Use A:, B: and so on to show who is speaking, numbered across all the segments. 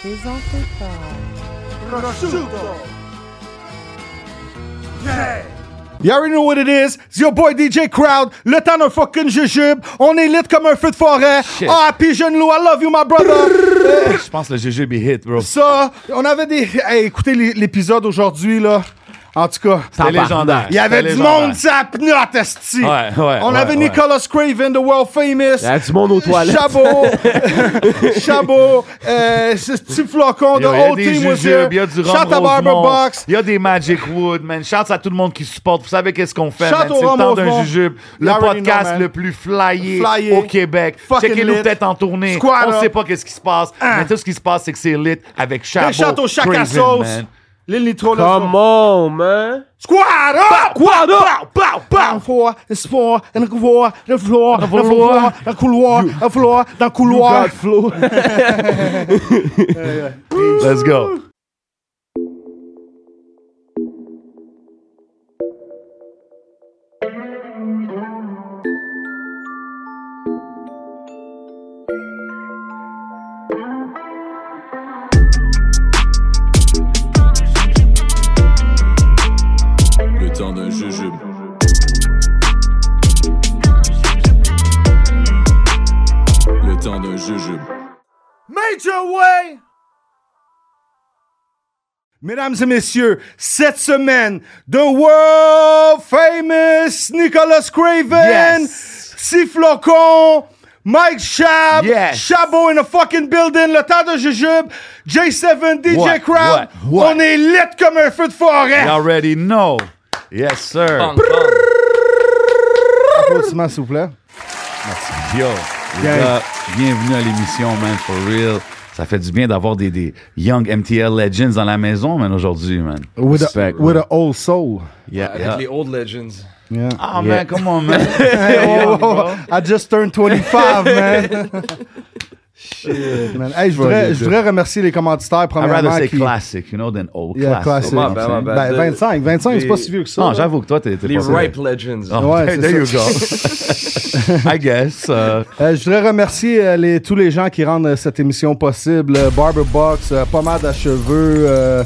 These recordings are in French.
A: présenté par
B: Prosciutto. Yeah.
C: You already know what it is. It's your boy DJ Crowd. Le temps d'un fucking jujube. On est lit comme un feu de forêt.
D: Shit.
C: Ah, puis jeune loup, I love you, my brother.
D: Je pense que le jujube est hit, bro.
C: Ça, on avait des. Hey, écoutez l'é- l'épisode aujourd'hui, là. En tout cas.
D: C'était légendaire.
C: Il y avait
D: C'était
C: du
D: légendaire.
C: monde, ça pnotte, esti.
D: Ouais, ouais,
C: On
D: ouais,
C: avait
D: ouais.
C: Nicholas Craven, the world famous.
E: Il y a du monde aux toilettes.
C: Chabot, Chabot, euh, ce petit flocon de
D: Yo, Il y a
C: Old
D: des
C: Team was here.
D: jujubes, il y a du rhum
C: Shout à Barber
D: Rosemont,
C: Box.
D: Il y a des Magic Wood, man. Shout à tout le monde qui supporte. Vous savez qu'est-ce qu'on fait,
C: Shout
D: man.
C: au
D: C'est le
C: rhum
D: temps d'un
C: Rosemont.
D: jujube. Le
C: You already know,
D: podcast
C: man.
D: le plus flyé,
C: Flyé.
D: au Québec.
C: Fucking
D: Checkez-nous
C: lit.
D: peut-être en tournée.
C: Squad
D: On
C: up.
D: sait pas qu'est-ce qui se passe. Mais tout ce qui se passe, c'est que c'est lit avec Chabot.
C: Le château chaque à
D: Craven,
C: sauce.
D: man.
C: L'île Nitro, let's go.
E: Come on, man.
C: Squad up! Squad up! Pow, pow, pow! Four, sport, dans le couloir, le floor, le floor, le couloir, le floor, dans le couloir.
E: God flow.
D: Let's go.
F: Le temps d'un jujube. Le temps d'un jujube.
B: Major Way.
C: Mesdames et messieurs, cette semaine, the world famous Nicolas Craven,
D: Yes.
C: Siflocon, Mike Schaab,
D: Yes.
C: Chabot in the fucking building, le temps de jujube, J7, DJ
D: What,
C: Crowd,
D: what, what?
C: on est lit comme un feu de forêt.
D: You already know. Yes, sir.
C: Applaudissements, s'il vous plaît.
D: Yo, les
C: Gang.
D: gars, bienvenue à l'émission, man, for real. Ça fait du bien d'avoir des, des young MTL legends dans la maison, man, aujourd'hui, man.
C: With,
E: Respect, with man.
C: an old soul.
E: Yeah.
D: Yeah.
G: Avec les Oh, old legends.
C: Yeah.
D: Ah,
E: Yeah.
D: man, come on, man.
C: Whoa, whoa, whoa. I just turned 25, man. Man. Hey, je voudrais, je voudrais remercier les commanditaires,
D: I'd rather
C: premièrement.
D: say
C: qui-
D: classic, you know, than old
C: Yeah,
D: classic.
C: classic.
G: My bad, my bad.
C: Ben, 25, 25, c'est pas si vieux que ça.
D: Non,
C: là.
D: j'avoue que toi, t'es t'es
G: Les
D: pas ça.
G: ripe legends.
D: Oh,
C: Ouais,
D: there you
C: c'est
D: go. I guess. euh,
C: Euh, je voudrais remercier euh, les, tous les gens qui rendent euh, cette émission possible. Euh, Barber Box, euh, pommade à cheveux, euh,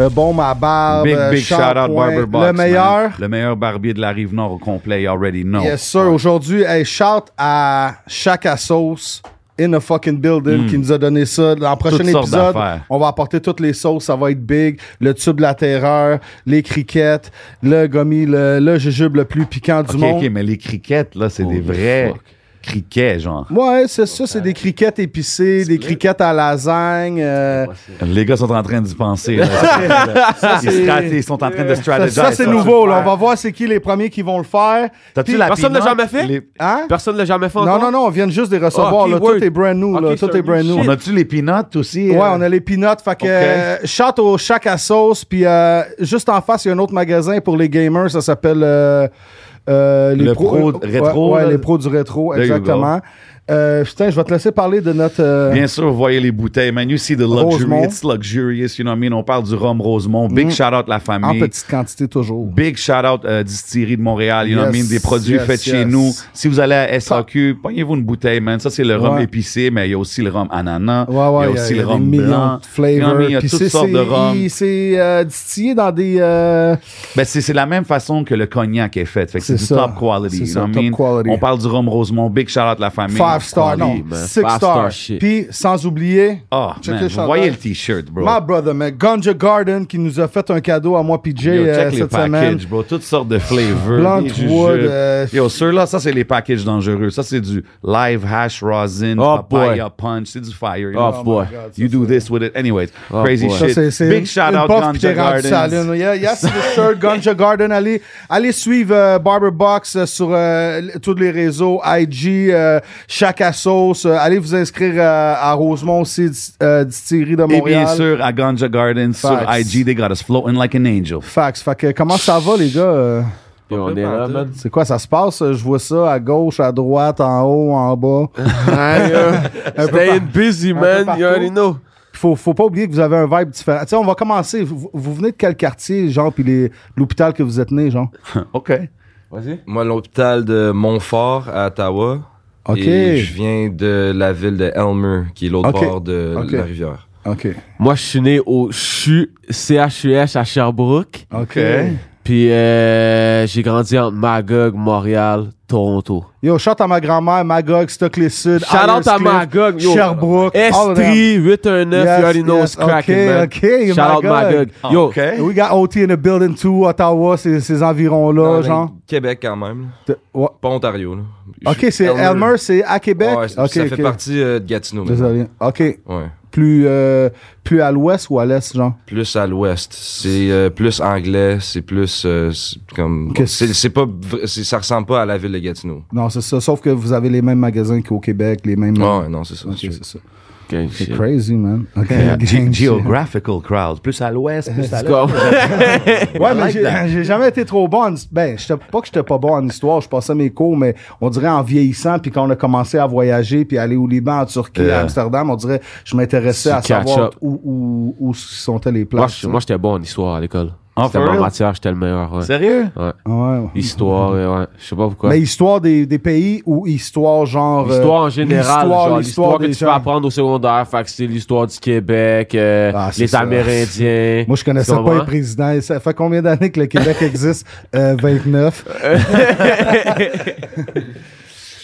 C: euh, bombe à barbe,
D: big,
C: euh,
D: big shout out
C: shampoing.
D: Barber Box.
C: Le meilleur.
D: man. Le meilleur barbier de la rive nord au complet, you already know.
C: Yes, sir. Aujourd'hui, hey, shout à Chaka Sauce in a fucking building qui nous a donné ça. Dans le prochain
D: Hmm. Toutes sortes
C: épisode,
D: d'affaires.
C: on va apporter toutes les sauces. Ça va être big. Le tube de la terreur, les criquettes, le gommi, le, le jujube le plus piquant du
D: Ok,
C: monde.
D: ok, mais les criquettes, là, c'est des
E: Holy
D: vrais
E: fuck.
D: criquets, genre.
C: Ouais, c'est ça, c'est des criquettes épicées, des criquettes à lasagne. euh,
D: Les gars sont en train d'y penser. là. ils, strat- ils sont en train de
C: ça,
D: strategize.
C: ça, c'est nouveau, là. On va voir c'est qui les premiers qui vont le faire.
D: T'as-tu
C: Puis-
D: la Ah,
E: Personne l'a
D: pimante?
E: jamais fait?
D: Les-
C: Hein?
E: Personne ne l'a jamais fait
C: Non,
E: encore?
C: non, non, on vient juste de les recevoir.
E: Ah,
C: là.
E: keyword.
C: tout est brand new, là.
E: Ok,
C: Tout
E: c'est
C: est
E: un
C: brand
E: new
C: new.
E: shit.
D: On a-tu les peanuts aussi?
C: Ouais,
D: euh?
C: on a les peanuts. Fait que
D: Ok.
C: euh, shout au chac à sauce. Puis euh, juste en face, il y a un autre magasin pour les gamers. Ça s'appelle euh, euh, les
D: Le pro
C: euh,
D: rétro,
C: Ouais,
D: là.
C: ouais, les pros du rétro,
D: There you
C: exactement. Euh, putain, je vais te laisser parler de notre. euh,
D: Bien sûr, vous voyez les bouteilles, man. You see the luxury,
C: Rosemont.
D: it's luxurious, you know what I mean? On parle du rhum Rosemont. Big
C: Mm.
D: shout out la
C: en
D: famille.
C: petite quantité toujours.
D: Big shout out euh, Distillerie de Montréal, you know what I
C: Yes,
D: mean? Des produits
C: yes,
D: faits
C: yes.
D: chez nous. Si vous allez à SAQ, pognez-vous une bouteille, man. Ça, c'est le rhum
C: Ouais.
D: épicé, mais il y a aussi le rhum ananas.
C: Ouais, ouais,
D: il y a aussi
C: il y
D: le
C: a des
D: rhum
C: millions
D: blanc.
C: de
D: You know what I
C: flavors.
D: mean? Il y a
C: Puis
D: toutes
C: c'est-
D: sortes de
C: c'est-
D: rhum.
C: il- C'est euh, distillé dans des. euh,
D: Ben, c'est c'est la même façon que le cognac est fait. Fait que c'est
C: C'est
D: du
C: ça.
D: top quality.
C: C'est
D: you
C: ça,
D: know what I
C: top
D: mean?
C: quality.
D: On parle du rhum Rosemont. Big shout out la famille.
C: Five star,
D: Quality,
C: non.
D: man.
C: Six
E: Five
C: star.
E: star shit.
C: Puis, sans oublier.
D: Ah,
C: Check
D: man,
C: le
D: vous
C: chandail.
D: voyez le t-shirt, bro.
C: My brother, man. Ganja Garden qui nous a fait un cadeau à moi, PJ,
D: Yo,
C: euh,
D: check les
C: cette
D: packages,
C: semaine.
D: bro. Toutes sortes de flavors.
C: Blunt
D: des jujubes.
C: wood, euh,
D: Yo, ceux-là, ça, c'est les packages dangereux. Ça, c'est du live hash rosin,
E: Oh,
D: papaya punch. C'est du fire. you
E: Oh,
D: know?
E: boy.
D: You do this with it. Anyways,
E: Oh,
D: crazy
E: boy.
C: Ça,
D: shit.
C: c'est- c'est
D: Big
C: une-
D: shout
C: une
D: out
C: puff, puis t'es
D: Ganja
C: rendu
D: Gardens.
C: saloon. Yeah, yes, for sure. Ganja Garden. Allez, allez suivre euh, Barber Box euh, sur euh, l- tous les réseaux, IG, euh, Chaka Sauce. Euh, allez vous inscrire euh, à Rosemont aussi, dis- euh, distillerie de
D: Et
C: Montréal.
D: bien sûr, à Ganja Gardens sur
C: Facts.
D: IG, they got us floating like an angel.
C: Fax. Fait que, comment ça va, les gars? Euh,
E: Puis on est là, man.
C: C'est quoi, ça se passe? Je vois ça à gauche, à droite, en haut, en bas.
E: Aïe, euh, Staying busy,
C: peu
E: man. You already know.
C: faut, faut pas oublier que vous avez un vibe différent. Tu sais, on va commencer. Vous, vous venez de quel quartier, genre, puis les- l'hôpital que vous êtes né, genre?
D: OK.
E: Vas-y.
G: Moi, l'hôpital de Montfort à Ottawa.
C: OK.
G: Et je viens de la ville de Elmer, qui est l'autre
C: Ok.
G: bord de
C: Ok.
G: la rivière.
C: OK.
E: Moi, je suis né au CHU, CHUH à Sherbrooke.
C: OK.
E: Puis euh, j'ai grandi entre Magog, Montréal, Toronto.
C: Yo, shout à ma grand-mère, Magog, Stockley Sud,
E: Shout-out à
C: Ironscliff,
E: Magog, yo.
C: Ah, Sherbrooke, all of them.
E: Estrie, 819,
C: Yes,
E: you already know
C: yes,
E: what's cracking,
C: okay,
E: man.
C: okay,
E: Shout-out
C: Magog.
E: Magog. Yo,
D: OK.
C: We got OT in the building too, Ottawa, ces, ces environs-là,
G: Non,
C: genre.
G: mais Ah, ben, Québec quand même. là.
C: De- ouais.
G: Pas Ontario. là. Je
C: OK,
G: suis
C: c'est Elmer, c'est à Québec?
G: Ouais, c'est-
C: OK,
G: ça fait
C: OK.
G: partie euh, de Gatineau. maintenant.
C: Désolé. OK.
G: Ouais.
C: Plus, euh, plus à l'ouest ou à l'est, genre?
G: Plus à l'ouest. C'est euh, plus anglais. C'est plus euh, c'est comme.
C: Ok.
G: c'est c'est pas. vr- c'est- Ça ressemble pas à la ville de Gatineau.
C: Non, c'est ça. Sauf que vous avez les mêmes magasins qu'au Québec, les mêmes.
G: Ouais, non, c'est ça.
C: Ok,
G: c'est-
C: c'est ça.
E: Okay,
C: C'est
E: shit.
C: crazy, man. Ok.
D: Euh,
C: Gang shit.
D: ge- geographical crowd. Plus à l'ouest, plus à l'est.
E: Let's go.
C: Ouais, mais
D: like that.
C: j'ai- j'ai jamais été trop bon. En, ben, j'étais pas que j'étais pas bon en histoire. Je passais mes cours, mais on dirait en vieillissant, puis quand on a commencé à voyager, puis aller au Liban, en Turquie,
E: Euh.
D: Yeah.
C: à Amsterdam, on dirait je m'intéressais
E: Tu
C: à
E: catch
C: savoir
E: up.
C: où, où, où sont les
E: moi,
C: places.
E: je- moi, j'étais bon en histoire à l'école.
D: Ah,
E: C'était
D: for
E: ma
D: real?
E: matière, j'étais le meilleur. ouais.
D: Sérieux?
C: Ouais.
E: Mhm. Histoire, ouais, ouais. Je sais pas pourquoi.
C: Mais histoire des, des pays ou histoire genre. euh,
E: L'histoire en général,
C: l'histoire- l'histoire
E: genre l'histoire que
C: des
E: tu peux
C: gens.
E: apprendre au secondaire, fait que c'est l'histoire du Québec, euh,
C: Ah, c'est
E: les
C: ça.
E: Amérindiens.
C: Moi, je connaissais
E: Tu
C: pas
E: comprends?
C: les présidents. Et Ça fait combien d'années que le Québec existe? Euh, 29.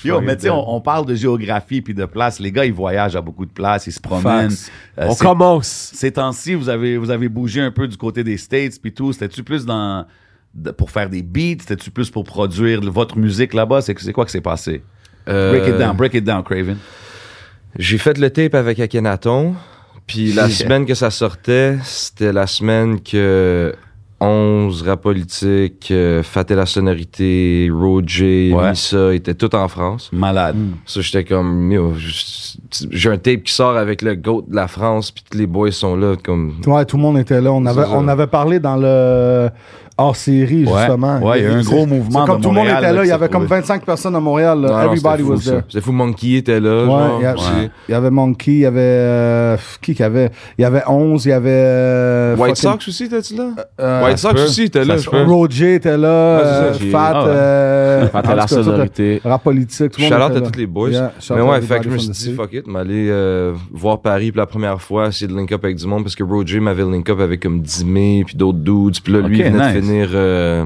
D: Yo, mais tu sais, on, on parle de géographie puis de place. Les gars, ils voyagent à beaucoup de places, ils se promènent.
C: Facts.
D: Euh,
E: On
D: c'est-
E: commence.
D: Ces temps-ci, vous avez, vous avez bougé un peu du côté des States puis tout. C'était-tu plus dans de- pour faire des beats? C'était-tu plus pour produire le- votre musique là-bas? C'est c'est quoi que c'est passé?
G: Euh,
D: Break it down, break it down, Craven.
G: J'ai fait le tape avec Akhenaton. Puis la
D: Yeah.
G: semaine que ça sortait, c'était la semaine que 11 rap politique, euh, Fat et la sonorité, Roger,
D: Ouais.
G: Missa étaient tout en France.
D: Malade.
G: Ça, j'étais comme, yo, j- j'ai un tape qui sort avec le GOAT de la France, puis tous les boys sont là, comme.
C: Ouais, tout le monde était là. On avait,
G: ça.
C: on avait parlé dans le euh, hors série,
D: Ouais.
C: justement.
D: Ouais, il y a eu un
C: C'est-
D: gros
C: c'est
D: mouvement
C: Comme
D: de
C: tout le monde
D: Montréal,
C: était
D: là,
C: là, il
D: qui
C: y
D: s'est
C: avait comme
D: trouvé.
C: 25 personnes à Montréal. là.
D: Euh,
G: Non, non,
C: Everybody
G: c'était fou,
C: was
G: ça.
C: there.
G: C'était fou, Monkey était là. genre,
C: Ouais, il y a-
G: puis
C: il y avait Monkey, il y avait. euh, qui qu'il y avait Il y avait 11, il y avait. euh,
G: White
C: fucking-
G: Sox aussi, t'as-tu là?
C: euh,
G: White Sox
D: peut.
G: aussi, était
D: Ça
G: là,
D: se
G: je
D: peut.
G: pense.
C: Roger était là,
G: c'est ça,
C: euh,
G: j'ai-
C: Fat.
D: ah ouais.
C: euh,
E: Fat
C: en
E: à la
C: tout cas, tout le-
E: sonorité.
C: Rap politique, tout le
G: Shout
C: monde.
G: out
C: était
G: à
C: là.
G: tous les boys.
C: Yeah, shout
G: mais
C: out
G: ouais,
C: to
G: fait que je me
C: everybody
G: suis
C: from the
G: dit,
C: city.
G: fuck it, m'aller euh, voir Paris pour la première fois, essayer de link up avec du monde parce que Roger m'avait link up avec comme Dimé puis d'autres dudes. Puis là, lui,
D: Ok,
G: il venait
D: nice.
G: de finir euh,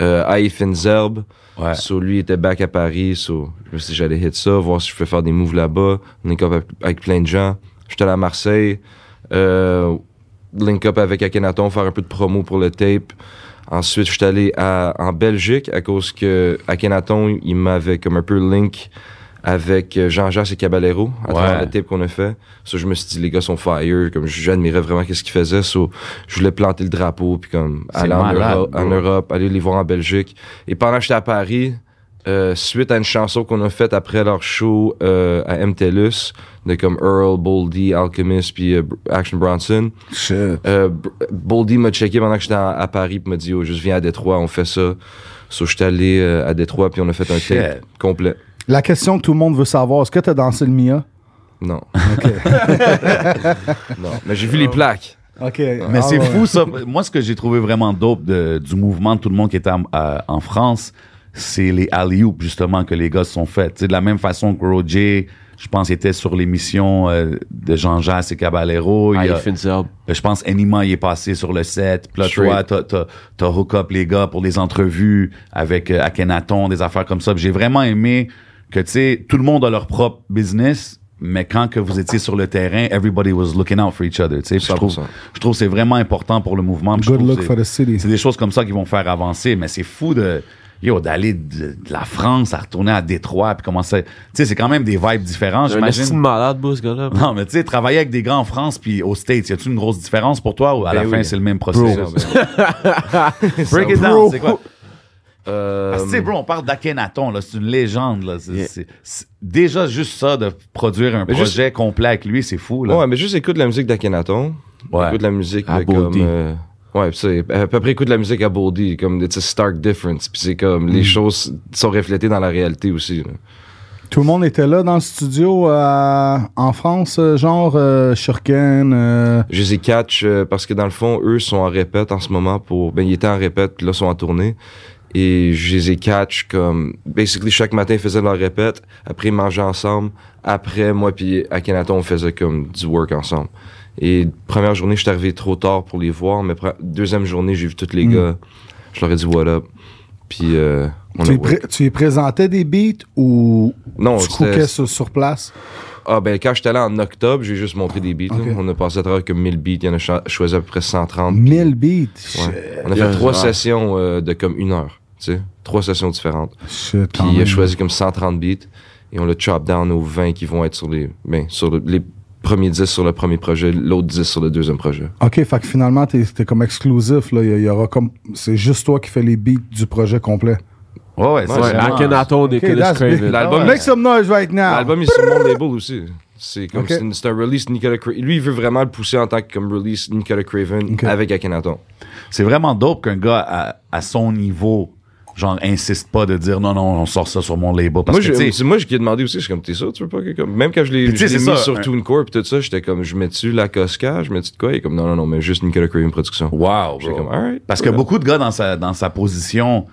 G: euh, Zerb.
D: Ouais.
G: So, lui, il était back à Paris. So, je me suis dit, j'allais hit ça, voir si je pouvais faire des moves là-bas. Link up avec, avec plein de gens. J'étais allé à Marseille. Euh, link up avec Akhenaton, faire un peu de promo pour le tape. Ensuite, je suis allé à- en Belgique à cause que Akhenaton, il m'avait comme un peu link avec euh, Jean-Jacques et Caballero à
D: Ouais.
G: travers le tape qu'on a fait. Ça, je me suis dit, les gars sont fire. Comme j'admirais vraiment qu'est-ce qu'ils faisaient. So, je voulais planter le drapeau puis comme
D: C'est
G: aller en
D: malade,
G: Europe, en
D: bro.
G: Europe, aller les voir en Belgique. Et pendant que j'étais à Paris, euh, suite à une chanson qu'on a faite après leur show euh, à MTLUS, de comme Earl, Boldy, Alchemist, puis euh, Action Bronson,
C: Shit.
G: euh, B- Boldy m'a checké pendant que j'étais à, à Paris puis m'a dit oh, « juste viens à Détroit, on fait ça ». So, j'étais allé euh, à Détroit puis on a fait un
D: Shit.
G: tape complet.
C: La question que tout le monde veut savoir, est-ce que t'as dansé le Mia?
G: Non. non. Mais j'ai vu les plaques.
C: OK.
D: Mais c'est fou ça. Moi, ce que j'ai trouvé vraiment dope de- du mouvement de tout le monde qui était en, à- en France, c'est les alley justement que les gars se sont faits. Tu sais, de la même façon que Roger, je pense, était sur l'émission euh, de Jean jacques et Caballero. Il y a-
E: Ah, Finzerb.
D: Ben, je pense Anima il est passé sur le set. Puis là,
G: Straight.
D: toi, t'as- t'as t'as hook up les gars pour les entrevues avec euh, Akhenaton, des affaires comme ça. Puis J'ai vraiment aimé que, tu sais, tout le monde a leur propre business, mais quand que vous étiez sur le terrain, everybody was looking out for each other. tu sais. Puis Je trouve,
G: 100%.
D: je trouve que c'est vraiment important pour le mouvement. Puis je
C: Good
D: trouve
C: look
D: que
C: for the city.
D: c'est des choses comme ça qui vont faire avancer, mais c'est fou de yo d'aller de, de la France à retourner à Détroit puis commencer. Tu sais, c'est quand même des vibes différentes,
E: Un esti de
D: j'imagine.
E: malade, bro, ce gars-là.
D: Non, mais tu sais, travailler avec des gars en France puis aux States, y a-tu une grosse différence pour toi ou à
G: Ben
D: la
G: oui.
D: fin c'est le même processus?
G: Bro.
D: Break it down,
C: Bro.
D: c'est quoi?
G: Euh,
D: Parce que, tu sais, bro, on parle d'Akhenaton, là, c'est une légende, là. C'est-
E: Yeah.
D: c'est- c'est- déjà, juste ça, de produire un
G: Mais juste-
D: projet complet avec lui, c'est fou, là.
G: Ouais, mais juste écoute la musique d'Akhenaton.
D: hein. Ouais.
G: Écoute la musique
E: À
G: de comme.
E: Boldy.
G: euh, ouais, pis c'est à peu près écoute la musique à Boldy, comme it's a stark difference. Puis c'est comme les choses sont reflétées dans la réalité aussi. là.
C: Tout le monde était là dans le studio euh, en France, euh, genre euh, Shurken. euh,
G: Je les ai catch euh, parce que dans le fond, eux sont en répète en ce moment pour. Ben, ils étaient en répète, puis là, sont en tournée. Et je les ai catch comme. Basically, chaque matin, ils faisaient leur répète. Après, ils mangeaient ensemble. Après, moi, puis Akhenaton, on faisait comme du work ensemble. Et première journée, je suis arrivé trop tard pour les voir, mais pre- deuxième journée, j'ai vu tous les
C: Mm.
G: gars. Je leur ai dit what up. Puis euh, on
C: Tu,
G: a
C: y pré- tu y présentais des beats ou
G: Non,
C: tu
G: c'était-
C: cookais sur, sur place?
G: Ah ben quand j'étais allé en octobre, j'ai juste montré des beats. là.
C: Ok.
G: On a passé à travers comme 1000 beats, il y en a cho- choisi à peu près 130.
C: 1000 beats?
G: Ouais. On a
E: Yeah,
G: fait trois
E: ah.
G: sessions euh, de comme une heure, tu sais, trois sessions différentes.
C: Shit,
G: Puis
C: quand
G: il a
C: même.
G: choisi comme 130 beats et on l'a chop down aux 20 qui vont être sur les ben, sur le- les premiers 10 sur le premier projet, l'autre 10 sur le deuxième projet.
C: OK, fait que finalement, t'es t'es comme exclusif. Là. Il y a- il y aura comme... C'est juste toi qui fais les beats du projet complet.
D: Ouais, ouais, c'est
G: Ouais,
D: vraiment-
E: Akhenaton, Nicolas
C: that's big.
E: Craven.
G: L'album,
C: Make some noise right
D: Ah.
C: now.
G: L'album est sur mon label aussi. C'est comme
C: Ok.
G: c'est une- c'est un release Nicolas Craven. Lui, il veut vraiment le pousser en tant que comme release Nicolas Craven
C: Ok.
G: avec Akhenaton.
D: C'est vraiment dope qu'un gars à, à son niveau, genre, insiste pas de dire non, non, on sort ça sur mon label. Parce
G: moi,
D: que,
G: je-
D: tu sais,
G: c'est moi je- qui ai demandé aussi, je suis comme, t'es sûr, tu veux pas que comme. Même quand je l'ai
D: Puis tu sais,
G: je l'ai mis
D: c'est ça,
G: sur
D: un-
G: TuneCore pis tout ça, j'étais comme, je mets-tu la Cosca, je mets-tu de quoi? Et comme, non, non, non, mais juste Nicolas Craven Production.
D: wow,
G: J'étais
D: bro.
G: comme, hein? alright.
D: Parce que beaucoup de gars dans sa, dans sa position,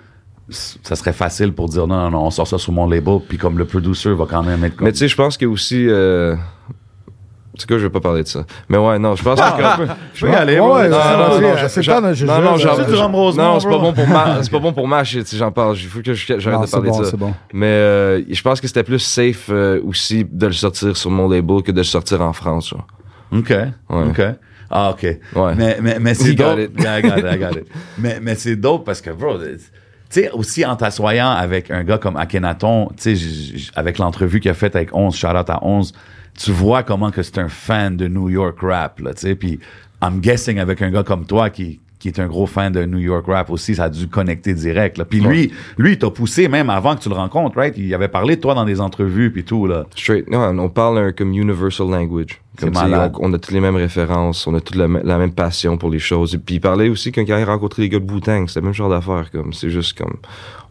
D: s- ça serait facile pour dire non, non, non, on sort ça sur mon label, puis comme le producer va quand même être comme.
G: Mais tu sais, je pense que aussi. Euh... En tout cas, je vais pas parler de ça. Mais ouais, non, je pense que. comme-
D: je peux y aller,
C: Ouais,
D: moi.
C: ouais,
G: Non,
C: Ah, c'est-
G: non, non,
C: c'est-
G: je-
C: c'est
G: je-
C: pas notre
G: non, non,
C: jeu,
G: j'en-
C: là.
D: C'est du Rome Rosemont,
G: non, c'est pas
D: bro.
G: bon pour ma, c'est pas bon pour ma shit si j'en parle. Il faut que je- j'arrête
C: Non,
G: de
C: c'est
G: parler
C: bon,
G: de ça.
C: c'est bon.
G: Mais euh, je pense que c'était plus safe euh, aussi de le sortir sur mon label que de le sortir en France. genre.
D: OK. OK. Ah, OK.
G: Ouais.
D: Mais, mais, mais c'est
G: You got
D: dope.
G: it.
D: Yeah, I got it, I got it. mais mais c'est dope parce que, bro, tu sais, aussi en t'assoyant avec un gars comme Akhenaton, tu sais, j- j- avec l'entrevue qu'il a faite avec 11, shout out à 11, tu vois comment que c'est un fan de New York rap, là, tu sais. Puis, I'm guessing avec un gars comme toi qui qui est un gros fan de New York rap aussi, ça a dû connecter direct. Là. Puis lui, lui, il t'a poussé même avant que tu le rencontres, right? Il avait parlé de toi dans des entrevues puis tout, là.
G: Straight. Non, on parle un comme universal language. Comme
D: C'est
G: tu sais,
D: malade.
G: On, on a toutes les mêmes références, on a toute la, m- la même passion pour les choses. Et puis il parlait aussi quand il a rencontré les gars de Boutang, c'est le même genre d'affaire. Comme c'est juste comme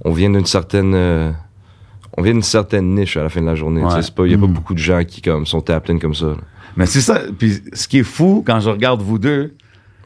G: on vient d'une certaine, euh, on vient d'une certaine niche à la fin de la journée.
D: Ouais.
G: Tu sais, c'est pas, il y a pas
D: Mm.
G: beaucoup de gens qui comme sont tapped in comme ça. là.
D: Mais c'est ça. Puis ce qui est fou quand je regarde vous deux,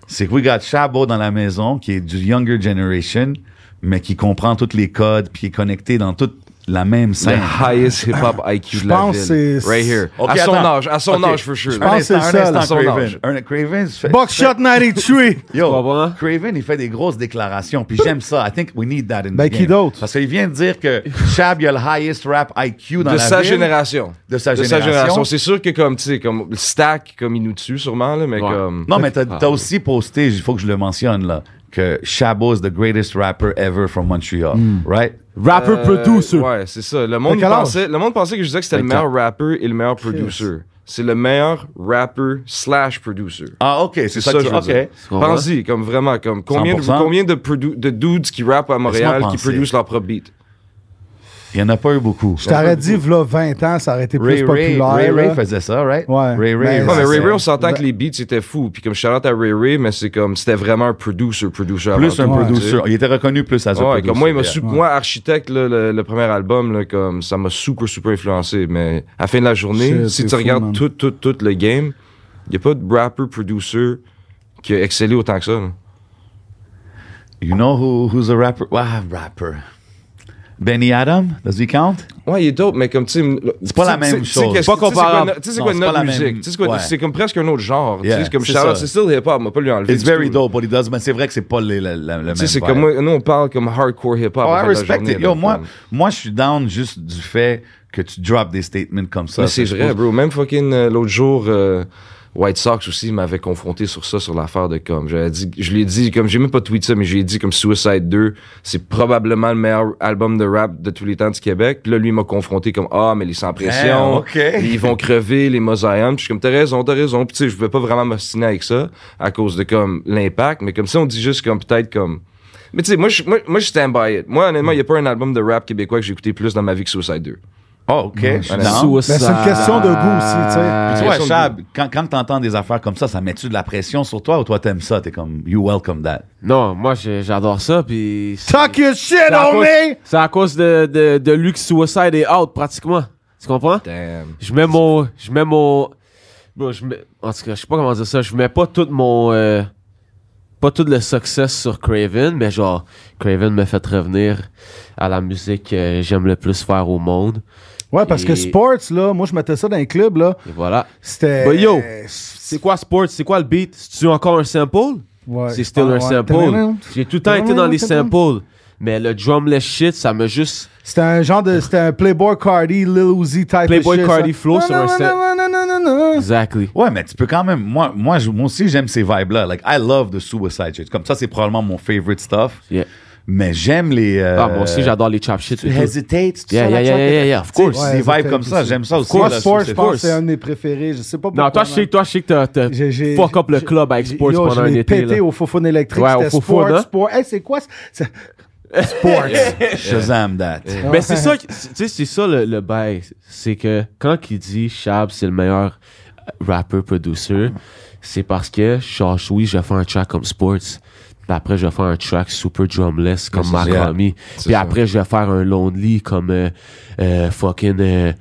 D: c'est que we got Chabot dans la maison, qui est du younger generation, mais qui comprend tous les codes, puis qui est connecté dans toute la même
G: The
D: scène.
G: highest hip hop IQ de la
C: pense
G: ville.
C: c'est-
G: Right here.
D: Ok,
G: à son
D: attends.
G: âge, à son
D: Ok.
G: âge for sure.
D: Je
C: pense que c'est
D: un
C: le seul,
D: instant,
G: à son
D: Craven.
G: age.
D: Un, Craven, fait-
C: Buckshot 93.
D: Yo,
E: Tu comprends?
D: Craven, il fait des grosses déclarations, puis j'aime ça. I think we need that in the
C: Ben, qui
D: game.
C: d'autre?
D: Parce qu'il vient de dire que Chab, il a le highest rap IQ dans
G: de
D: la
G: sa
D: ville.
G: génération.
D: De sa
G: De
D: génération.
G: sa génération. C'est sûr que comme, tu sais, comme le stack, comme il nous tue sûrement, là, mais
E: Ouais.
G: comme...
D: Non, mais t'as t'as aussi posté, il faut que je le mentionne, là, que Chabot is the greatest rapper ever from Montreal,
C: Hmm.
D: right?
E: Rapper
G: Euh,
E: producer.
G: Ouais, c'est ça. Le monde,
C: T'as
G: il
C: quel âge?
G: pensait, le monde pensait que je disais que c'était le meilleur rapper et le meilleur producer. C'est le meilleur rapper slash producer.
D: Ah, OK, c'est
G: C'est
D: ça,
G: ça,
D: que
G: je
D: tu
G: veux dire.
D: OK.
G: Pense-y, comme vraiment, comme combien, de,
D: 100%.
G: combien de, produ- de dudes qui rappent à Montréal qui
D: penser.
G: produisent leur propre beat?
D: Il n'y en a pas eu beaucoup.
C: Je t'aurais dit, v'là 20 ans, ça aurait été plus
D: Ray Ray,
C: populaire.
D: Ray, Ray
C: là.
D: faisait ça, right?
C: Ouais.
D: Ray Ray.
C: Ben,
G: Ouais, mais
C: c'est-
G: Ray Ray, on s'entend que les beats c'était fou. Puis comme shout out à Ray Ray, mais c'est comme c'était vraiment un producer, producer.
D: plus un
G: avant tout,
C: Ouais.
D: producer. Il était reconnu plus à
G: tu
D: ce
G: sais. Ouais,
D: producer.
G: comme moi, il m'a
D: yeah.
G: su- moi, architecte, là, le, le premier album, là, comme ça m'a super, super influencé. Mais à la fin de la journée,
C: Shit,
G: si
C: c'est
G: tu
C: fou,
G: regardes
C: man.
G: tout, tout, tout le game, il n'y a pas de rapper, producer qui a excellé autant que ça. là.
D: You know who, who's a rapper? Ah, rapper. Benny Adam, does he count?
G: Ouais, il est dope, mais comme tu sais. le-
D: C'est pas la même
G: tu sais- tu sais
D: chose.
G: qu'est-ce-
D: Pas
G: tu sais c'est quoi
D: comparable.
G: no- Tu sais, c'est
D: Non,
G: quoi
D: c'est pas
G: notre
D: la même-
G: musique? Tu sais, c'est quoi-
D: ouais.
G: C'est comme presque un autre genre. tu sais,
D: Yeah,
G: c'est comme
D: c'est
G: shout out,
D: ça.
G: c'est still hip-hop, on va pas lui enlever.
D: It's
G: du
D: very
G: tout, là.
D: dope what he does, mais c'est vrai que c'est pas le, le, le, le même.
G: Tu sais, c'est
D: vibe.
G: comme moi, nous on parle comme hardcore hip hop.
D: Oh, I respect it. Yo, moi, moi, je suis down juste du fait que tu drops des statements comme ça.
G: mais c'est
D: ben, Je
G: vrai,
D: trouve-
G: bro. Même fucking euh, l'autre jour, euh, White Sox aussi m'avait confronté sur ça, sur l'affaire de comme. J'avais dit, je l'ai dit, comme j'ai même pas tweet ça, mais j'ai dit comme Suicide 2, c'est probablement le meilleur album de rap de tous les temps du Québec. Puis là, lui il m'a confronté comme ah, mais les sans pression,
D: Ah, ok.
G: ils vont crever, les Mosaïens. Puis je suis comme t'as raison, t'as raison. Puis tu sais, je vais pas vraiment m'ostiner avec ça à cause de comme l'impact, mais comme ça on dit juste comme peut-être comme. Mais tu sais, moi, je- moi, moi, je stand by it. Moi, honnêtement, il n'y a pas un album de rap québécois que j'ai écouté plus dans ma vie que Suicide 2.
D: Oh, OK. Je suis
G: Ben,
D: down.
E: Suicide.
C: Ben, c'est une question de goût aussi, tu sais.
D: Puis
G: Euh,
D: toi,
G: question de
D: Chab, quand, quand t'entends des affaires comme ça, ça met-tu de la pression sur toi ou toi, t'aimes ça? T'es comme, you welcome that.
E: Non, moi, j'ai- j'adore ça, puis... c'est-
C: Talk your shit
E: C'est à
C: on
E: cause-
C: me!
E: C'est à cause de, de, de Luke Suicide et Out, pratiquement. Tu comprends?
G: Damn.
E: Je mets mon... Je mets mon... Bon, je mets... En tout cas, je sais pas comment dire ça. Je mets pas tout mon... euh, pas tout le succès sur Craven, mais genre, Craven me fait revenir à la musique que j'aime le plus faire au monde.
C: Ouais, parce que
E: Et-
C: sports, là, moi, je mettais ça dans les clubs, là.
E: Et voilà.
C: C'était.
E: Bah, yo,
C: c'est
E: C'est quoi Sports? C'est quoi le beat? C'est-tu encore un sample?
C: ouais.
E: C'est still
C: Ah,
E: un
C: ouais.
E: sample. J'ai tout le temps été dans les samples. Mais le drumless shit, ça m'a juste.
C: C'était un genre de. C'était un Playboy Cardi, Lil Uzi type
E: Playboy
C: of shit,
E: Cardi
C: ça.
E: flow sur un set.
C: Non, non, non, non, non, non.
E: Exactly.
D: Ouais, mais tu peux quand même. Moi, moi, je- moi aussi, j'aime ces vibes-là. Like, I love the suicide shit. Comme ça, c'est probablement mon favorite stuff.
E: Yeah.
D: Mais j'aime les. euh,
E: Ah, moi aussi, j'adore les chop shit.
D: Tu
E: et tout.
D: hésitates, tu
E: Yeah,
D: sens
E: yeah,
D: la
E: yeah,
D: track-
E: yeah, yeah,
D: Tu
E: of
D: sais,
E: course.
D: Des
C: Ouais,
D: vibes comme ça,
C: hésitates
D: j'aime ça aussi.
C: Moi,
D: là,
C: sports,
D: sur
C: je
D: ces-
C: pense que c'est un de mes préférés. Je sais pas pourquoi.
E: Non, toi, je sais,
C: man.
E: toi, je sais que t'as- t'as
C: J'ai- j'ai-
E: fuck up le
C: j'ai-
E: club avec
C: j'ai-
E: Sports
C: yo,
E: pendant
C: je
E: un
C: l'ai
E: été.
C: pété
E: là.
C: au Fofone électrique.
E: Ouais, au
C: c'était
E: Fofone,
C: Sports,
E: hein.
C: Sports. Hey, c'est quoi? c'est-
D: Sports. Shazam that.
E: Mais c'est ça, que- tu sais, c'est ça le, le bail. C'est que quand il dit Shab, c'est le meilleur euh, rapper producer, c'est parce que, genre, oui, je vais faire un track comme Sports. Puis après, je vais faire un track super drumless comme
G: c'est
E: Marc
D: ça.
E: Rami.
G: C'est
E: Puis
G: ça.
E: après, je vais faire un Lonely comme euh, euh, fucking. euh,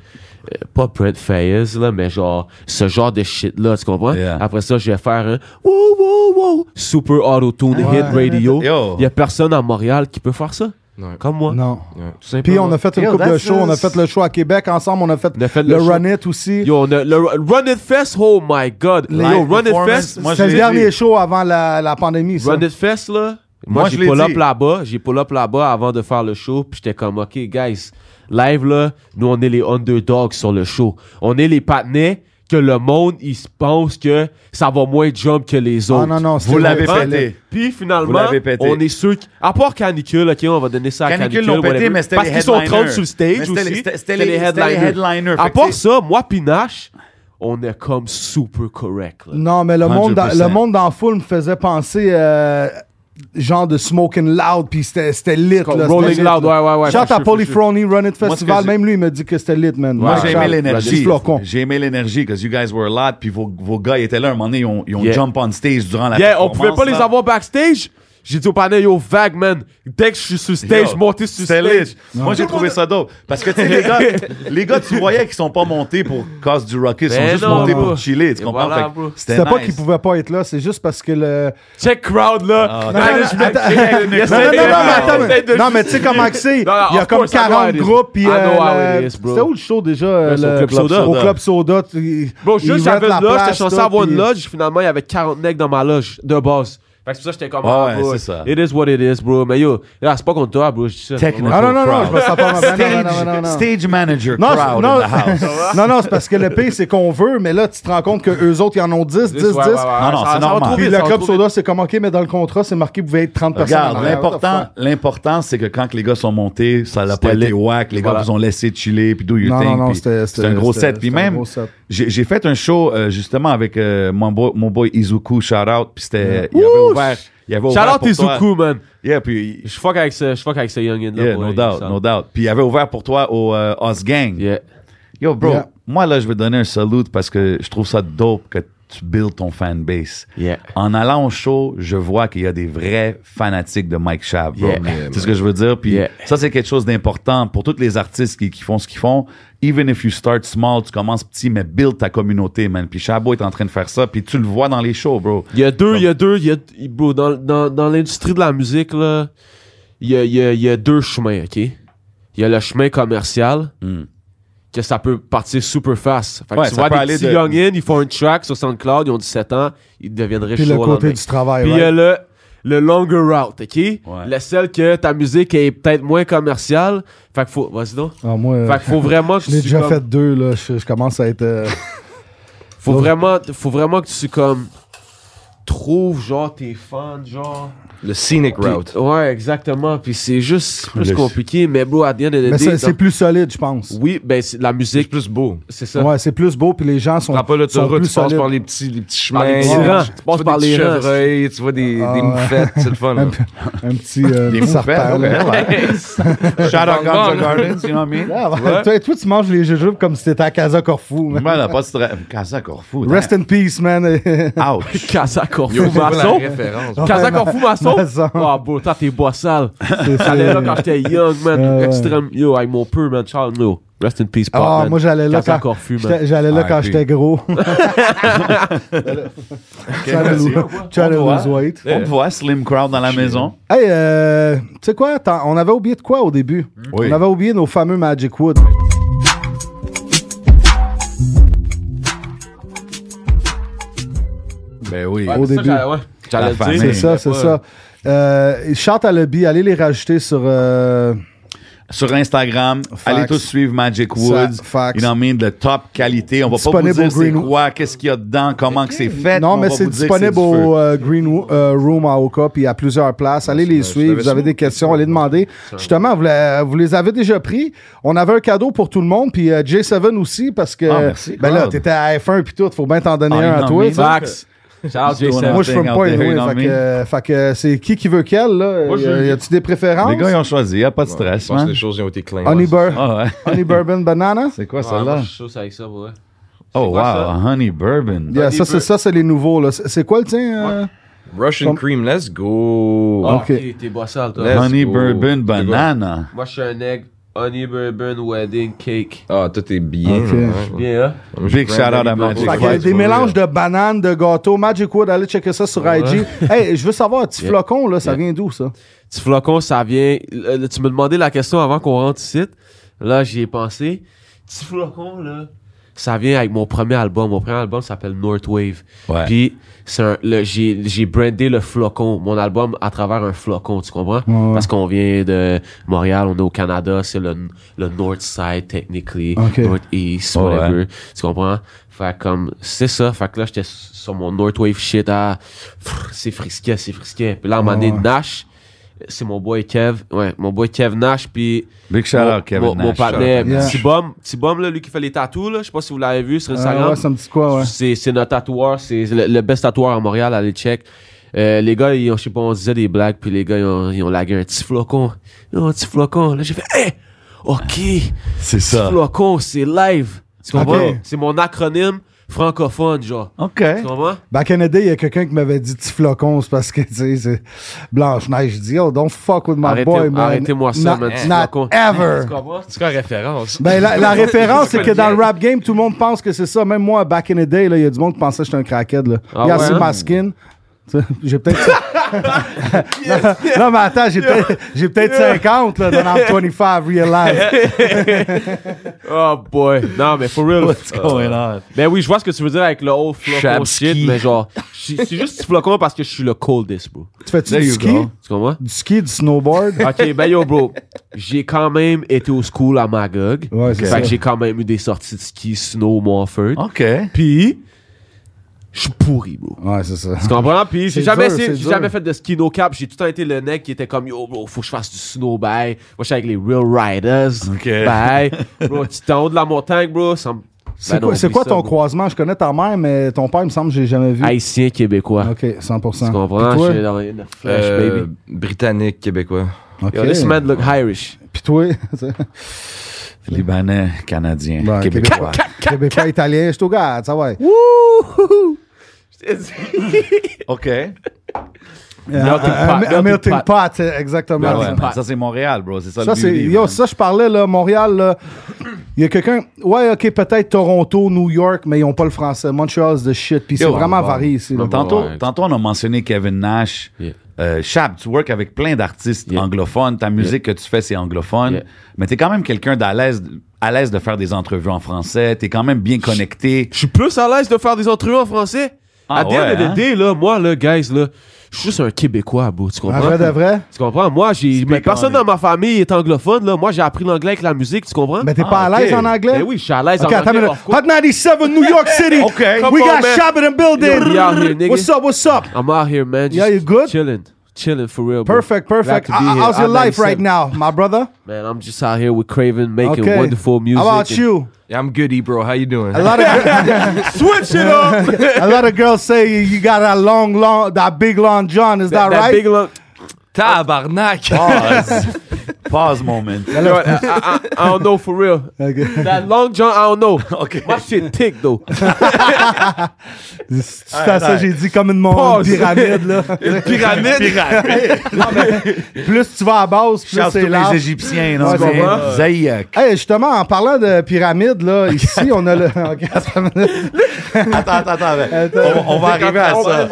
E: euh, pas Brent Fayez, là, mais genre, ce genre de shit-là, tu comprends?
D: Yeah.
E: Après ça, je vais faire un wow, wow, wow, super auto-tune
C: Ah Ouais.
E: hit radio.
D: Yo.
E: Il y a personne à Montréal qui peut faire ça,
G: Ouais.
E: comme moi.
C: Non.
E: Tout simplement.
C: Puis on a fait une
D: Yo,
C: couple de
D: that's
C: shows. On a
D: us.
C: fait le show à Québec ensemble. On a fait
E: On a fait
C: le
E: le show.
C: Run It aussi.
E: Yo, on a- le Run It Fest, oh my god. yo,
D: Live
E: Run It
D: performance,
E: Fest,
D: moi, je
C: C'était le
D: l'ai
C: dernier
D: dit.
C: show avant la, la pandémie. Ça.
E: Run It Fest, là.
D: Moi,
E: Moi,
D: je
E: j'ai
D: l'ai
E: pull up
D: dit.
E: là-bas. J'ai pull up là-bas avant de faire le show. Puis j'étais comme, OK, guys, live, là, nous, on est les underdogs sur le show. On est les patinets que le monde, il se pense que ça va moins jump que les autres.
C: Ah, non, non. c'était-
D: Vous l'avez
E: Hein?
D: pété.
E: Puis
D: Vous
E: finalement,
D: l'avez pété.
E: on est sûr qui- À part Canicule, OK, on va donner ça à Canicule.
D: Canicule l'ont pété,
E: whatever,
D: mais c'était
E: Parce
D: les
E: qu'ils sont
D: headliners.
E: 30 sur le
D: Mais c'était
E: stage
D: les-
E: aussi.
D: c'était- c'était les- c'était les headliners,
E: À
D: fait que
E: part
D: tu sais-
E: ça, moi, Pinache, on est comme super correct. là.
C: Non, mais le monde, dans,
D: 100%.
C: le monde dans la foule me faisait penser euh, genre de Smoking Loud, puis c'était c'était lit.
E: Comme
C: là,
E: Rolling
C: c'était lit,
E: Loud, ouais,
C: là.
E: ouais, ouais.
C: Shout
E: for
C: à
E: sure, for
C: Paulie
E: sure.
C: Frony, Run It
D: Moi, ce
C: Festival,
D: que
C: même lui, il m'a dit que c'était lit, man.
D: Moi,
C: Ouais,
D: j'ai
C: Charles,
D: aimé
C: des
D: l'énergie.
C: flocons.
D: J'ai aimé l'énergie, parce que you guys were a lot, puis vos, vos gars étaient là. Un moment donné, ils ont, ils ont
E: Yeah.
D: jump on stage durant la
E: Yeah, on pouvait
D: performance,
E: pas les
D: là.
E: avoir backstage. J'ai dit au panel, yo, vague, man. Dès que je suis sur stage,
D: Yo,
E: monter sur
D: c'était
E: stage.
D: lit. Moi, j'ai trouvé ça dope. Parce que, tu sais, les gars, les gars, tu voyais qu'ils sont pas montés pour cause du rocket. Ils sont
E: Ben
D: juste
E: non,
D: montés
E: bro.
D: pour chiller. Tu
E: Et
D: comprends?
E: voilà,
D: Fait que
E: bro.
D: c'était
C: C'était pas
D: nice.
C: qu'ils pouvaient pas être là, c'est juste parce que le.
E: Check crowd, là.
D: Ah,
E: Non,
C: non,
E: là,
C: non,
E: je me-
C: attends,
E: Il essaie
C: Non, non, non, non,
E: de-
C: mais
E: il
C: attends, mais-
E: essaie de-
C: non, mais tu sais comment que c'est. Il y
E: Non,
C: a
E: of
C: comme
E: course, I know how
C: 40
E: it is.
C: groupes. puis,
E: I know
C: euh,
E: how
C: le-
E: it is, bro.
C: C'était où le show déjà euh,
E: c'est au
C: le-
E: Club Soda.
C: Au Club Soda. tu- ils
E: Bro, juste
C: rentrent
E: j'avais
C: la
E: une loge,
C: place,
E: j'étais censé
C: tout,
E: avoir une
C: puis-
E: loge. Finalement, il y avait 40 necks dans ma loge de base. Fait que c'est pour ça que j'étais comme, ah,
D: Ouais,
E: bro,
D: c'est ça.
E: it is what it is, bro. Mais yo, là, c'est pas contre toi, bro. Je dis ça.
D: Technical
C: Ah non, non, non,
D: crowd.
C: je me sens pas mal. Non, non, non, non,
D: Stage,
C: non, non.
D: stage manager
C: Non, c'est-
D: crowd
C: non,
D: in the house.
C: non, non, c'est parce que le pire, c'est qu'on veut, mais là, tu te rends compte que eux autres, ils en ont 10, 10, 10.
E: Ouais, ouais, ouais, ça-
D: non,
E: ça
D: c'est
E: va
D: normal.
E: trop
C: Puis
E: vite,
C: le
E: ça va
C: club
E: trop vite.
C: soda, c'est comme, OK, mais dans le contrat, c'est marqué que vous pouvez être 30 personnes.
D: Regarde,
C: en arrière.
D: l'important, l'important, c'est que quand les gars sont montés, ça l'a pas
E: C'était
D: été
E: lit.
D: whack. Les gars
E: Voilà.
D: vous ont laissé chiller, puis do your
C: Non,
D: thing.
C: non, non,
D: puis
C: c'était-
D: c'est un gros
C: c'était-
D: set. Puis
C: c'était un
D: même,
C: gros set.
D: j'ai j'ai fait un show euh, justement avec euh, mon, boy, mon boy Izuku, shout out. Puis c'était, il avait
E: Ouh,
D: ouvert, il avait
E: Shout
D: ouvert
E: out
D: pour toi.
E: Izuku, man.
D: Yeah, puis
E: Je fuck avec ce, je fuck avec ce youngin là.
D: yeah, no doubt, no doubt. Puis il avait ouvert pour toi au euh, Oz Gang.
E: Yeah.
D: Yo, bro,
C: Yeah.
D: moi là, je veux donner un salut parce que je trouve ça dope que tu builds ton fanbase.
E: Yeah.
D: En allant au show, je vois qu'il y a des vrais fanatiques de Mike Schaaf. bro.
E: Yeah.
D: C'est ce que je veux dire. Puis
E: Yeah.
D: ça, c'est quelque chose d'important pour tous les artistes qui, qui font ce qu'ils font. Even if you start small, tu commences petit, mais build ta communauté, man. Puis Chabot est en train de faire ça, puis tu le vois dans les shows, bro.
E: Il y a deux, il y a deux, il y a, bro, dans, dans, dans l'industrie de la musique, là, il y a, il y a- il y a deux chemins, OK? Il y a le chemin commercial,
D: Mm.
E: que ça peut partir super fast. Fait que
D: Ouais,
E: tu
D: ça
E: vois
D: peut
E: des
D: aller
E: petits
D: de-
E: youngins, ils font un track sur SoundCloud, ils ont 17 ans, ils deviendraient
C: Puis
E: chauds
C: le
E: au
C: côté
E: lendemain.
C: du travail.
E: Puis il
C: right?
E: y a le, le longer route, OK? La celle que ta musique est peut-être moins commerciale. Fait que faut... Vas-y donc.
C: Ah, moi, euh,
E: Fait que faut vraiment que
C: je l'ai
E: tu
C: déjà
E: comme-
C: fait deux, là. Je, je commence à être. euh,
E: Faut
C: Ouais.
E: vraiment, faut vraiment que tu comme trouves genre tes fans genre
G: Le scenic
E: Puis-
G: route.
E: ouais exactement puis c'est juste plus
D: Le-
E: compliqué mais bro à the end of the
C: mais
E: day,
C: c'est c'est
E: dans-
C: plus solide, je pense.
E: oui ben c'est la
G: C'est
E: musique
G: plus beau.
E: c'est ça
C: Ouais, c'est plus beau, puis les gens sont.
G: T'as pas
C: sont
G: l'autoroute,
C: plus
G: tu passes
C: solides.
G: par les petits, les petits
E: Par les
G: chemins.
E: petits rangs. Tu
G: tu
E: passes
G: vois
E: par
G: des
E: les
G: petits
E: rangs.
G: chevreuils, tu vois des,
C: Ah,
G: des
C: ouais.
G: moufettes, c'est le fun. là.
C: Un petit euh,
D: Des
C: petit
D: moufettes,
C: serpent,
D: ok,
C: là.
D: ouais. Shout out Guns N' Gardens, you know what I mean?
C: Ah, ouais. Toi, toi, tu manges les jujubes comme si t'étais à Casa Corfou. man.
D: Voilà, pas de stress. Casa Corfou.
C: Rest in peace, man.
D: damn. Ouch.
E: Casa Corfou
G: Yo, c'est quoi la
E: maçon
G: référence?
E: Casa Corfou maçon
C: Maçon.
E: oh bro toi t'es bois sale
C: C'est-
E: j'allais
C: c'est-
E: là quand j'étais young man
C: Ah, ouais.
E: extrême yo avec mon peu man Charles yo rest in peace pop
C: Ah,
E: man.
C: moi, j'allais là
E: Casa
C: quand,
E: Corfou man
C: j'étais- j'allais là
D: Ah,
C: quand
D: puis-
C: j'étais gros. Trying to
D: merci.
C: lose- trying to lose weight.
D: On te voit Slim Crowd dans la maison.
C: Hey, euh, tu sais quoi? t'en- On avait oublié de quoi au début?
D: Oui.
C: On avait oublié nos fameux Magic Wood.
D: Ben oui.
C: Au début.
E: J'allais
D: La
E: le
D: famille.
E: dire.
C: C'est ça, c'est ça. Euh, chante à lobby, allez les rajouter sur. euh,
D: Sur Instagram, allez tous suivre Magic Woods.
C: Ça, facts.
D: Il en met de top qualité. On va pas vous
C: Disponible au
D: dire c'est
C: Green-
D: quoi, qu'est-ce qu'il y a dedans, comment que c'est fait.
C: non,
D: on
C: mais
D: va
C: c'est
D: vous dire que
C: disponible
D: du feu.
C: au euh, Green Wo- euh, Room à Oka puis à plusieurs places. Allez les suivre.
G: l'avais
C: Vous avez
G: sous-
C: des questions, allez demander. Justement, vous, la- vous les avez déjà pris. On avait un cadeau pour tout le monde, puis euh, J7 aussi, parce que.
D: Ah, merci,
C: ben là,
D: Claude.
C: t'étais à F1 puis tout. Faut bien t'en donner
D: Ah, il
C: un à
D: en
C: toi.
D: met-
C: tu sais.
E: Fax. Ciao, Jason.
C: euh, Moi, je fume
D: Out
C: pas
D: there,
C: anyway,
D: you know
C: fait
D: me.
C: que, euh, fait que c'est qui qui veut quel, là?
E: Moi, je-
C: Y a- y a-tu des préférences?
D: Les gars, ils ont choisi. Y a pas de stress,
G: Je pense que
D: man.
G: les choses ont été clean.
C: Honey, bur-
D: Ah ouais.
C: honey Bourbon Banana?
D: C'est quoi
E: Ouais, Ah, moi,
D: celle-là?
E: Je suis sauce avec ça, ouais.
D: Oh wow,
E: quoi, ça?
D: honey bourbon.
C: Yeah, ça,
E: Honey
C: c'est ça, c'est les nouveaux, là. C'est c'est quoi le tien? euh?
G: Russian
C: Comme-
G: cream, let's go.
E: Ah,
C: Ok.
E: ok, t'es bossé, toi.
G: Let's
D: honey
G: go.
D: bourbon
G: C'est quoi?
D: banana.
E: Moi, je suis un egg. Honey bourbon wedding cake.
G: Ah, tout est bien.
C: Ok.
G: ouais.
E: Bien, hein?
G: Moi, je
D: Big
G: brand
D: shout-out à
G: Honey
D: Magic.
G: Bubble
C: Fait que
G: Spice,
C: des
G: pour
C: mélanges
G: vrai.
C: de bananes, de gâteaux. Magic Wood, allez checker ça sur IG. hey, je veux savoir, un petit
E: Yeah.
C: flocon, là, ça
E: Yeah.
C: vient d'où, ça?
E: Petit flocon, ça vient. le- le- tu me demandais la question avant qu'on rentre ici. Là, j'y ai pensé. Petit flocon, là. Ça vient avec mon premier album. Mon premier album s'appelle Northwave.
D: Ouais.
E: Puis, c'est un- le- j'ai j'ai brandé le flocon, mon album, à travers un flocon, tu comprends?
C: ouais.
E: Parce qu'on vient de Montréal, on est au Canada, c'est le, le North Side, technically.
C: Ok.
E: Northeast,
D: Ouais.
E: whatever. Tu comprends? Fait comme, c'est ça. Fait que là, j'étais sur mon Northwave shit à, pff, c'est frisquet, c'est frisquet. Puis là, à un moment donné,
C: Ouais.
E: Nash, c'est mon boy Kev. Ouais, mon boy Kev Nash, puis
D: Big shout
E: mon,
D: out Kevin
E: mon,
D: Nash.
E: mon partenaire,
C: Nash.
E: petit bum, petit bum, là, lui qui fait les tatous, là. Je sais pas si vous l'avez vu sur Instagram.
C: Ah, ouais, ça me dit quoi, ouais.
E: C'est, c'est notre tatoueur, c'est le, le best tatoueur à Montréal, allez check. Euh, les gars, ils ont, je sais pas, on disait des blagues, puis les gars, ils ont, ils ont lagué un petit flocon. Ils ont un petit flocon. Là, j'ai fait, hé! OK!
D: C'est
E: Petit
D: ça.
E: flocon, c'est live! Tu comprends?
C: Ok.
E: C'est mon acronyme francophone, genre.
D: OK.
E: Tu comprends?
C: Ben, Canada, il y a quelqu'un qui m'avait dit petit flocon, c'est parce que, tu sais, c'est Blanche-Neige. Je dis, oh, don't fuck with my
E: Arrêtez-
C: boy, man.
E: arrêtez-moi ça,
C: Not-
E: man, petit
C: not
E: flocon.
C: ever.
E: comprends?
G: C'est quoi la référence?
C: Ben, la, la référence, c'est que dans le rap game, tout le monde pense que c'est ça. Même moi, back in the day, là, il y a du monde qui pensait que j'étais un crackhead. Là.
E: Ah
C: Regarde,
E: ouais,
C: c'est
E: hein?
C: ma skin. Tu sais, J'ai peut-être. non, non, mais attends, j'ai peut-être j'ai peut-être 50 là, dans l'an 25 real life.
E: Oh boy! Non, mais for real.
D: What's going on?
E: Ben oui, je vois ce que tu veux dire avec le haut flocon
D: Chabski.
E: shit, mais genre, je suis- c'est juste petit flocon parce que je suis le coldest, bro.
C: Tu fais-tu
D: There
C: du
D: you
C: ski?
D: go.
E: Tu comprends?
C: Du ski, du snowboard?
E: OK, ben yo, bro. J'ai quand même été au school à Magog.
C: Ouais, c'est
E: fait
C: ça. Ah.
E: que j'ai quand même eu des sorties de ski, snow, Montford.
D: OK.
E: Puis, je suis pourri, bro.
C: Ouais, c'est ça.
E: Tu comprends? Puis, j'ai
C: C'est
E: jamais,
C: dur,
E: essayé-
C: c'est
E: j'ai
C: dur.
E: jamais fait de ski no cap. J'ai tout le temps été le mec qui était comme, yo, bro, faut que je fasse du snow, bye. Moi, je suis avec les real riders.
D: OK.
E: Bye. bro, tu t'en haut de la montagne, bro. ça me-
C: C'est
E: Ben non,
C: quoi, c'est
E: oublie
C: quoi
E: ça,
C: ton
E: bro.
C: croisement? Je connais ta mère, mais ton père, il me semble que j'ai jamais vu.
E: Haïtien québécois.
C: Ok, 100%.
E: Tu
C: Puis
E: comprends?
C: toi?
E: Je suis dans le flesh,
G: Euh,
E: baby.
G: Britannique, québécois.
C: Ok.
E: Yo, this man look Irish.
C: Puis toi?
D: Libanais, Canadien,
C: Ouais,
D: Québécois.
C: Québécois italien, je te regarde, ça va.
D: OK.
C: Un-
E: Melting pot,
C: un- un
E: melting
C: Melting
E: pot.
C: pot, euh, exactement.
D: Ah ouais,
E: Melting
D: man,
E: pot.
D: ça, c'est Montréal, bro. C'est ça,
C: Ça,
D: le
C: c'est.
D: beauty,
C: Yo,
D: man.
C: ça, je parlais, là, Montréal, là. Il y a quelqu'un. Ouais, ok, peut-être Toronto, New York, mais ils n'ont pas le français. Montreal, c'est de shit. Puis c'est
D: Yo,
C: vraiment
D: bon,
C: varié ici. là.
E: bon.
D: Tantôt,
E: Ouais.
D: tantôt, on a mentionné Kevin Nash.
E: Yeah.
D: Euh, Chab, tu work avec plein d'artistes
E: Yeah.
D: anglophones. Ta musique que tu fais, c'est anglophone.
E: Yeah.
D: Mais t'es quand même quelqu'un d'à l'aise, à l'aise de faire des entrevues en français. T'es quand même bien connecté.
E: Je suis plus à l'aise de faire des entrevues en français.
D: Ah
E: à
D: ouais,
E: the end of
D: hein?
E: the day, là, moi, là, guys, là, je suis juste un Québécois, bro. Tu
C: En
E: comprends?
C: Ah, vrai de vrai.
E: Tu comprends? Moi, j'ai. mais personne
D: on est-
E: dans ma famille est anglophone, là. Moi, j'ai appris l'anglais avec la musique, tu comprends?
C: Mais t'es
D: Ah,
C: pas
D: ok.
C: à l'aise en anglais?
E: Ben oui, je suis à l'aise
C: Ok,
E: en
C: attends une
E: anglais.
C: minute.
E: of course.
C: Hot 97, New York City.
D: Okay.
C: We
E: Come on,
C: got
E: man.
C: shop in the building.
E: Yo, we out here, nigga.
C: What's up, what's up?
E: I'm out here, man. Just
C: Yeah, you good?
E: Chilling. Chilling for real, bro.
C: Perfect, perfect.
E: Glad to be
C: How-
E: here.
C: How's your
E: I'm
C: life
E: 97.
C: right now, my brother?
E: Man, I'm just out here with Craven making
C: Okay.
E: wonderful music.
C: How about
E: and-
C: you?
G: Yeah, I'm goody, bro. How you doing?
C: A lot of
E: Switch it up!
C: a lot of girls say you got that long, long, that big, long John. Is that,
E: that
C: right?
E: big look.
G: Tabarnak!
D: Pause. Pause moment.
E: Yo, I, I, I don't know for real.
C: Okay.
E: That long john, I don't know. Okay. My shit thick though.
C: C'est à ça j'ai dit comme une mon
E: Pause.
C: pyramide là.
E: Pyramide.
C: plus tu vas à base, plus
D: Charles, tous
C: c'est
D: les
C: large.
D: Égyptiens, non?
C: Ouais,
D: mais-
C: c'est vrai.
D: Zayak.
C: Hey, justement, en parlant de pyramide, là, ici, on a le. Ok, attends une minute.
D: Attends, attends, attends. On, on va arriver à ça.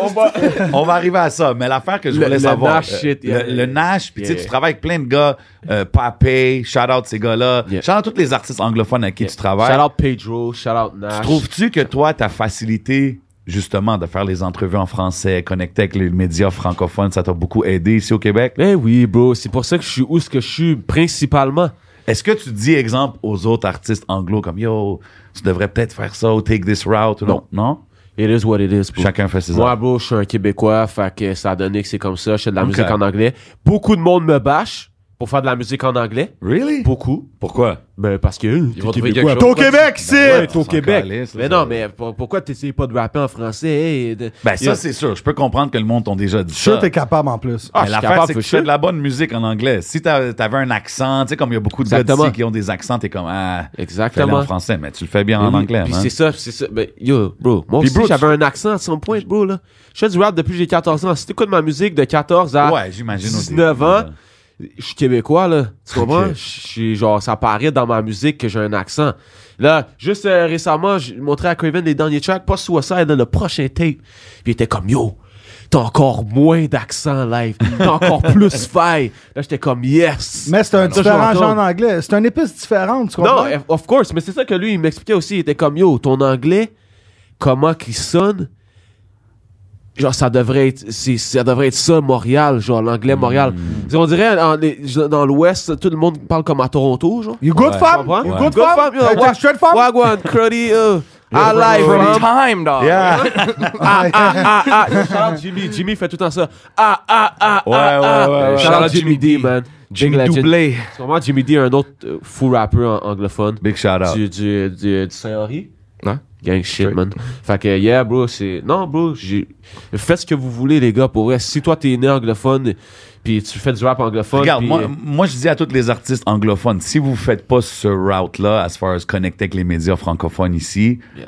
D: On va arriver à ça. Mais l'affaire que je
E: Le-
D: voulais
E: le
D: savoir.
E: Nash
D: euh,
E: shit,
D: le,
E: yeah.
D: le Nash, puis tu sais,
E: Yeah.
D: tu travailles avec plein de gars. Euh, Papé, shout out ces gars-là.
E: Yeah.
D: Shout out tous les artistes anglophones avec qui tu travailles.
E: Shout out Pedro. Shout out Nash.
D: Trouves-tu que toi, ta facilité justement, de faire les entrevues en français, connecter avec les médias francophones, ça t'a beaucoup aidé ici au Québec.
E: Ben oui, bro, c'est pour ça que je suis où ce que je suis principalement.
D: Est-ce que tu dis, exemple, aux autres artistes anglo comme Yo, tu devrais peut-être faire ça ou take this route ou non? Non?
E: It is what it is, bro.
D: Chacun fait ses
E: Moi,
D: affaires.
E: bro, je suis un Québécois, fait que ça a donné que c'est comme ça. Je fais de la
D: Ok.
E: musique en anglais. Beaucoup de monde me bâche pour faire de la musique en anglais.
D: Really?
E: Beaucoup.
D: Pourquoi?
E: Ben, parce que. euh, t'es
G: vont trouver
E: Québécois.
G: quelque chose.
E: T'es au Québec, c'est! T'es au
D: on s'en
E: Québec.
D: calisse, là,
E: Mais
D: ça.
E: non, mais pour- pourquoi t'essayes pas de rapper en français? hey, de-
D: Ben, ça,
E: Yo.
D: c'est sûr. Je peux comprendre que le monde t'a déjà dit
C: Je suis sûr
D: ça.
C: que t'es capable en plus.
D: Mais
E: Ah, je suis
D: l'affaire, c'est
E: capable,
D: que
E: for
D: tu fais
E: sure.
D: de la bonne musique en anglais. Si t'a- t'avais un accent, tu sais, comme il y a beaucoup de gars
E: Exactement.
D: d'ici qui ont des accents, t'es comme, ah, fais-le en
E: Exactement.
D: français, mais tu le fais bien en
E: Oui,
D: anglais, hein.
E: Puis
D: man.
E: c'est ça, c'est ça. Ben, yo, bro, moi
D: Puis,
E: aussi,
D: bro, tu-
E: j'avais un accent à son point, bro, là. Je fais du rap depuis que j'ai 14 ans. Si t'écoutes ma musique de 14 à
D: Ouais, j'imagine. au
E: 19
D: début,
E: ans,
D: là.
E: je suis québécois, là. Tu comprends?
D: Ok.
E: Je suis genre, ça paraît dans ma musique que j'ai un accent. Là, juste euh, récemment, j'ai montré à Craven les derniers tracks, pas Suicide, là, le prochain tape. Puis il était comme, yo, t'as encore moins d'accent live. T'as encore plus faille. Là, j'étais comme, yes.
C: Mais c'est un
E: Ça, je
C: différent
E: l'entends.
C: genre d'anglais. C'est une épice différente, tu comprends?
E: Non, eh, of course, mais c'est ça que lui, il m'expliquait aussi. Il était comme, yo, ton anglais, comment qu'il sonne, genre, ça devrait être, c'est- ça devrait être ça, Montréal, genre, l'anglais, Montréal. C'est- On dirait, en- les- dans l'Ouest, tout le monde parle comme à Toronto, genre.
C: You good,
D: Ouais.
C: femme?
E: Comprends?
C: You
E: Ouais.
C: good,
E: Good
C: femme?
E: femme, yo,
C: Hey,
E: what-
C: straight femme?
E: Wagwan, cruddy, uh, I like,
G: From
E: from-
G: time, dog.
D: Yeah.
E: Ah, ah, ah, ah. Shout out Jimmy, Jimmy fait tout le temps ça. Ah, ah, ah,
D: Ouais,
E: ah,
D: ouais,
E: ah.
D: ouais, ouais.
E: Shout out Jimmy D, man.
G: Jimmy
E: Big legend.
G: Doublé.
E: En ce moment, Jimmy D est un autre euh, fou rapper en- anglophone.
D: Big shout out.
E: du, du, du, du Saint-Henri.
G: Ouais.
E: Gang shit, man. Fait que, yeah, bro, c'est. Non, bro, j'ai- faites ce que vous voulez, les gars, pour vrai. Si toi, t'es né anglophone, puis tu fais du rap anglophone.
D: Regarde,
E: puis- euh,
D: moi, moi, je dis à tous les artistes anglophones, si vous faites pas ce route-là, as far as connecter avec les médias francophones ici,
E: Yeah.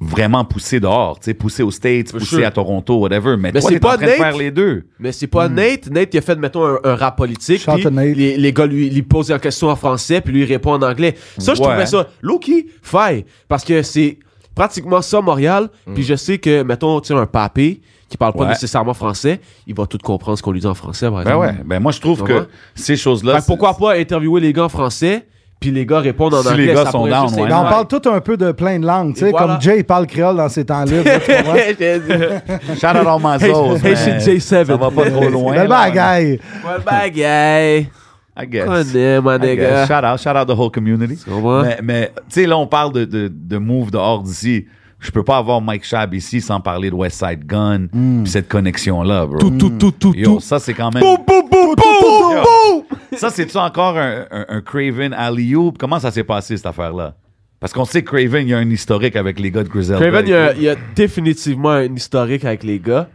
D: vraiment pousser dehors, tu sais, pousser aux States,
E: For
D: pousser
E: sure.
D: à Toronto, whatever. Mais, toi,
E: Mais c'est
D: t'es en
E: pas
D: train de
E: Nate.
D: faire les deux.
E: Mais c'est pas Nate. Nate, il a fait, mettons, un, un rap politique.
C: Hmm. Shout
E: Puis
C: to Nate.
E: les, les gars lui, lui posent la question en français, puis lui il répond en anglais. Ça, je
D: Ouais.
E: trouvais ça low-key faille. Parce que c'est pratiquement ça, Montréal. Puis je sais que, mettons, tu sais, un papé qui parle pas
D: Hmm. Ouais.
E: nécessairement français, il va tout comprendre ce qu'on lui dit en français, par
D: Ben
E: exemple.
D: ouais. Ben moi, je trouve
E: Ouais.
D: que ces choses-là.
E: Fait que pourquoi pas interviewer les gars en français, puis les gars répondent en
D: Si
E: anglais.
D: les gars
E: ça
D: sont
E: pourrait
D: down,
E: juste
D: ouais.
E: être
C: Mais on
D: Ouais.
C: parle tout un peu de plein de langues, tu sais,
E: Et voilà.
C: comme Jay parle créole dans ses temps libres, là, tu comprends?
E: Ouais, j'ai dit.
D: c'est- Shout out all my souls,
E: Hey,
D: man.
E: hey, c'est J7.
D: Ça va pas trop loin.
C: Belle
D: là,
C: bagaille.
E: Well, bagaille.
D: man. I guess.
E: Connais, mon
D: I guess.
E: nigga.
D: Shout out, shout out the whole community.
E: Tu comprends?
D: Mais, mais, tu sais, là, on parle de, de, de move dehors d'ici. Je peux pas avoir Mike Shab ici sans parler de West Side Gun, pis cette connexion-là, bro.
E: Mm. Tout, tout, tout, tout,
D: Yo,
E: tout.
D: ça, c'est quand même.
E: Boum, boum, boum, boum,
D: Yo.
E: boum.
D: Ça, c'est-tu encore un, un, un Craven alley-oop? Comment ça s'est passé, cette affaire-là? Parce qu'on sait que Craven, il y a un historique avec les gars de Griselda.
E: Craven, il y, a- il y a définitivement un historique avec les gars.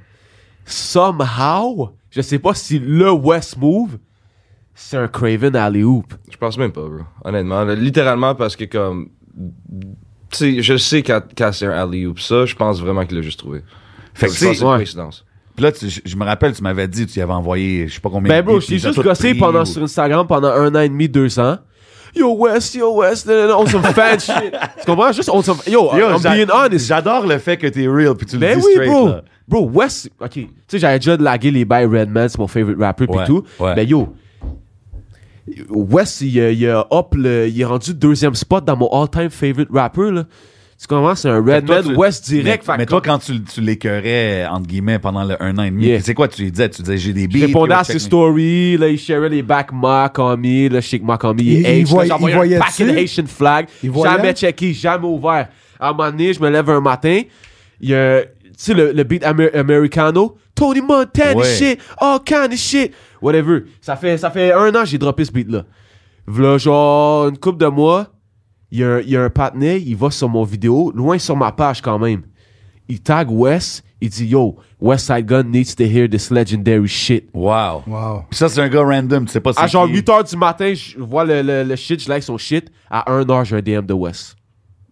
E: Somehow, je sais pas si le West Move, c'est un Craven
D: Ben,
E: alley-oop.
G: Je pense même pas, bro. Honnêtement, là, littéralement parce que comme tu sais, je sais qu'à qu'à c'est un alley oop ça, je pense vraiment qu'il l'a juste trouvé.
D: Fait que, tu
G: je pense que c'est
D: sais,
G: une
E: ouais.
G: coïncidence.
D: là, tu- je, je me rappelle, tu m'avais dit, tu y avais envoyé, je sais pas combien
E: Ben bro,
D: beats,
E: j'ai
D: puis ils ont
E: juste
D: tous
E: gossé
D: pris,
E: pendant
D: ou-
E: sur Instagram pendant un an et demi, deux ans. Yo West, yo West, non, non, non, on some fan shit. Tu comprends? Juste on some yo,
D: Yo,
E: I'm
D: j'a-
E: being honest.
D: J'adore le fait que t'es real, puis tu le
E: Ben
D: dis
E: oui,
D: straight,
E: bro.
D: là.
E: Bro, West, ok. Tu sais, j'avais déjà lagué les bails Redman, c'est mon favorite rapper, pis
D: Ouais,
E: tout.
D: ouais.
E: Ben yo, West, il, a- il a up, le- il est rendu deuxième spot dans mon all-time favorite rapper, là. Tu comprends? C'est un
D: Fait que toi,
E: Redman,
D: tu-
E: West
D: Mais-
E: direct.
D: Mais,
E: fait que
D: toi, quand tu, tu l'écœurais, entre guillemets, pendant le un an et demi,
E: Yeah.
D: c'est quoi tu lui disais? Tu disais, j'ai des beats.
E: Je répondais
D: yo,
E: à
D: check
E: ses
D: me.
E: stories, là, il sharait les back mock on me, là, shake mock on me,
C: Il-
E: il
C: il
E: est H,
C: voy-
E: là, j'envoyais
C: il voyait
E: un paquet de
C: dessus?
E: Haitian flag,
C: Il voyait?
E: jamais checké, jamais ouvert. À un moment donné, je me lève un matin, il y a, tu sais, le, le beat Amer- Americano, Tony Montana
D: Ouais.
E: shit, all kind of shit, whatever. Ça fait, ça fait un an que j'ai droppé ce beat-là. V'là, genre, une couple de mois, il y a, un- il y a un patinet, il va sur mon vidéo, loin sur ma page quand même. Il tag Wes, il dit Yo, West Side Gun needs to hear this legendary shit.
D: Wow.
C: Wow.
D: Puis ça, c'est un gars random, tu sais pas c'est
E: À Ah, genre
D: qui.
E: 8 h du matin, je vois le, le- le shit, je like son shit. À 1 h, j'ai un DM de Wes.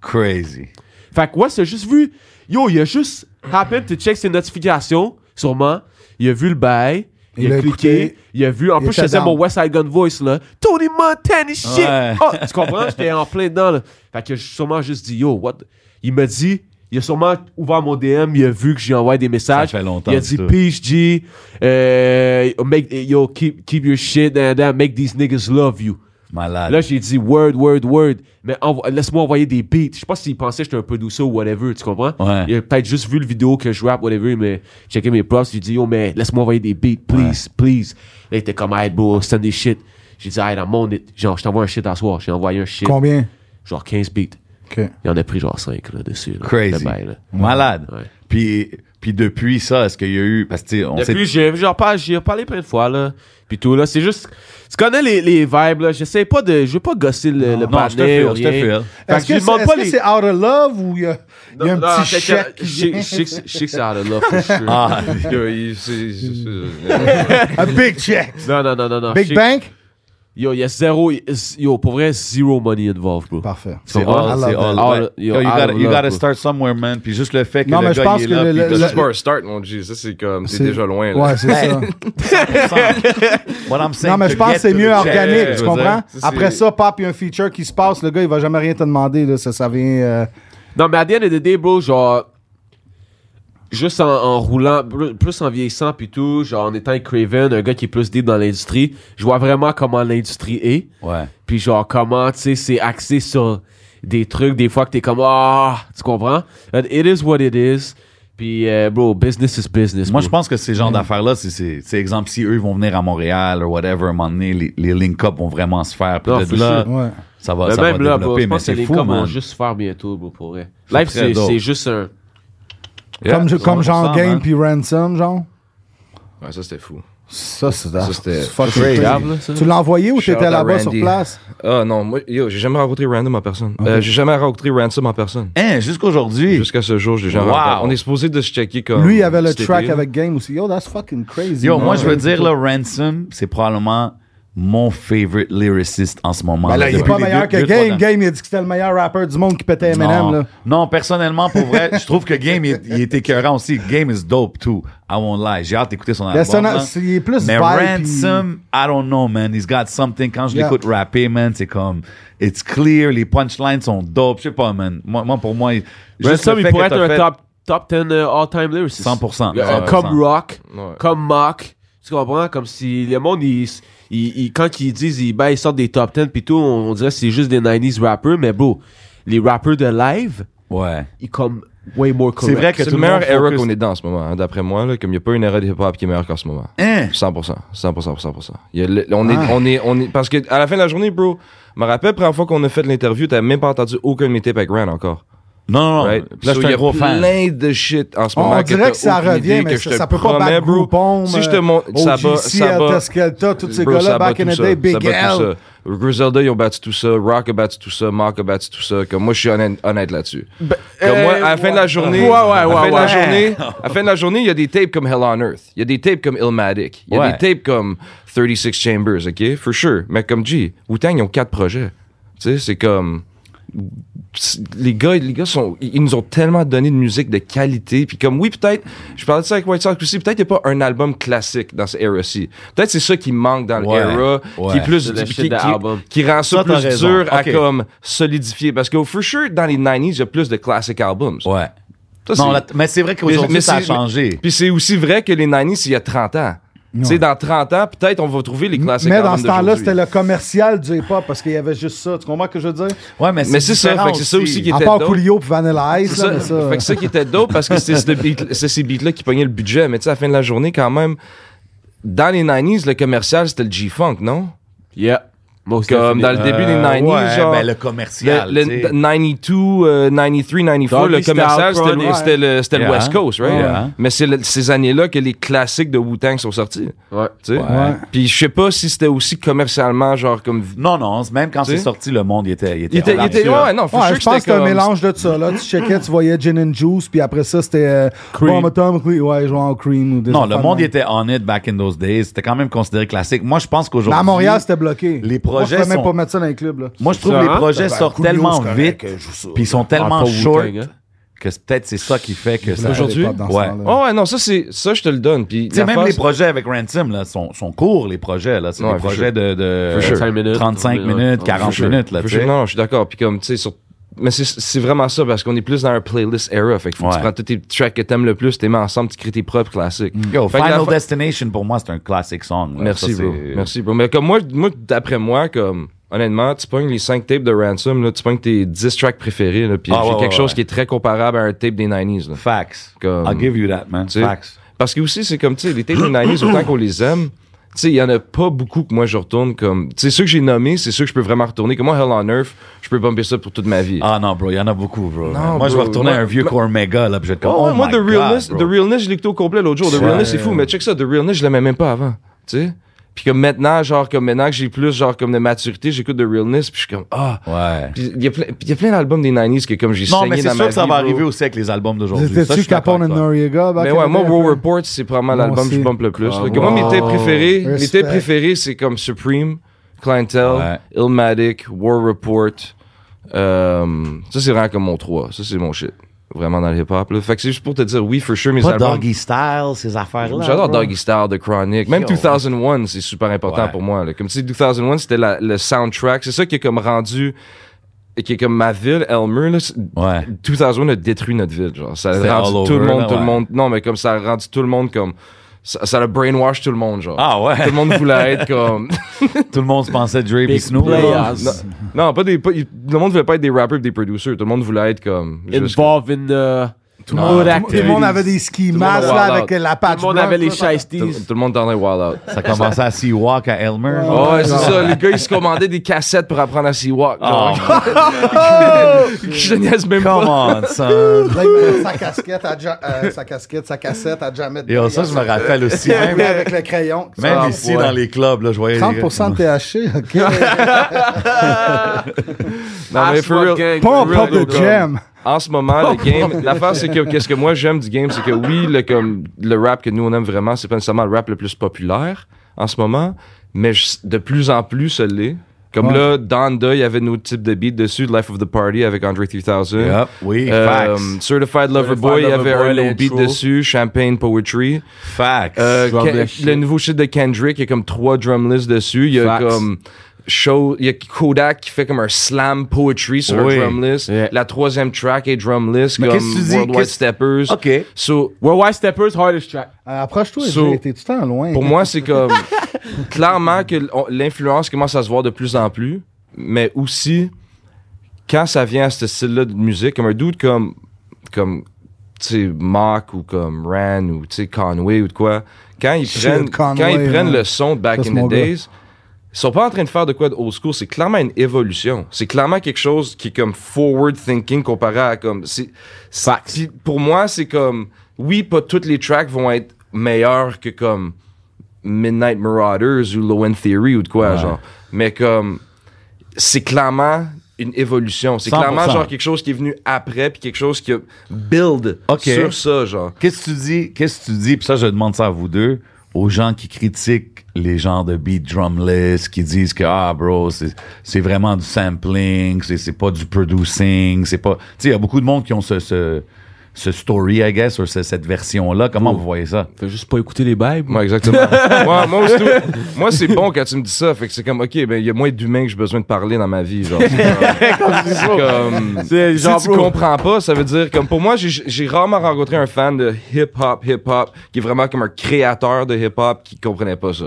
D: Crazy.
E: Fait que Wes a juste vu. Yo, il a juste happened to check ses notifications, sûrement. Il a vu le bail. Il,
C: Il
E: a
C: l'a
E: cliqué,
C: écouté.
E: il a vu,
C: Il
E: en plus je
C: était
E: faisais
C: down.
E: mon West Side Gun Voice là, Tony Montana shit!
D: Ouais.
E: Oh, tu comprends? J'étais en plein dedans là. Fait que j'ai sûrement juste dit yo, what? Il m'a dit, il a sûrement ouvert mon DM, il a vu que j'ai envoyé des messages.
D: Ça fait longtemps,
E: Il a dit
D: ça.
E: Peace G, euh, make, yo, keep, keep your shit, and, make these niggas love you.
D: Malade.
E: Là, j'ai dit word, word, word. Mais envo- laisse-moi envoyer des beats. Je sais pas s'il pensait que j'étais un peu douceur ou whatever, tu comprends?
D: Ouais.
E: Il a peut-être juste vu le vidéo que je rappe, whatever, mais checké mes props. J'ai dit, yo, mais laisse-moi envoyer des beats, please, please. Là, il était comme, hey, bro, send des shit. J'ai dit, hey, dans mon it. Genre, je t'envoie un shit à soir. J'ai envoyé un shit.
C: Combien?
E: Genre 15 beats.
C: OK.
E: Il en a pris genre 5 là, dessus. là.
D: Crazy.
E: Le bail, là.
D: Malade.
E: Ouais.
D: Puis, puis depuis ça, est-ce qu'il y a eu. Parce que, tu sais, on
E: Depuis,
D: sait.
E: j'ai genre pas, j'y ai reparlé plein de fois là. Puis tout là, c'est juste, tu connais les, les vibes là. J'essaie pas de, je veux pas gosser le, le
D: Non, je te
E: partner
D: feel,
E: ou
D: je te
E: rien.
D: feel.
E: Fait
C: Est-ce
E: je
C: que c'est
E: lui demande
C: est-ce
E: pas
C: que
E: les-
C: c'est out of love ou il y a, il y a un
E: Non, non,
C: petit
E: c'est-
C: chèque?
E: Je sais je sais que c'est- je sais que c'est out of love, for sure.
D: Ah,
G: Il- c'est- c'est- c'est-
C: Un big check.
E: Non, non, non, non, non. Ah, je
C: Big
E: sais-
C: bank?
E: Yo, il y a zéro, yo, pour vrai, zéro money involved, bro.
C: Parfait.
D: c'est
E: comprends?
D: all.
C: I
D: C'est
C: love
D: all.
E: that.
D: Ouais.
E: All- Ah,
D: Yo, You
E: yo, I
D: gotta,
E: love
D: you gotta
E: that.
D: start somewhere, man. Puis juste le fait que
C: Non,
D: le
C: mais je
D: gars,
C: pense
D: il est
C: que
D: là.
C: le-
D: puis
C: le-
D: t'as
G: C'est
D: juste
G: juste pas un start, mon Dieu. Ça, c'est comme. T'es
C: C'est-
G: déjà loin. là.
C: Ouais, c'est ça.
D: What I'm saying,
C: Non, mais je
D: to
C: pense
D: get
C: que c'est
D: to
C: mieux
D: the check,
C: organique,
D: je
C: tu
D: veux
C: comprends?
D: dire.
G: dire.
C: Après ça, pop, il y a un feature qui se passe, le gars, il va jamais rien te demander, là, ça, ça vient... euh,
E: Non, mais à the end of the day, bro, genre. Juste en, en roulant, br- plus en vieillissant puis tout, genre en étant avec Craven, un gars qui est plus deep dans l'industrie, je vois vraiment comment l'industrie est.
D: Ouais.
E: Puis genre comment, tu sais, c'est axé sur des trucs, des fois que t'es comme, ah, tu comprends? And It is what it is. Puis, euh, bro, business is business.
D: Moi,
E: bro.
D: je pense que ces genres d'affaires-là, c'est- c'est c'est exemple, si eux vont venir à Montréal ou whatever, à un moment donné, les, les link-up vont vraiment se faire. Puis
E: Non,
D: de
E: for
D: là,
E: sure.
C: Ouais.
D: ça va,
E: Mais
D: ça
E: Ben, même
D: va
E: là, bro,
D: développer.
E: je
D: mais
E: pense que
D: c'est
E: les
D: fou,
E: coms vont
D: man.
E: juste faire bientôt, bro, pour vrai.
D: C'est
E: Life,
D: très
E: c'est
D: dope.
E: c'est juste un.
G: Yeah.
C: Comme, comme genre
D: 100%,
C: Game
D: man.
C: puis Ransom, genre.
G: Ouais, ça, c'était fou.
C: Ça, c'est
G: Ça, c'était-
C: c'est fucking
G: c'est
C: crazy.
E: grave, là, ça.
C: Tu l'as envoyé ou
G: Shout
C: t'étais
G: out à
C: là-bas sur
G: Randy.
C: place? Ah.
G: Ah non, moi, yo, j'ai jamais rencontré Random en personne. Euh, j'ai jamais rencontré Ransom en personne.
D: Hein, jusqu'aujourd'hui.
G: Jusqu'à ce jour, j'ai
D: Wow.
G: jamais rencontré. On est supposé de se checker comme.
C: Lui, il avait le
G: cet
C: track
G: été, là.
C: avec Game aussi. Yo, that's fucking crazy.
D: Yo,
C: man.
D: moi, je veux dire, là, Ransom, c'est probablement mon favorite lyriciste en ce moment.
C: Ben là, il est
D: Depuis
C: pas
D: les
C: meilleur
D: deux-
C: que
D: deux, trois
C: Game.
D: ans.
C: Game, il a dit que c'était le meilleur rappeur du monde qui pétait
D: non.
C: M&M, là.
D: Non, personnellement, pour vrai, je trouve que Game, il, est- il est écœurant aussi. Game is dope, too. I won't lie. J'ai hâte d'écouter son
C: Mais c'est
D: album.
C: un-
D: là.
C: c'est- il est plus
D: Mais
C: vibe,
D: Ransom, I don't know, man. He's got something. Quand je
C: Yeah.
D: l'écoute rapper, man, c'est comme... It's clear. Les punchlines sont dope. Je sais pas, man. Moi, moi, pour moi... juste
E: Ransom,
D: le
E: il
D: fait
E: pourrait
D: que
E: être
D: t'as
E: un
D: fait-
E: top, top 10 euh, all-time lyricist.
D: 100%.
E: Le- euh,
D: 100%.
E: Comme Rock,
G: Ouais.
E: comme Mock. Tu comprends? Comme si le monde, ils, ils- ils- quand ils disent, ils, ben, ils sortent des top 10 pis tout, on, on dirait que c'est juste des 90s rappers, mais bro, les rappers de live,
D: Ouais.
E: ils comme way more
D: C'est
E: correct.
D: vrai que
G: C'est
D: tout
G: le
D: le monde
G: meilleur era
D: focus-
G: qu'on est dans en ce moment, hein, d'après moi. Là, comme il n'y a pas une era de hip-hop qui est meilleure qu'en ce moment.
D: Hein?
G: 100%, 100%, 100%. Il y a le- on, est, on, est, on est. Parce que à la fin de la journée, bro, je me rappelle, la première fois qu'on a fait l'interview, t'as même pas entendu aucun de mes tapes avec Rand encore.
D: Non, non, non.
G: Right?
D: Là, je
G: So,
D: suis
G: il y
D: un
G: a
D: gros fan.
G: plein de shit en ce
C: On,
G: moment.
C: on dirait
G: t'as
C: que ça
G: aucune
C: revient,
G: idée,
C: mais
G: que
C: ça,
G: je te
C: ça peut pas euh,
G: promets,
C: battre
G: bro.
C: Groupon,
G: Si je te montre, ça bat,
C: OGC,
G: ça bat.
C: Teskelta, tous ces
G: Bro,
C: gars-là,
G: ça bat
C: back in
G: tout
C: the
G: ça,
C: day, Big
G: ça bat tout
C: L.
G: ça. Griselda, ils ont battu tout ça. Rock a battu tout ça. Mark a battu tout ça. Comme moi, je suis honnête, honnête là-dessus. Comme moi,
D: Eh,
G: à la fin de la journée,
E: Ouais, ouais,
G: à la fin
E: ouais,
G: de la
E: ouais.
G: journée, à la fin de la journée, il y a des tapes comme Hell on Earth, il y a des tapes comme Illmatic, il y a
D: Ouais.
G: des tapes comme 36 Chambers, ok, for sure. Mais comme G, Wu-Tang, ils ont quatre projets. Tu sais, c'est comme c'est- les gars, les gars sont, ils ils nous ont tellement donné de musique de qualité. Puis comme oui, peut-être, je parlais de ça avec White Sox aussi. Peut-être qu'il n'y a pas un album classique dans ce era-ci. Peut-être c'est ça qui manque dans
D: Ouais,
G: l'era,
D: ouais.
G: qui est plus,
E: C'est le
G: qui,
E: shit
G: qui-
E: d'album.
G: qui rend
D: Ça,
G: ça,
D: t'as
G: plus
D: raison.
G: dur à
D: Ok.
G: comme solidifier. Parce que for sure, dans les 90s, il y a plus de classic albums.
D: Ouais. non,
G: Ça, c'est-
D: là, mais c'est vrai qu'aujourd'hui, ça a
G: c'est-
D: changé.
G: Puis c'est aussi vrai que les 90s, il y a 30 ans. Tu sais, dans 30 ans, peut-être on va trouver les classiques.
C: Mais dans ce temps-là, c'était le commercial du hip-hop parce qu'il y avait juste ça. Tu comprends ce que je veux dire?
D: Ouais, mais
G: Mais c'est ça,
D: différent
G: fait que c'est ça aussi qui
C: À
G: était
C: part
G: dope.
C: Coolio puis Vanilla Ice,
G: C'est
C: là,
G: ça,
C: mais ça...
G: Fait que ça qui était dope parce que c'est ce beat- c'est ces beats-là qui pognaient le budget. Mais tu sais, à la fin de la journée, quand même, dans les 90s, le commercial, c'était le G-Funk, non?
E: Yeah. Most
G: Comme dans le
E: definitely.
G: début des
D: Euh,
G: 90s,
D: ouais,
G: genre.
D: ben, le
G: le,
D: commercial.
G: le
D: tu sais.
G: 92, euh, 93, 94,
E: Doggy
G: le commercial,
E: Style,
G: c'était
E: Chronic.
G: le, c'était le, c'était le
D: Yeah.
G: West Coast, right?
D: Yeah.
G: Mais c'est le- ces années-là que les classiques de Wu-Tang sont sortis.
E: Ouais. Ah,
G: Tu sais?
D: Ouais.
G: Puis je sais pas si c'était aussi commercialement, genre comme.
D: Non, non, c'est- même quand
G: Tu
D: c'est
G: sais?
D: sorti, le monde, il était. Il était,
G: Il était. il était-
D: là-dessus,
G: ouais,
D: hein.
G: non, faut
C: Ouais,
G: sûr
C: je
G: que
C: pense que
G: c'était
C: c'était un
G: comme-
C: mélange de ça. Là, tu checkais, tu voyais Gin and Juice, puis après ça, c'était euh,
E: Cream.
C: Bomb Atom, Cream, ouais, jouant au Cream ou des
D: Non,
C: affaires
D: le
C: de
D: monde, il
C: même.
D: était on it back in those days. C'était quand même considéré classique. Moi, je pense
C: Mais
D: qu'aujourd'hui.
C: à Montréal, c'était bloqué.
D: les
C: Moi,
D: projets
C: je pouvais même
D: sont-
C: pas mettre ça dans les clubs. Là.
D: Moi, je trouve
E: Ça,
D: les
E: hein?
D: projets
C: Ben,
D: sortent
C: Coolio,
D: tellement
C: c'est correct,
D: vite,
C: euh, joue ça,
D: puis ils sont tellement
E: Ah, pas
D: short,
E: Wu-Tang, hein.
D: que c'est- peut-être c'est ça qui fait que ça.
C: Aujourd'hui?
D: Ouais.
G: Oh, ouais, non, ça, c'est, ça, je te le donne. Puis
D: Tu sais,
G: la
D: même
G: face-
D: les projets avec Ransom, là, sont, sont courts, les projets, là. C'est
G: Ouais,
D: des
G: for
D: projets
G: sure.
D: de, de
G: For sure.
E: 35 minutes.
D: 35
E: Ouais.
D: minutes,
E: Ouais.
D: 40
G: For sure.
D: minutes, là,
G: For
D: tu
G: sure.
D: sais.
G: Non, non, je suis d'accord. Puis comme, tu sais, sur- Mais c'est, c'est vraiment ça, parce qu'on est plus dans un playlist era. Fait que, faut que
D: Ouais.
G: tu prends tous tes tracks que t'aimes le plus, t'es mis ensemble, tu crées tes propres classiques.
D: Mm. Yo,
G: Fait que la
D: Final
G: fa-
D: Destination, pour moi, c'est euh, un classic song. là.
G: Merci,
D: Ça,
G: bro.
D: c'est-
G: Merci, bro. Mais comme moi, moi d'après moi, comme Honnêtement, tu pognes les 5 tapes de Ransom, là, tu pognes tes 10 tracks préférés, là, puis
D: Ah,
G: j'ai
D: ouais,
G: quelque
D: ouais,
G: chose
D: ouais.
G: qui est très comparable à un tape des 90s. là.
D: Facts.
G: Comme-
D: I'll give you that, man.
G: Tu sais,
D: Facts.
G: Parce que aussi, c'est comme, tu sais, les tapes des 90s, autant qu'on les aime, tu sais, il y en a pas beaucoup que moi je retourne comme. Tu sais, ceux que j'ai nommés, c'est ceux que je peux vraiment retourner. Comme moi, Hell on Earth, je peux bumper ça pour toute ma vie.
D: Ah non, bro, il y en a beaucoup, bro.
G: Non,
D: moi, je vais
G: bro,
D: retourner à
G: moi-
D: un vieux
G: moi-
D: core méga, là, puis je vais être
G: Ouais,
D: comme,
G: ouais,
D: oh
G: moi,
D: my
G: The Realness,
D: God,
G: The
D: bro.
G: Realness, je l'ai écouté au complet l'autre jour. The
D: Ouais.
G: Realness, c'est fou, mais check ça, The Realness, je l'aimais même pas avant. Tu sais? Puis comme maintenant, genre, comme maintenant que j'ai plus, genre, comme de maturité, j'écoute The Realness, puis je suis comme, ah.
D: Ouais.
G: Puis il y a plein, puis il y a plein d'albums des 90s que comme j'ai
D: Non, mais
G: saigné dans
D: c'est
G: ma
D: sûr que ça
G: vie,
D: va
G: bro.
D: arriver aussi avec les albums d'aujourd'hui. Ça, je
C: C'était-tu
D: suis d'accord
C: Capone and
D: avec toi.
C: Noriega? back
G: Mais
C: in
G: ouais,
C: the
G: moi,
C: day,
G: Raw
C: un peu?
G: Report, c'est probablement
C: Moi
G: l'album que
C: aussi.
G: je bump le plus.
D: Ah,
G: Fait que Moi, mes
D: wow.
G: tapes préférés, mes
C: Respect.
G: tapes préférés, c'est comme Supreme, Clientele,
D: Ouais.
G: Illmatic, War Report. Euh, ça, c'est vraiment comme mon 3. Ça, c'est mon shit. Vraiment dans le hip-hop. là. Fait que c'est juste pour te dire, oui, for sure, mes
D: Pas
G: albums.
D: Doggy Style, ces affaires-là.
G: J'adore
D: bro.
G: Doggy Star de Chronic. Même
D: Yo.
G: 2001, c'est super important
D: Ouais.
G: pour moi. là. Comme tu sais, 2001, c'était la- le soundtrack. C'est ça qui est comme rendu. Qui est comme ma ville, Elmer. Là, c'est-
D: Ouais.
G: 2001 a détruit notre ville. Genre. Ça
D: C'était
G: a rendu
D: all
G: tout le
D: over,
G: monde,
D: là,
G: tout le
D: ouais.
G: monde. Non, mais comme ça a rendu tout le monde comme. Ça, ça a brainwash tout le monde, genre.
D: Ah ouais.
G: Tout le monde voulait être comme.
D: Tout le monde se pensait Dre et
E: Big
D: Snoop. bro.
E: players.
G: Non, pas des. pas- il- tout le monde voulait pas être des rappers et des producers. Tout le monde voulait être comme. juste-
E: Involved in euh, the... Tout
C: Ah, Tout le monde avait des ski
G: monde
C: masques,
G: wild
C: là,
G: out.
C: avec la
E: Tout
C: patch
E: le monde
C: blanche,
E: avait les
C: là.
G: Tout,
E: shiesties.
G: tout le monde dans les wild out.
D: Ça commençait à Seawalk à Elmer. genre.
G: Ah Ouais, Ah. c'est ça. Les gars, ils se commandaient des cassettes pour apprendre à s'y walk.
D: Oh,
G: Je niaise même pas.
D: come on, son.
C: Là, il mettait sa casquette, à ja- euh, sa casquette, sa cassette à Jamet.
D: Yo, ça, je me rappelle aussi.
C: Bien,
D: Même,
C: mais avec le crayon.
D: même
C: Ah,
D: ici,
C: ouais.
D: dans les clubs, là, je voyais... les gars-
C: 30% THC, ok. Euh,
G: Non, mais for real,
C: Pas en
G: for real,
C: pop de
G: comme,
C: jam.
G: En ce moment, le game, l'affaire, c'est que qu'est-ce que moi j'aime du game, c'est que oui, le, comme, le rap que nous on aime vraiment, c'est pas nécessairement le rap le plus populaire en ce moment, mais je- de plus en plus, ça l'est. Comme
C: Ouais.
G: là, Donda, il y avait nos types de beats dessus, Life of the Party avec Andre 3000.
D: Yep, oui,
G: Euh,
D: facts.
G: Certified Lover
E: Certified
G: Boy, il y
E: Lover
G: avait
E: Boy,
G: un no beat
E: l'intro.
G: dessus, Champagne Poetry.
D: Facts.
G: Euh,
E: Drum
G: Ken-
E: list shit.
G: le nouveau shit de Kendrick, il y a comme trois drum lists dessus. Il y a
E: Facts.
G: comme show, il y a Kodak qui fait comme un slam poetry sur
D: Oui.
G: un drum list.
E: Yeah.
G: La troisième track est drum list
C: Mais
G: comme
C: qu'est-ce que tu dis?
G: Worldwide
C: Qu'est-ce-
G: Steppers.
D: OK.
G: So,
E: Worldwide Steppers, hardest track.
C: Euh, Approche-toi,
G: So,
C: j'ai été tout le temps loin.
G: pour moi, c'est comme clairement que l- on- l'influence commence à se voir de plus en plus, mais aussi quand ça vient à ce style-là de musique, comme un dude comme comme tu sais Mock ou comme Ran ou tu sais Conway ou de quoi, quand ils
C: Shit,
G: prennent
C: Conway,
G: quand ils prennent
C: ouais.
G: le son de back
C: Ça, c'est
G: in
C: mon
G: the
C: gars.
G: days, ils sont pas en train de faire de quoi de old school, c'est clairement une évolution. C'est clairement quelque chose qui est comme forward thinking comparé à comme c'est c'est- Puis pour moi, c'est comme oui, pas toutes les tracks vont être meilleures que comme Midnight Marauders ou Low End Theory ou de quoi,
D: Ouais.
G: genre. Mais comme, c'est clairement une évolution. C'est
D: 100%.
G: clairement, genre, quelque chose qui est venu après, puis quelque chose qui a build
D: Ok.
G: sur ça, genre.
D: Qu'est-ce que tu dis? Qu'est-ce que tu dis? Puis ça, je demande ça à vous deux, aux gens qui critiquent les genres de beat drumless, qui disent que, ah, bro, c'est c'est vraiment du sampling, c'est- c'est pas du producing, c'est pas. Tu sais, il y a beaucoup de monde qui ont ce, ce, ce story, I guess, ou ce- cette version-là. Comment vous voyez ça?
E: Fais juste pas écouter les bails.
G: Moi, exactement. moi, moi, aussitôt- moi, c'est bon quand tu me dis ça. Fait que c'est comme, OK, ben, il y a moins d'humains que j'ai besoin de parler dans ma vie, genre. C'est comme...
E: C'est genre,
G: si tu comprends pas, ça veut dire comme pour moi, j'ai- j'ai rarement rencontré un fan de hip hop, hip hop qui est vraiment comme un créateur de hip hop qui comprenait pas ça.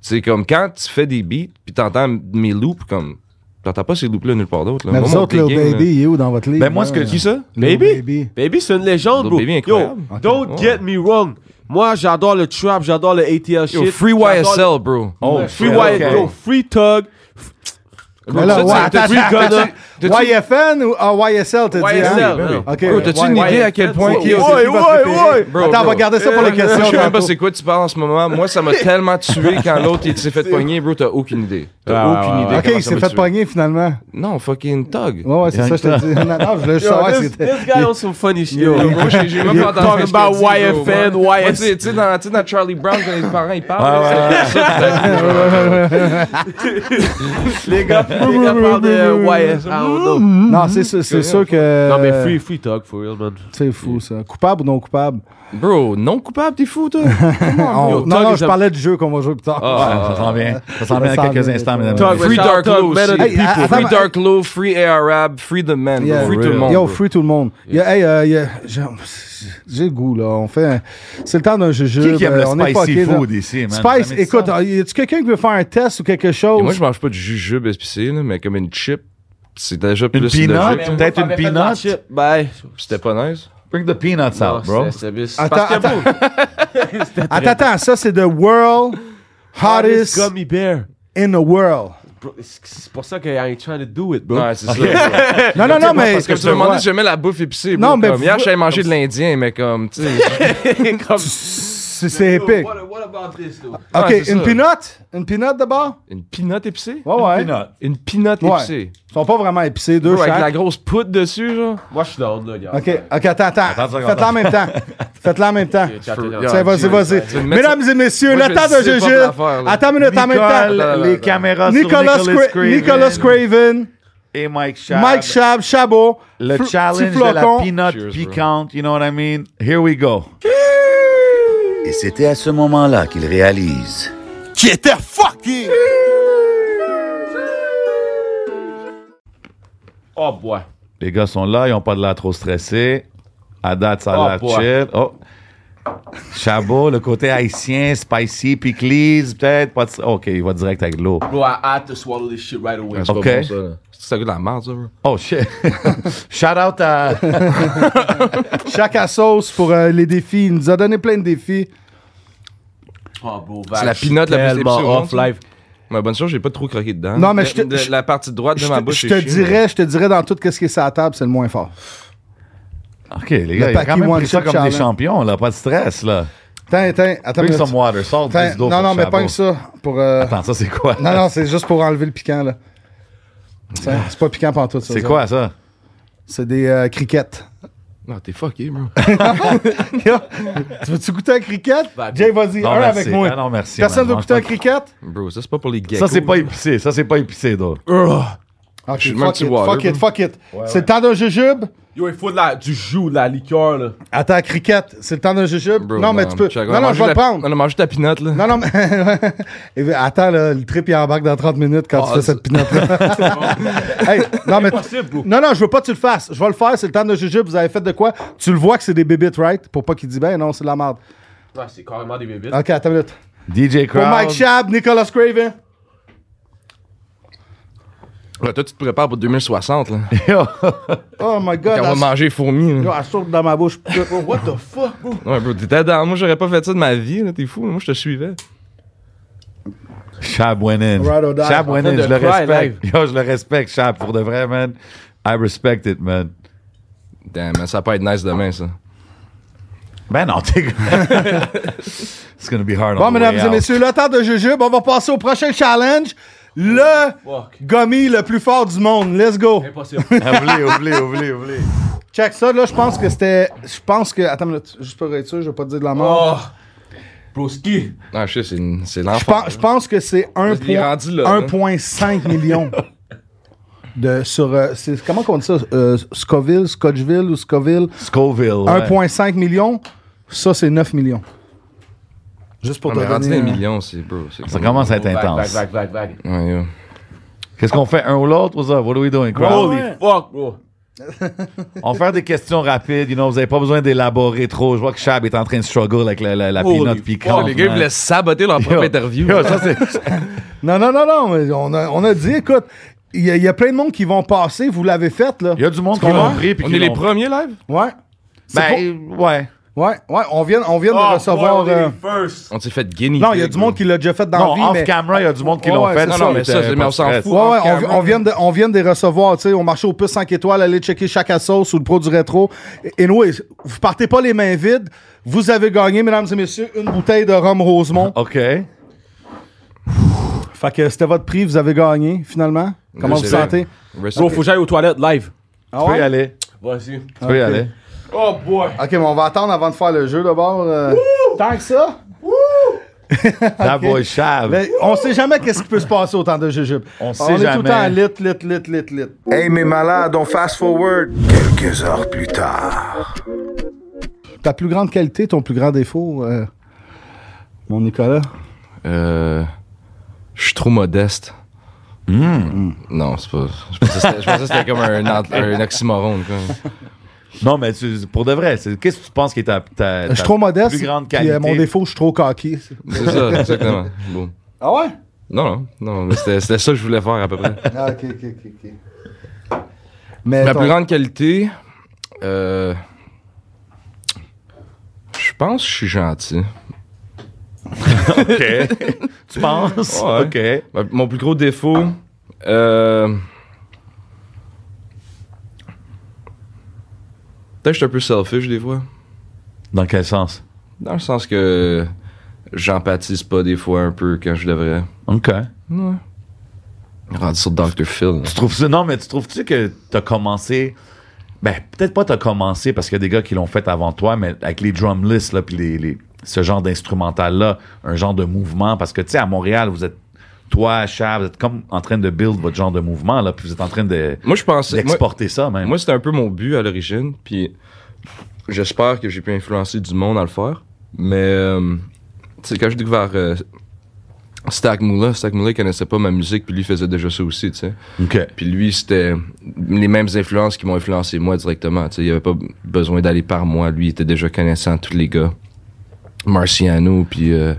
G: C'est comme quand tu fais des beats puis t'entends mes loops comme t'entends pas ces loops là nulle part d'autre. là.
C: Mais
G: Moi,
C: vous
G: mon
C: autres, Lil
G: digging, là-
C: Baby, il est où dans votre livre?
D: Ben, moi, ce que-
C: là?
G: qui ça
C: Lil
E: Baby?
C: Baby.
E: Baby, c'est une légende,
G: Little
E: bro.
G: Baby,
E: Yo,
G: incroyable.
E: don't
G: Ouais.
E: get me wrong. Moi, j'adore le trap, j'adore le ATL shit.
G: Yo, free
E: J'adore
G: YSL, bro.
D: Oh,
E: le- Free YSL. Yo, free Tug.
C: Mais là,
G: Ça,
C: ouais,
G: t'as-
C: attends,
G: t'as-tu-
C: attends,
G: t'as-tu-
C: attends.
G: t'as-tu-
C: YFN ou ah, YSL, t'as dit?
E: YSL,
C: hein?
E: ben oui.
C: Ok.
G: Bro, t'as-tu une
C: Ouais.
G: idée à quel point
C: C'est qui,
G: Yo,
C: c'est qui
E: Ouais,
C: votre
E: ouais,
C: préféré?
E: ouais.
G: Bro,
C: Attends, on
G: bro.
C: va garder ça pour les
G: Moi,
C: questions.
G: je sais même
C: tantôt.
G: pas c'est quoi tu parles en ce moment. Moi, ça m'a tellement tué quand l'autre il s'est fait pogner, bro. T'as aucune idée. T'as
E: Ah, ouais,
G: aucune idée.
C: Ok,
G: comment
C: il
G: ça
C: s'est
G: m'a
C: fait
G: tué.
C: pogner finalement.
G: Non, fucking thug.
C: Ouais, ouais, c'est ça, je te dis. Non, non, je voulais juste
E: Yo,
C: savoir si
E: this,
C: c'était.
E: this guy on some funny shit.
C: Yo.
G: Yo, moi, j'ai j'ai même pas entendu.
E: Talking
G: ce qu'elle
E: about
G: dit, bro.
E: YFN,
G: Moi,
E: YS.
G: Tu sais- tu sais, dans, tu sais, dans Charlie Brown, quand les parents ils parlent.
D: Ouais,
G: là,
D: ouais,
G: c'est ça, c'est ça.
E: Les gars, les gars parlent de YSL. no, no.
C: Non, c'est sûr- c'est sûr que.
E: Non, mais free, free talk, for real, man.
C: C'est fou, ça. Coupable ou non coupable?
G: Bro, non coupable, t'es fou, toi. Oh.
C: On-
E: yo,
C: non,
E: Tug
C: non,
E: is
C: je
E: a-
C: parlais du jeu qu'on va jouer plus tard.
D: Ah, Ça s'en vient. Ça s'en vient
C: Ça
D: dans
C: s'en
D: quelques
C: vient,
D: instants,
C: ça.
D: mesdames et
E: Talk
D: messieurs.
G: Free
E: Shout out,
G: Dark Low
E: man,
G: aussi.
E: the
C: Hey, people.
G: free
C: attends,
G: Dark Low, Free Arab, Free the Man.
C: Yeah.
G: bro. Free tout le monde.
C: Yo,
G: bro.
C: free tout le monde. Yo, hey, euh, y a- j'ai j'ai le goût, là. On fait. un- C'est le temps d'un jeu. euh,
D: Qui, qui aime le
C: on est
D: spicy
C: fucké, là.
D: food ici, man?
C: Spice,
D: Jamais dit
C: écoute,
D: ça.
C: y a-tu quelqu'un qui veut faire un test ou quelque chose?
G: Et moi, je mange pas de jujube espicé, là, mais comme une chip, c'est déjà plus
D: Une peanut?
G: logique.
D: Peut-être une peanut?
E: Chip, bye.
G: C'était pas nice.
D: Bring the peanuts
E: Non,
D: out, bro.
E: c'était- c'était bis.
C: Attends,
E: Parce que,
C: attends.
E: bro,
C: attends, attends, ça, c'est The World Hottest
E: Hottest gummy bear.
C: in the World.
E: Bro, c'est c'est pour ça qu'il ain't trying to do it, bro.
G: Ouais, c'est ça.
C: Non, non, non, mais.
G: Parce que tu
C: Ouais.
G: m'as demandé si j'aimais la bouffe épicée.
C: Non,
G: Non,
C: mais
G: mais. Comme,
C: vous-
G: hier, j'avais mangé de l'Indien, mais comme, tu sais.
E: Comme-
C: C'est c'est
E: Yo,
C: épique.
E: what- what about this, though?
C: Ok,
G: Ouais, c'est
C: une
G: ça.
C: peanut? Une peanut d'abord?
G: Une peanut épicée?
C: Ouais, Ah ouais.
D: Peanut.
G: Une peanut
C: Ouais.
G: épicée.
C: Ils sont pas vraiment épicés, deux
G: Bro, avec la
C: chaque.
G: grosse poudre dessus, genre.
E: Moi, je suis down, là, gars.
C: Ok, ok, attends,
D: Attends,
C: attends. Faites-la en
D: attends.
C: même temps. Faites-la en même temps.
E: Ok, chat,
G: Yo,
E: chat.
C: C'est vas-y,
G: tu-
C: vas-y.
G: tu veux mettre
C: Mesdames et messieurs,
G: Moi,
C: le
G: je
C: temps de
G: sais pas
C: Juju.
G: l'affaire, là.
C: Attends une minute, en même temps.
D: Nicole, euh, les caméras sur
C: Nicolas, Cra- Nicolas Craven,
D: et Mike Schaaf.
C: Mike Chab, Chabot,
D: Le
C: Fr-
D: challenge
C: Petit
D: de la
C: Flocon.
D: peanut
G: Cheers, bro.
D: piquante, you know what I mean? Here we go.
H: Et c'était à ce moment-là qu'il réalise
B: Qui était fucké!
E: Oh, boy.
D: Les gars sont là, ils ont pas de l'air trop stressés. À date, ça a
E: Oh,
D: l'air
E: boy.
D: chill. Oh. Chabot, le côté haïtien, spicy, pickles, peut-être. Pas de... OK, il va direct avec l'eau.
E: Bro, I had to swallow this shit right away.
G: Ah, c'est pas
D: Ok.
G: bon, ça, là. Ça goûte de la merde, ça, bro.
D: Oh, shit. Shout out à...
C: Chaque à sauce pour euh, les défis. Il nous a donné plein de défis.
E: Oh, bro,
G: C'est
E: Vax,
G: la
E: je suis
G: peanut la plus
E: tellement
G: épicée au monde,
E: off
G: ça.
E: live.
G: Ma bonne chose, j'ai pas trop croqué dedans.
C: Non, mais
G: Le-
C: je te-
G: de-
C: je-
G: La partie droite
C: Je
G: de ma
C: te,
G: bouche,
C: je
G: est
C: te
G: chiée,
C: dirais, je te dirais dans tout ce qui est sur la table, c'est le moins fort.
D: OK, les gars,
C: Le
D: ils ont
C: Packy
D: quand même
C: One
D: pris ça
C: Shot
D: comme
C: Challenge.
D: des champions, là. Pas de stress, là.
C: Attends, attends, attends. une
D: Bring
C: minute.
D: some water. Sort
C: Attends,
D: plus d'eau
C: non,
D: pour
C: non, mais
D: Chabot.
C: pas que ça. Pour, euh,
D: Attends, ça, c'est quoi?
C: non, non, c'est juste pour enlever le piquant, là. C'est c'est pas piquant pantoute, ça.
D: C'est
C: ça.
D: quoi, ça?
C: C'est des euh, criquettes.
G: Non, Ah, t'es fucké, bro.
C: tu veux-tu goûter un cricket?
E: Bah,
C: Jay, vas-y,
D: Non,
C: un
D: merci.
C: avec moi.
D: Ah, non, merci.
C: Personne
D: man.
C: veut
D: Mange
C: goûter un
D: pas-
C: cricket?
G: Bro, ça, c'est pas pour les geckos.
D: Ça, c'est pas épicé. Ça, c'est pas épicé, donc.
C: Ok,
G: suis même
C: fuck
G: petit
C: it,
G: water,
C: fuck it,
G: bro.
C: fuck it. C'est le temps d'un jujube?
E: Yo, il faut de la, du jus, de la liqueur, là.
C: Attends, cricket, c'est le temps d'un jujube?
G: Bro,
C: non, mais tu peux.
G: Check, on a
C: Non, non,
G: mangé
C: je vais le
G: la-
C: prendre.
G: On a mangé ta peanut, là.
C: Non, non, mais. Et puis, Attends, là, le trip, il embarque dans 30 minutes quand tu fais cette pinotte-là. Hey, non, mais.
E: Impossible, bro.
C: Non, non, je veux pas que tu le fasses. Je vais le faire, c'est le temps de jujube. Vous avez fait de quoi? Tu le vois que c'est des bébites, right? Pour pas qu'il dise, ben non, c'est de la merde.
E: Ouais, Ah, c'est carrément des bébés.
C: Ok, attends une minute.
D: DJ
C: Pour Mike
D: Crowd.
C: Schaab, Nicolas Craven.
G: Ouais, Bah, toi, tu te prépares pour 2060, là.
C: Oh my god.
G: Quand on va
C: elle-
G: manger fourmis,
C: Yo,
G: là.
C: elle saute dans ma bouche.
E: Oh, What the fuck, bro?
G: Ouais, bro, t'étais dans. Moi, j'aurais pas fait ça de ma vie, là. T'es fou, là. Moi, je te suivais.
D: Chab Wenin.
C: Right or die.
D: Chab
E: En train
D: Wenin,
E: de
D: je le
E: cry
D: respecte. Yo, je le respecte, Chab, pour de vrai, man. I respect it, man.
G: Damn, man, ça va pas être nice demain, ça.
D: Ben non, t'es... It's gonna be hard on
C: Bon,
D: the
C: mesdames
D: way
C: et
D: out.
C: messieurs, le temps de jujube. On va passer au prochain challenge. Le
E: Fuck.
C: gummy le plus fort du monde. Let's go.
E: Impossible.
D: Oubliez, oubliez, oubliez, oubliez.
C: Check ça, là, je pense que c'était. Je pense que. Attends, une minute, juste pour être sûr, je vais pas te dire de la mort.
E: Oh. Bro, ski.
G: Ah, je sais, c'est une- c'est
C: je,
G: l'enfant.
C: pense, je pense que c'est un
G: Il est
C: point-
G: rendu là,
C: 1,5 million. De, sur, euh, c'est- comment on dit ça? euh, Scoville, Scotchville ou Scoville?
D: Scoville. ouais.
C: 1,5 million. Ça, c'est 9 millions. Juste pour
G: On
C: te
G: est rendu
C: donner...
G: des
C: un-
G: millions, c'est, bro. c'est
D: Ça
G: comme-
D: commence à être
E: Vague, vague,
D: intense.
E: vague, vague, vague.
G: Ouais, yo.
D: Qu'est-ce qu'on fait, un ou l'autre? What's up? What are we doing, crowd?
E: Holy fuck, bro.
D: On va faire des questions rapides, you know, vous avez pas besoin d'élaborer trop. Je vois que Chab est en train de struggle avec la, la, la
E: Holy
D: peanut
E: fuck.
D: piquante.
G: Les gars, ils
D: man.
G: voulaient saboter leur propre
D: Yo.
G: interview.
D: Yo, ça, c'est...
C: Non, non, non, non. mais On a, on a dit, écoute, il y, a- il y a plein de monde qui vont passer. Vous l'avez fait, là.
D: Il y a du monde qui l'ont pris. puis
G: On
D: qui
G: est les
D: l'ont-
G: premiers live?
C: Ouais. C'est
D: Ben, ouais.
C: pour- Ouais, ouais. On vient, on vient
D: Ah,
C: de recevoir. euh,
E: first.
G: On s'est fait guinea.
C: Non, il y a
G: pig,
C: du monde
G: bro.
C: qui l'a déjà fait dans
D: Non,
C: la vie.
D: off
C: mais...
D: camera, il y a du monde qui
C: Ouais,
D: l'ont
C: ouais,
D: fait.
C: c'est
G: Non,
C: ça,
G: non, mais ça,
D: t'es
G: c'est-
D: pas
G: mais on s'en
D: stress.
G: fout.
C: Ouais, ouais, on,
G: Cameron.
C: on vient de, on vient de les recevoir, tu sais, au marché aux puces 5 étoiles, allez checker chaque à sauce ou le pro du rétro. Et anyway, vous partez pas les mains vides. Vous avez gagné, mesdames et messieurs, une bouteille de rhum Rosemont.
D: OK.
C: Fait que c'était votre prix, vous avez gagné, finalement. Comment
G: Je
C: vous
G: sais.
C: sentez?
G: Rest
E: Bro,
G: in
E: faut que j'aille aux toilettes live.
C: Ah
D: Tu peux y
C: ouais?
D: aller.
E: Vas-y.
D: Tu peux y aller.
E: Oh boy.
C: Ok, mais on va attendre avant de faire le jeu d'abord. euh, Tant que ça?
D: That
C: Ok.
D: boy Chab.
C: Mais Ben, on sait jamais qu'est-ce qui peut se passer au temps de jujube.
D: On sait
C: est tout le
D: jamais.
C: temps lit, lit, lit, lit, lit.
I: Hey mes malades, on fast forward. Quelques heures plus tard.
C: Ta plus grande qualité, ton plus grand défaut, euh, mon Nicolas?
G: Euh, je suis trop modeste. Hmm. Non, c'est pas. Je pensais que c'était- je pensais que c'était comme un, ant- un oxymoron. quoi.
D: Non, mais tu- pour de vrai, c'est- qu'est-ce que tu penses qui est ta, ta-
C: Je
D: ta
C: suis trop modeste.
D: plus grande
C: puis, euh,
D: qualité?
C: mon défaut, je suis trop coquille.
G: C'est ça, exactement. Bon.
C: Ah ouais?
G: Non, non, non, mais c'était c'était ça que je voulais faire à peu près.
C: Ah, ok, ok, ok. ok. Mais
G: Ma
C: ton-
G: plus grande qualité, euh, je pense que je suis gentil.
D: OK. tu penses?
G: Ouais.
D: OK.
G: Ma- Mon plus gros défaut, euh, peut-être que je suis un peu selfish des fois.
D: Dans quel sens?
G: Dans le sens que j'empathise pas des fois un peu quand je devrais.
D: OK.
G: Rendu sur Dr. Phil.
D: Tu trouves ça? Non, mais tu trouves-tu que t'as commencé... Ben, peut-être pas t'as commencé, parce qu'il y a des gars qui l'ont fait avant toi, mais avec les drum lists, là, puis les, les- ce genre d'instrumental-là, un genre de mouvement, parce que, tu sais, à Montréal, vous êtes... Toi, Chab, vous êtes comme en train de build votre genre de mouvement, là, puis vous êtes en train de...
G: Moi, je pensais. moi-
D: d'exporter ça, même.
G: Ben, Moi, c'était un peu mon but à l'origine, puis j'espère que j'ai pu influencer du monde à le faire. Mais, euh, tu sais, quand j'ai découvert euh, Stack Moula, Stack Moula, il connaissait pas ma musique, puis lui faisait déjà ça aussi, tu sais.
D: OK.
G: Puis lui, c'était les mêmes influences qui m'ont influencé moi directement, tu sais. Il avait pas besoin d'aller par moi, lui, il était déjà connaissant tous les gars. Marciano, puis euh,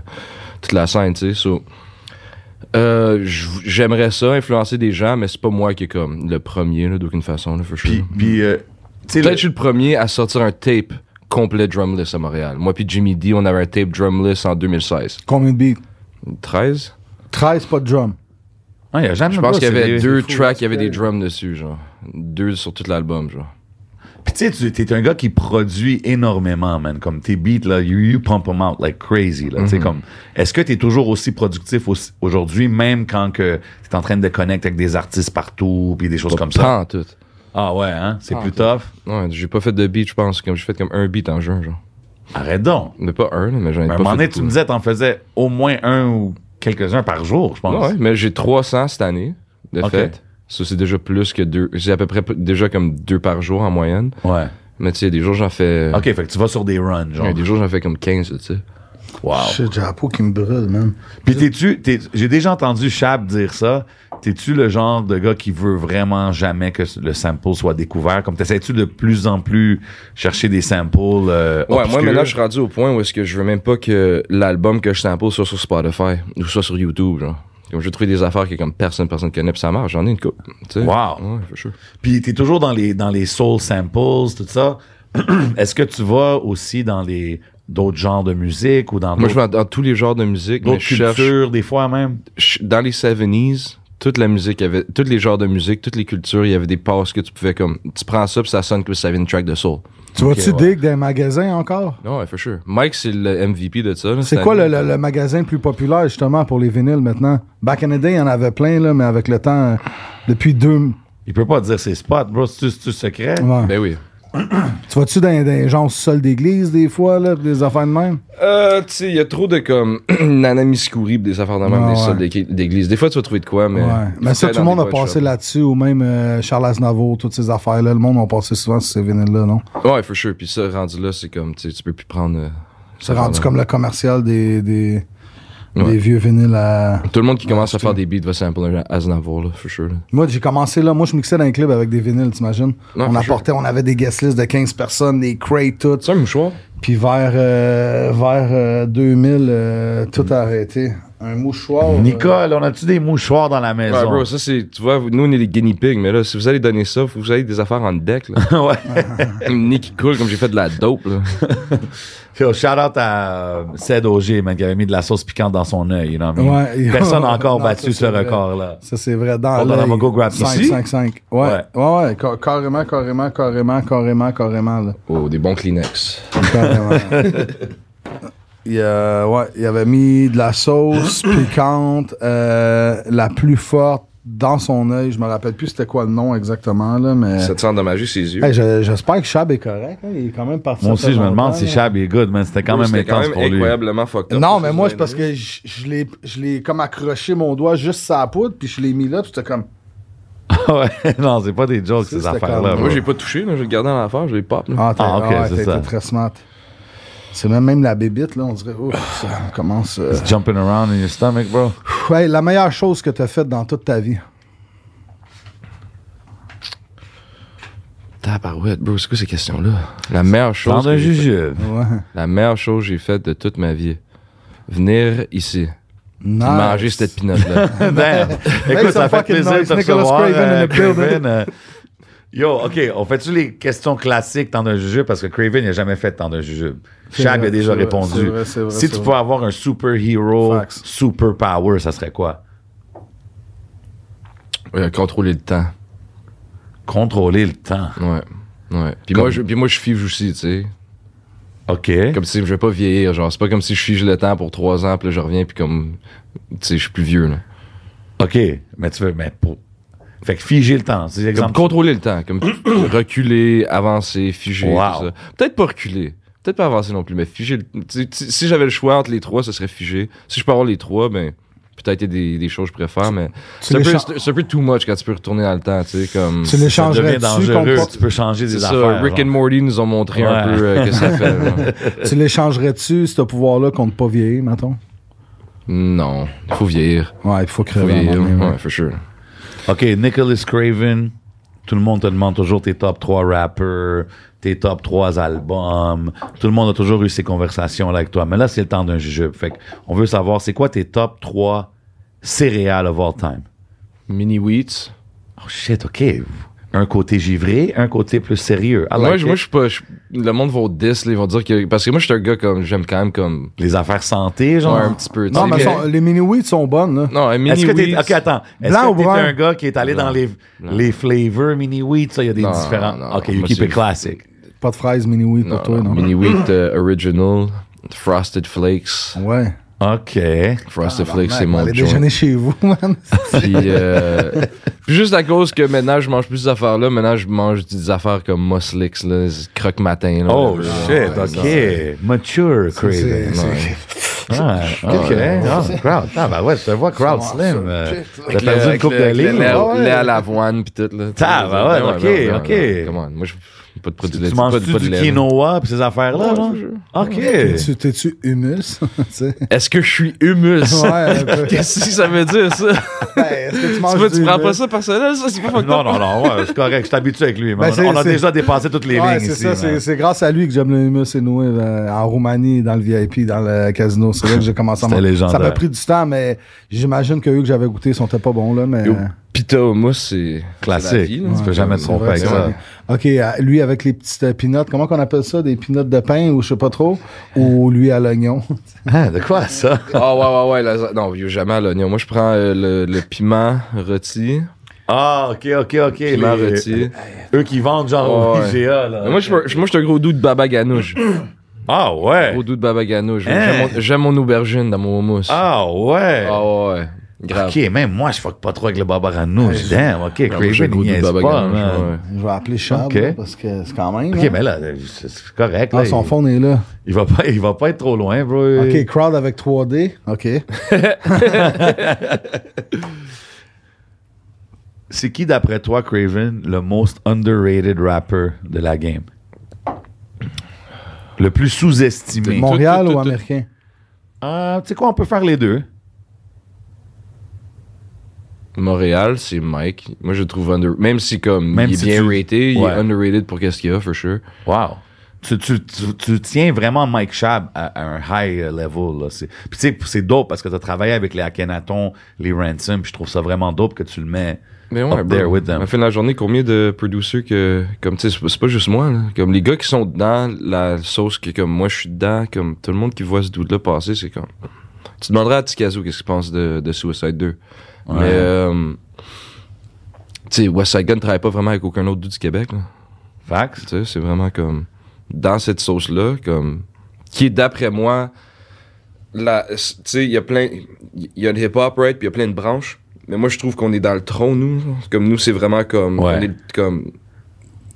G: toute la scène, tu sais. So, euh, j- J'aimerais ça, influencer des gens, mais c'est pas moi qui est comme le premier, là, d'aucune façon, là, for sure.
D: Puis, puis euh, tu sais,
G: Peut-être
D: le-
G: que je suis le premier à sortir un tape complet drumless à Montréal. Moi puis Jimmy D, on avait un tape drumless en 2016.
C: Combien de beats?
G: 13?
C: 13, pas de drum.
D: Ah, y a jamais
G: Je
D: pas,
G: pense qu'il y
D: c'est
G: avait
D: des-
G: deux
C: fou,
G: tracks, il y
C: c'est
G: avait des
C: vrai.
G: drums dessus, genre. Deux sur tout l'album, genre.
D: Puis tu sais, tu- t'es un gars qui produit énormément, man. Comme tes beats, là, you, you pump them out like crazy, là. Tu
G: Mm-hmm.
D: sais, comme, est-ce que t'es toujours aussi productif aussi- aujourd'hui, même quand que t'es en train de connecter avec des artistes partout, puis des choses comme ça?
G: Pas en tout.
D: Ah ouais, hein? C'est plus tough?
G: Ouais, j'ai pas fait de beat, je pense. Comme j'ai fait comme un beat en juin, genre.
D: Arrête donc.
G: Mais pas un, là, mais j'en ai
D: Mais Ben, à un
G: pas
D: moment
G: fait
D: donné, tu
G: beaucoup.
D: me disais, t'en faisais au moins un ou quelques-uns par jour, je pense.
G: Ouais, mais j'ai 300 cette année, de
D: Ok.
G: fait. Ça, c'est déjà plus que deux. C'est à peu près p- déjà comme deux par jour en moyenne.
D: Ouais.
G: Mais tu sais, des jours, j'en fais.
D: OK, fait que tu vas sur des runs, genre.
G: Ouais, des jours, j'en fais comme 15, là, tu sais.
D: Wow.
C: Shit, j'ai la peau qui me brûle, man.
D: Puis t'es-tu, t'es- j'ai déjà entendu Chab dire ça. T'es-tu le genre de gars qui veut vraiment jamais que le sample soit découvert? Comme t'essaies-tu de plus en plus chercher des samples euh,
G: Ouais,
D: obscurs?
G: moi maintenant je suis rendu au point où est-ce que je veux même pas que l'album que je sample soit sur Spotify ou soit sur YouTube, genre. Comme je trouve des affaires que comme personne, personne connaît, pis ça marche, j'en ai une coupe. Tu sais.
D: Wow.
G: Ouais, for sure.
D: Puis t'es toujours dans les dans les soul samples, tout ça. Est-ce que tu vas aussi dans les d'autres genres de musique ou dans
G: Moi je
D: d'autres
G: vais dans tous les genres de musique, mais
D: d'autres
G: je cherche
D: cultures des fois même?
G: je- dans les 70s, toute la musique avait tous les genres de musique, toutes les cultures, il y avait des passes que tu pouvais comme tu prends ça puis ça sonne que ça vient une track de soul.
C: Tu vas-tu
D: ouais.
C: dig des magasins encore?
G: Non, ouais, for sure. Mike c'est le MVP de ça. là,
C: C'est
G: cette
C: quoi le,
G: année.
C: le- le magasin le plus populaire, justement, pour les vinyles maintenant? Back in the day, il y en avait plein, là, mais avec le temps, euh, depuis deux.
D: Il peut pas dire ses spots, bro. C'est c'est secret.
C: ouais.
G: Ben oui.
C: Tu vas-tu dans des gens sol d'église, des fois, là, pis des affaires de même?
G: Euh, tu sais, il y a trop de comme Nana Miscouri pis des affaires de même,
C: Ah,
G: des
C: ouais.
G: soldes d'équi- d'église. Des fois, tu vas trouver de quoi, mais.
C: Ouais. Mais ça,
G: Faut
C: tout le
G: aller
C: monde
G: dans
C: a
G: des boîtes
C: passé
G: shop.
C: là-dessus, ou même euh, Charles Aznavour, toutes ces affaires-là. Le monde a passé souvent sur ces vinyles-là, non?
G: Ouais, for sure. Puis ça, rendu là, c'est comme, tu sais, tu peux plus prendre. euh,
C: C'est
G: ça
C: rendu
G: là.
C: comme le commercial des, des,
G: Ouais.
C: des vieux vinyles à.
G: Tout le monde qui commence à faire des beats va sampler un Aznavour, là, for sure. là.
C: Moi, j'ai commencé là. Moi, je mixais dans un club avec des vinyles, t'imagines?
G: Ouais,
C: on
G: for
C: apportait, on avait des guest lists de 15 personnes, des crates, tout.
G: C'est un mouchoir?
C: Puis vers, euh, vers euh, 2000, euh, tout
D: Mm.
C: a arrêté. Un mouchoir. euh,
D: Nicole, on a-tu des mouchoirs dans la
G: Ouais,
D: maison?
G: bro, ça, c'est. Tu vois, nous, on est les guinea pigs, mais là, si vous allez donner ça, faut que vous avez des affaires en deck, là.
D: ouais.
G: Une nez qui coule, comme j'ai fait de la dope, là.
D: Yo, shout out à euh, Ced Auger, man, qui avait mis de la sauce piquante dans son œil, you know what I mean?
C: Ouais.
D: Personne n'a encore
C: Non,
D: battu ce
C: ça, c'est vrai.
D: record-là.
C: Ça, c'est vrai. Dans
D: Oh, dans la Mongo Grab.
C: 5,
D: Ici?
C: 5, 5. Ouais. Ouais,
D: Ouais.
C: ouais. ca- carrément, carrément, carrément, carrément, carrément, là.
G: Oh, des bons Kleenex.
C: Carrément. Il, euh, ouais, il avait mis de la sauce piquante, euh, la plus forte dans son œil. Je me rappelle plus c'était quoi le nom exactement, là, mais.
G: Ça te sent endommagé ses yeux.
C: Hey, je- J'espère que Chab est correct. hein. Il est quand même parti. hein.
D: Moi
C: ça
D: aussi,
C: fait
D: je me demande
C: longtemps,
D: si
C: là.
D: Chab est good, man. C'était quand même
G: C'était quand
D: intense
G: même
D: pour lui.
G: incroyablement fucked up.
C: Non,
G: ça,
C: mais
G: ces
C: moi, c'est parce
G: années-là.
C: que je je l'ai, je l'ai comme accroché mon doigt juste sa poudre, puis je l'ai mis là, puis c'était comme.
D: ouais, non, c'est pas des jokes,
C: C'est-
D: ces
C: c'était
D: affaires-là.
C: comme-
D: bro.
G: Euh, Moi, j'ai pas touché, là, je le gardais dans l'affaire, je l'ai pop. là.
C: Ah, t'as-
D: Ah, ok,
C: ah ouais,
D: c'est
C: t'as
D: ça.
C: été très smart. C'est même, même la bébite, là, on dirait, ouf, ça commence. euh.
D: It's Jumping around in your stomach, bro.
C: Ouais, la meilleure chose que t'as faite dans toute ta vie.
G: Tabarouette, bro, c'est quoi ces questions-là? La meilleure chose.
D: Dans un
G: que j'ai
D: jujube.
C: Ouais.
G: faite- La meilleure chose que j'ai faite de toute ma vie. Venir ici.
C: Nice.
G: Manger cette pinotte-là.
D: Damn.
C: Make
D: Écoute,
C: some
D: ça fait
C: fucking
D: plaisir de
C: noise.
D: te
C: Nicholas
D: recevoir,
C: Craven in
D: euh,
C: the building.
D: Craven, euh, Yo, OK, on fait-tu les questions classiques tant d'un jujube? Parce que Craven n'a jamais fait tant d'un jujube.
C: C'est
D: Chab
C: vrai,
D: a déjà
C: c'est vrai, c'est
D: répondu.
C: vrai, c'est vrai,
D: si
C: c'est
D: tu
C: vrai.
D: pouvais avoir un super-héros,
C: Facts.
D: super-power, ça serait quoi?
G: Euh, contrôler le temps.
D: Contrôler le temps.
G: Ouais. Ouais. Puis, moi, je, puis moi, je fige aussi, tu sais.
D: OK.
G: Comme si je vais pas vieillir, genre. C'est pas comme si je fige le temps pour trois ans, puis là, je reviens, puis comme. Tu sais, je suis plus vieux, là.
D: OK, mais tu veux... Mais pour... Fait que figer le temps, c'est
G: Comme
D: l'exemple.
G: contrôler le temps, comme reculer, avancer, figer,
D: Wow.
G: tout ça. Peut-être pas reculer, peut-être pas avancer non plus, mais figer. le- tu- tu- Si j'avais le choix entre les trois, ce serait figer. Si je peux avoir les trois, ben peut-être il y a des, des choses que je préfère, mais c'est un,
C: les
G: peu,
C: chan-
G: c'est- c'est un peu too much quand tu peux retourner dans le temps, tu sais, comme.
C: Tu
G: C'est
C: les
D: Ça devient
C: changerais-tu
D: dangereux, tu
C: contre,
D: peux changer des
G: ça,
D: affaires.
G: Rick
D: genre.
G: and Morty nous ont montré un
D: Ouais.
G: peu euh, que ça fait. là.
C: tu les changerais-tu, ce pouvoir-là, contre pas vieillir, mettons?
G: Non, il faut vieillir.
C: Ouais, il faut
G: Faut
C: crever. à un
G: vieillir,
C: moment donné, ouais.
G: ouais, for sure.
D: OK, Nicholas Craven, tout le monde te demande toujours tes top 3 rappers, tes top 3 albums. Tout le monde a toujours eu ces conversations-là avec toi. Mais là, c'est le temps d'un jujube. Fait que on veut savoir, c'est quoi tes top 3 céréales of all time?
G: Mini Wheats.
D: Oh shit, OK. Un côté givré, un côté plus sérieux. I
G: moi,
D: like
G: je-
D: it.
G: moi, je suis pas. je- le monde va au 10, là, ils vont dire que. Parce que moi, je suis un gars comme. J'aime quand même comme.
D: Les affaires santé, genre.
G: Ouais, un petit peu. tu
C: Non,
G: sais,
C: mais
G: mais-
C: sont- les mini-weeds sont bonnes, là.
G: Non, un mini
D: Est-ce que t'es...
G: Wheats-
D: OK, attends. Est-ce
C: Blanc ou
D: que t'es
C: brun?
D: un gars qui est allé dans les, les flavors mini wheat? Ça, il y a des
G: Non,
D: différents...
G: non,
D: OK, you
G: moi,
D: keep
G: c'est-
D: it classic.
C: Pas de fraises mini-weeds
G: Non,
C: pour toi, non?
G: Mini Wheat euh, Original, Frosted Flakes.
C: Ouais.
D: OK.
G: Frosted Flakes, c'est
C: Mec,
G: mon
C: allez
G: joint.
C: déjeuner chez vous, man.
G: Puis, euh, puis juste à cause que maintenant, je mange plus ces affaires-là, maintenant, je mange des affaires comme Moslix, là, croque matin. Là,
D: Oh
G: whatever.
D: shit,
G: Ouais,
D: ok.
G: ouais.
D: Mature
C: C'est-
D: Craven.
C: c'est-
D: Ah, ok. Ah, crowd. Ah, bah ouais, je te vois crowd slim. euh, T'as
G: Le-
D: perdu une
G: avec
D: coupe
G: le-
D: de
G: avec le
D: lignes.
G: lait,
D: là.
G: au- lait à l'avoine, puis tout. Là,
D: Ah, bah ouais, ok,
G: non,
D: ok.
G: non, Come on, moi, je pas de produit
D: Tu
G: laitier, pas de-
D: manges-tu
G: pas de
D: du
G: lait, là.
D: quinoa pis ces affaires-là,
G: Ouais,
D: genre?
G: je-
D: Ah, Ok.
C: T'es-tu- T'es-tu humus? Tu sais?
G: Est-ce que je suis humus?
C: Ouais, un peu.
G: Qu'est-ce que ça veut dire, ça?
C: Ben, Est-ce que tu
G: Tu
C: manges
G: vois,
C: du
G: tu prends
C: humus?
G: pas ça personnel, ça? C'est pas fucked
D: Non,
G: up.
D: non, non, ouais, c'est correct, je t'habitue avec lui. mais
C: Ben,
D: on, on a
C: c'est-
D: déjà dépassé toutes les
C: Ouais,
D: lignes
C: c'est
D: ici.
C: ça,
D: man.
C: c'est- c'est grâce à lui que j'aime le humus et nous euh, en Roumanie, dans le VIP, dans le casino. C'est là que j'ai commencé à
D: C'était
C: manger. Ça
D: légendaire.
C: m'a pris du temps, mais j'imagine que eux que j'avais goûté ils sont pas bons, là, mais.
G: Yo, Pita au mousse, c'est. c'est la
D: Euh. Classique.
G: vie, là.
D: Tu peux jamais te
C: C'est
D: tromper
C: vrai,
D: avec
C: c'est
D: ça.
C: vrai. OK, euh, lui avec les petites euh, pinottes, comment qu'on appelle ça? Des pinottes de pain ou je sais pas trop? Ou lui à l'oignon?
D: Ah, de quoi ça?
G: Ah ouais, ouais, ouais. la- non, yo, jamais à l'oignon. Moi, je prends euh, le, le piment rôti.
D: Ah, ok, ok, ok.
G: Piment
D: les- Euh,
G: rôti.
D: Eux qui vendent genre au
G: Ouais.
D: IGA, là.
G: Mais Moi, je suis un- moi, je suis un gros doux de baba ganoush.
D: Ah, ouais.
G: Gros doux de baba ganoush.
D: Hein?
G: J'aime mon- J'aime mon aubergine dans mon houmous. Ah,
D: Ah, ouais.
G: ouais, ouais. Grave.
D: Ok, même moi, je fuck pas trop avec le babaranouche. Damn, hein, ok,
G: Moi, j'ai un
D: Craven, il
G: gros doux de
D: niaise
G: baba
D: pas,
G: ganoush.
D: man.
G: ouais.
C: Je vais appeler Charles,
D: Ok.
C: là, parce que c'est quand même.
D: Ok, ben,
C: là.
D: mais là, c'est c'est correct.
C: Ah,
D: là,
C: son
D: il,
C: fond est là.
D: il va pas, il va pas être trop loin, bro.
C: OK, crowd avec 3D. OK.
D: C'est qui, d'après toi, Craven, le most underrated rapper de la game? Le plus sous-estimé.
G: Mon-
C: Montréal ou
G: tout, tout, tout.
C: américain?
D: Ah, tu sais quoi, on peut faire les deux.
G: Montréal, c'est Mike. Moi, je le trouve under. Même si, comme,
D: Même
G: il est
D: si
G: bien
D: tu-
G: rated, il
D: Ouais.
G: est underrated pour qu'est-ce qu'il y a, for sure.
D: Wow. Tu, tu, tu, tu tiens vraiment Mike Shab à, à un high euh, level. Là. C'est- Puis tu sais, c'est dope parce que tu as travaillé avec les Akhenaton, les Ransom, puis je trouve ça vraiment dope que tu le mets.
G: Mais ouais,
D: Up
G: bro.
D: there with them.
G: À la fin de la journée, combien de producers que, comme, tu sais, c'est pas- c'est pas juste moi, là. Comme, les gars qui sont dedans, la sauce que, comme, moi, je suis dedans, comme, tout le monde qui voit ce doute-là passer, c'est comme. Tu demanderas à Tikazo qu'est-ce qu'il pense de, de Suicide 2. Mais, euh, tu sais, West Side Gun travaille pas vraiment avec aucun autre doute du Québec, là.
D: Fax?
G: Tu sais, c'est vraiment comme dans cette sauce là, comme qui est d'après moi la tu sais, il y a plein il y a le hip hop right, puis il y a plein de branches. Mais moi, je trouve qu'on est dans le tronc, nous. genre. Comme nous, c'est vraiment comme.
D: Ouais.
G: On est comme.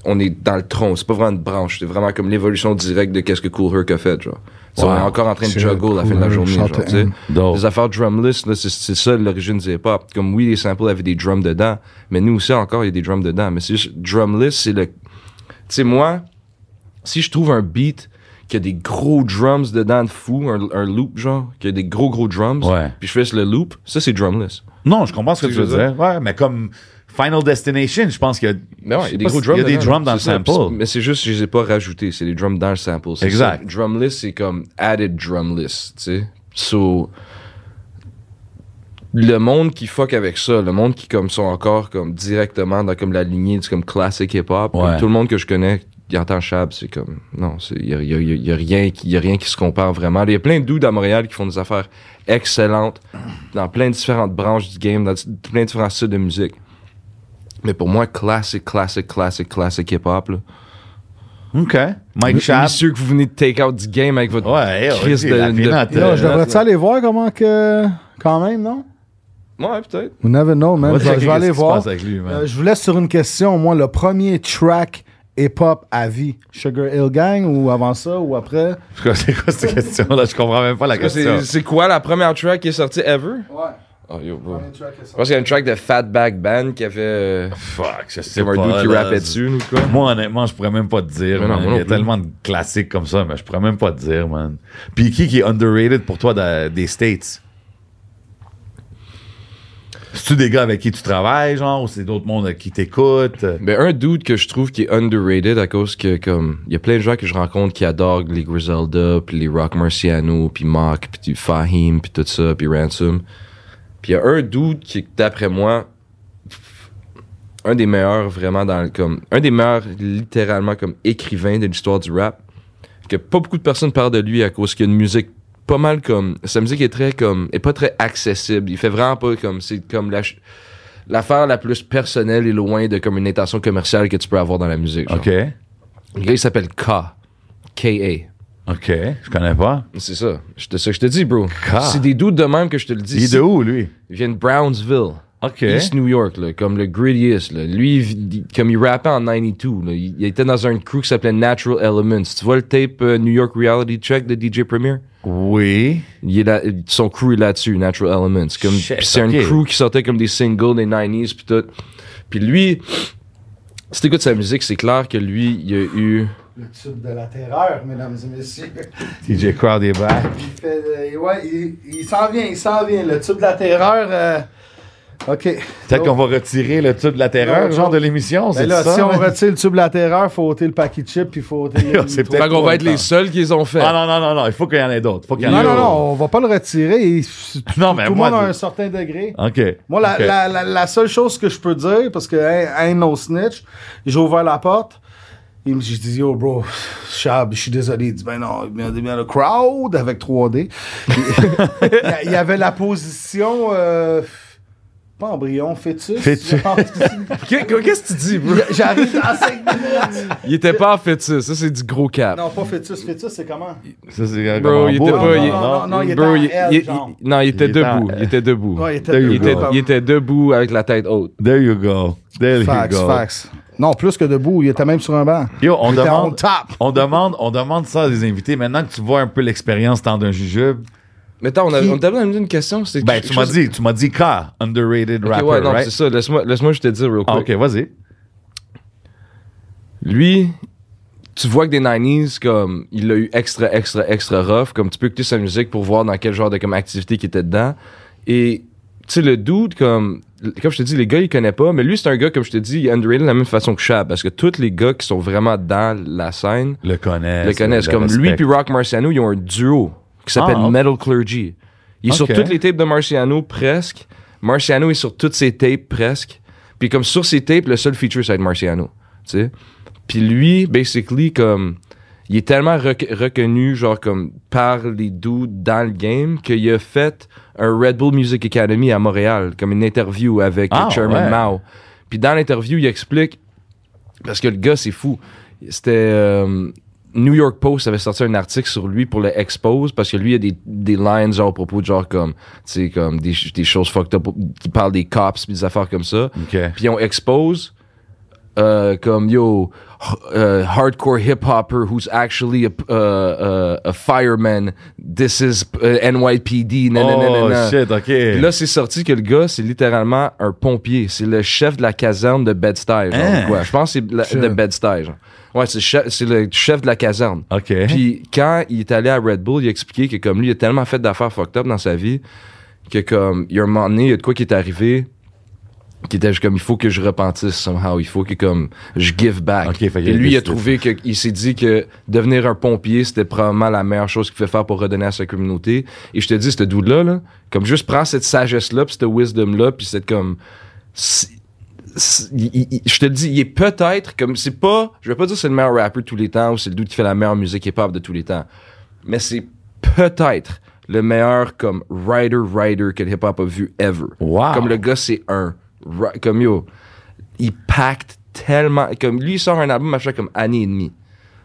G: On est dans le tronc. C'est pas vraiment une branche. C'est vraiment comme l'évolution directe de qu'est-ce que Cool Herc a fait, genre. Tu sais,
D: Wow.
G: On est encore en train de
C: C'est
G: juggle à la fin de la
C: Cool
G: journée,
C: Herc,
G: genre, tu sais.
C: Shot
D: Dope.
G: Les affaires drumless, là, c'est, c'est ça l'origine du hip-hop. Comme oui, les samples avaient des drums dedans, mais nous aussi encore, il y a des drums dedans. Mais c'est juste, drumless, c'est le. Tu sais, moi, si je trouve un beat qui a des gros drums dedans de fou, un, un loop, genre, qui a des gros, gros drums,
D: Ouais.
G: puis je fais le loop, ça, c'est drumless.
D: Non, je comprends ce que
G: Tu
D: tu veux
G: veux
D: dire. Ouais, mais comme Final Destination, je pense qu'il y a,
G: Mais Ben ouais, il y a des
D: je sais
G: gros
D: pas
G: drums.
D: s'il y a des
G: dedans,
D: drums dans le
G: c'est ça.
D: sample.
G: Puis c'est- Mais c'est juste, je les ai pas rajoutés. C'est les drums dans le sample. C'est
D: Exact.
G: ça. Drumless, c'est comme added drumless, tu sais. So, le monde qui fuck avec ça, le monde qui comme sont encore comme directement dans comme la lignée du comme classic hip-hop, comme
D: Ouais.
G: tout le monde que je connais qui entend Chab, c'est comme, non, c'est- il y a, il y a- il y a- il y a rien qui, il y a rien qui se compare vraiment. Il y a plein de dudes à Montréal qui font des affaires excellentes dans plein de différentes branches du game, dans plein de différents styles de musique. Mais pour moi, classique, classique, classique, classique hip-hop. là.
D: OK. Mike
G: Je suis
D: Schaap.
G: sûr que vous venez de take out du game avec votre
D: Ouais, hey,
G: crise
D: ok,
G: de.
D: la
G: de-
D: peanut,
C: Yo,
D: euh,
C: je devrais-tu aller voir comment que. Quand même, non?
G: Ouais, peut-être.
C: You never know,
D: on
C: man.
D: va
C: Je vais-
D: checker
C: je vais
D: qu'est-ce
C: aller
D: qui se
C: voir.
D: passe avec lui, man.
C: Euh, je vous laisse sur une question. Moi, le premier track hip-hop à vie. Sugar Hill Gang ou avant ça ou après?
D: C'est quoi- C'est quoi cette question là Je comprends même pas la question.
G: C'est c'est quoi la première track qui est sortie ever?
C: Ouais.
G: Oh yo, bro. Je pense qu'il y a une track de Fatback Band qui avait. euh,
D: Fuck, je sais
G: C'est
D: pas.
G: un dude qui
D: là,
G: rappait
D: c'est-
G: dessus, ou quoi?
D: Moi, honnêtement, je pourrais même pas te dire.
G: Mais non,
D: man.
G: moi non
D: Il y a
G: plus.
D: tellement de classiques comme ça, mais je pourrais même pas te dire, man. Puis qui qui est underrated pour toi de- des States C'est-tu des gars avec qui tu travailles, genre, ou c'est d'autres mondes qui t'écoutent
G: Mais un dude que je trouve qui est underrated à cause que, comme, il y a plein de gens que je rencontre qui adorent les Griselda, puis les Rock Marciano, puis Mock, puis du Fahim, puis tout ça, puis Ransom. Puis il y a un dude qui, d'après moi, un des meilleurs vraiment dans le, comme, un des meilleurs littéralement comme écrivain de l'histoire du rap, que pas beaucoup de personnes parlent de lui à cause qu'il y a une musique pas mal comme, sa musique est très comme, est pas très accessible. Il fait vraiment pas comme, c'est comme la, ch- l'affaire la plus personnelle et loin de comme une intention commerciale que tu peux avoir dans la musique. genre.
D: Ok.
G: Le gars, il s'appelle K. K.A.
D: Ok, je connais pas.
G: C'est ça. C'est ça que je te dis, bro.
D: K.
G: C'est des doutes de même que je te le dis.
D: Il est de où, lui
G: Il vient de Brownsville.
D: Ok.
G: East New York, là, comme le grittiest. Là. Lui, il vit- il- comme il rappait en 92, là, il, il était dans un crew qui s'appelait Natural Elements. Tu vois le tape euh, New York Reality Check de DJ Premier?
D: Oui.
G: Il est là- son crew est là-dessus, Natural Elements. Comme,
D: Shit,
G: pis c'est
D: ok.
G: un crew qui sortait comme des singles des 90s puis tout. Puis lui, si t'écoutes sa musique, c'est clair que lui, il a eu...
C: Le tube de la terreur, mesdames et messieurs.
D: TJ Crowd est back.
C: Il fait. euh, ouais, il, il s'en vient, il s'en vient. Le tube de la terreur. euh, OK.
D: Peut-être qu'on va retirer le tube de la terreur,
C: Non,
D: genre
C: non.
D: de l'émission,
C: Mais
D: c'est
C: là,
D: ça
C: si on
D: man?
C: retire le tube de la terreur, faut ôter le paquet de chips, puis faut ôter. le-
D: C'est
C: tout-
D: peut-être
G: Fait qu'on
D: pas
G: va être
D: le temps.
G: les seuls qui les ont fait.
D: Ah non, non, non, non, il faut qu'il y en ait d'autres. Faut qu'il y en
C: Non,
D: ait
C: non,
D: d'autres.
C: non, on va pas le retirer. Il- Tout
D: Non, mais
C: le
D: moi,
C: monde a
D: de-
C: un certain degré.
D: OK.
C: Moi, la,
D: OK.
C: la, la, la seule chose que je peux dire, parce que hein, hein, no snitch, j'ai ouvert la porte. Il me j'ai dit, yo, bro, Chab, je suis désolé. Il dit, ben non, il m'a dit, ben, le crowd avec 3D. il y avait la position, euh, pas embryon, fœtus.
D: Fœtus.
C: je pense.
G: Qu'est- Qu'est-ce que tu dis, bro?
C: J'arrive dans 5 minutes.
G: Il était pas en fait ça. Ça, c'est du gros cap.
C: Non, pas fœtus. Fœtus, c'est comment?
D: Ça, c'est
G: Bro, il était pas...
C: non,
G: il-
C: non, non, non, il était
G: Bro,
C: en
G: il-
C: L,
G: il-
C: genre.
G: il- non, il était
D: Il était en-
G: debout. Il était debout.
C: Ouais, il était,
D: There you
G: Il était,
D: go.
C: comme-
G: il était debout avec la tête haute.
D: There you go. There
C: Fax,
D: you go.
C: fax. Non, plus que debout, il était même sur un banc.
D: Yo, on
C: Il était on
D: demande,
C: top.
D: on demande, on demande ça à des invités. Maintenant que tu vois un peu l'expérience tant d'un jujube,
G: Mais attends, on, a,
C: Qui-
G: on t'avait demandé une question. c'est
D: ben
G: quelque
D: tu m'as
G: chose-
D: dit, tu m'as dit K, underrated
G: Ok,
D: rapper,
G: ouais, non, c'est
D: right?
G: ça. Laisse-moi laisse-moi je te dire real quick.
D: Ah, ok, vas-y.
G: Lui, tu vois que des 90s, comme, il l'a eu extra, extra, extra rough. Comme, tu peux écouter sa musique pour voir dans quel genre de comme, activité qu'il était dedans. Et, tu sais, le dude, comme, comme je te dis, les gars, ils connaissent pas. Mais lui, c'est un gars, comme je te dis, il est underrated de la même façon que Chab. Parce que tous les gars qui sont vraiment dans la scène
D: Le connaissent.
G: le connaissent. Comme lui puis Rock Marciano, ils ont un duo qui s'appelle
D: Ah, ok.
G: Metal Clergy. Il est sur
D: Ok.
G: toutes les tapes de Marciano, presque. Marciano est sur toutes ses tapes, presque. Puis comme sur ses tapes, le seul feature, c'est Marciano. Tu sais? Puis lui, basically, comme... Il est tellement rec- reconnu, genre, comme, par les dudes dans le game, qu'il a fait un Red Bull Music Academy à Montréal, comme une interview avec
D: Ah,
G: le Chairman
D: ouais.
G: Mao. Puis dans l'interview, il explique, parce que le gars, c'est fou. C'était, euh, New York Post avait sorti un article sur lui pour le expose parce que lui, il y a des, des lines genre au propos de genre comme, tu sais, comme des, ch- des choses fucked up qui parlent des cops pis des affaires comme ça.
D: OK.
G: Puis on expose euh, comme yo h- euh, hardcore hip hopper who's actually a, euh, euh, a fireman. This is euh, NYPD. Nan, nan, nan, nan,
D: Oh,
G: nan.
D: shit, OK.
G: Puis là, c'est sorti que le gars, c'est littéralement un pompier. C'est le chef de la caserne de Bed-Stuy. genre,
D: Hein?
G: ou quoi. Je pense que c'est la- de Bed-Stuy. genre. Ouais, c'est che- c'est le chef de la caserne.
D: OK.
G: Puis quand il est allé à Red Bull, il a expliqué que comme lui, il a tellement fait d'affaires fucked up dans sa vie que comme, il y a un moment donné, il y a de quoi qui est arrivé qui était juste comme il faut que je repentisse somehow il faut que comme je give back
D: Ok, fait qu'il
G: et
D: a
G: lui il a
D: décidé.
G: trouvé que il s'est dit que devenir un pompier c'était probablement la meilleure chose qu'il pouvait faire pour redonner à sa communauté et je te dis ce dude là là comme juste prends cette sagesse là puis cette wisdom là puis cette comme si- si- il- il- il- je te le dis, il est peut-être comme c'est pas, je vais pas dire c'est le meilleur rapper de tous les temps ou c'est le dude qui fait la meilleure musique hip-hop de tous les temps, mais c'est peut-être le meilleur comme writer writer que le hip-hop a vu ever.
D: Wow.
G: Comme le gars c'est un ra- comme yo, il pacte tellement comme lui il sort un album à chaque comme année et demie.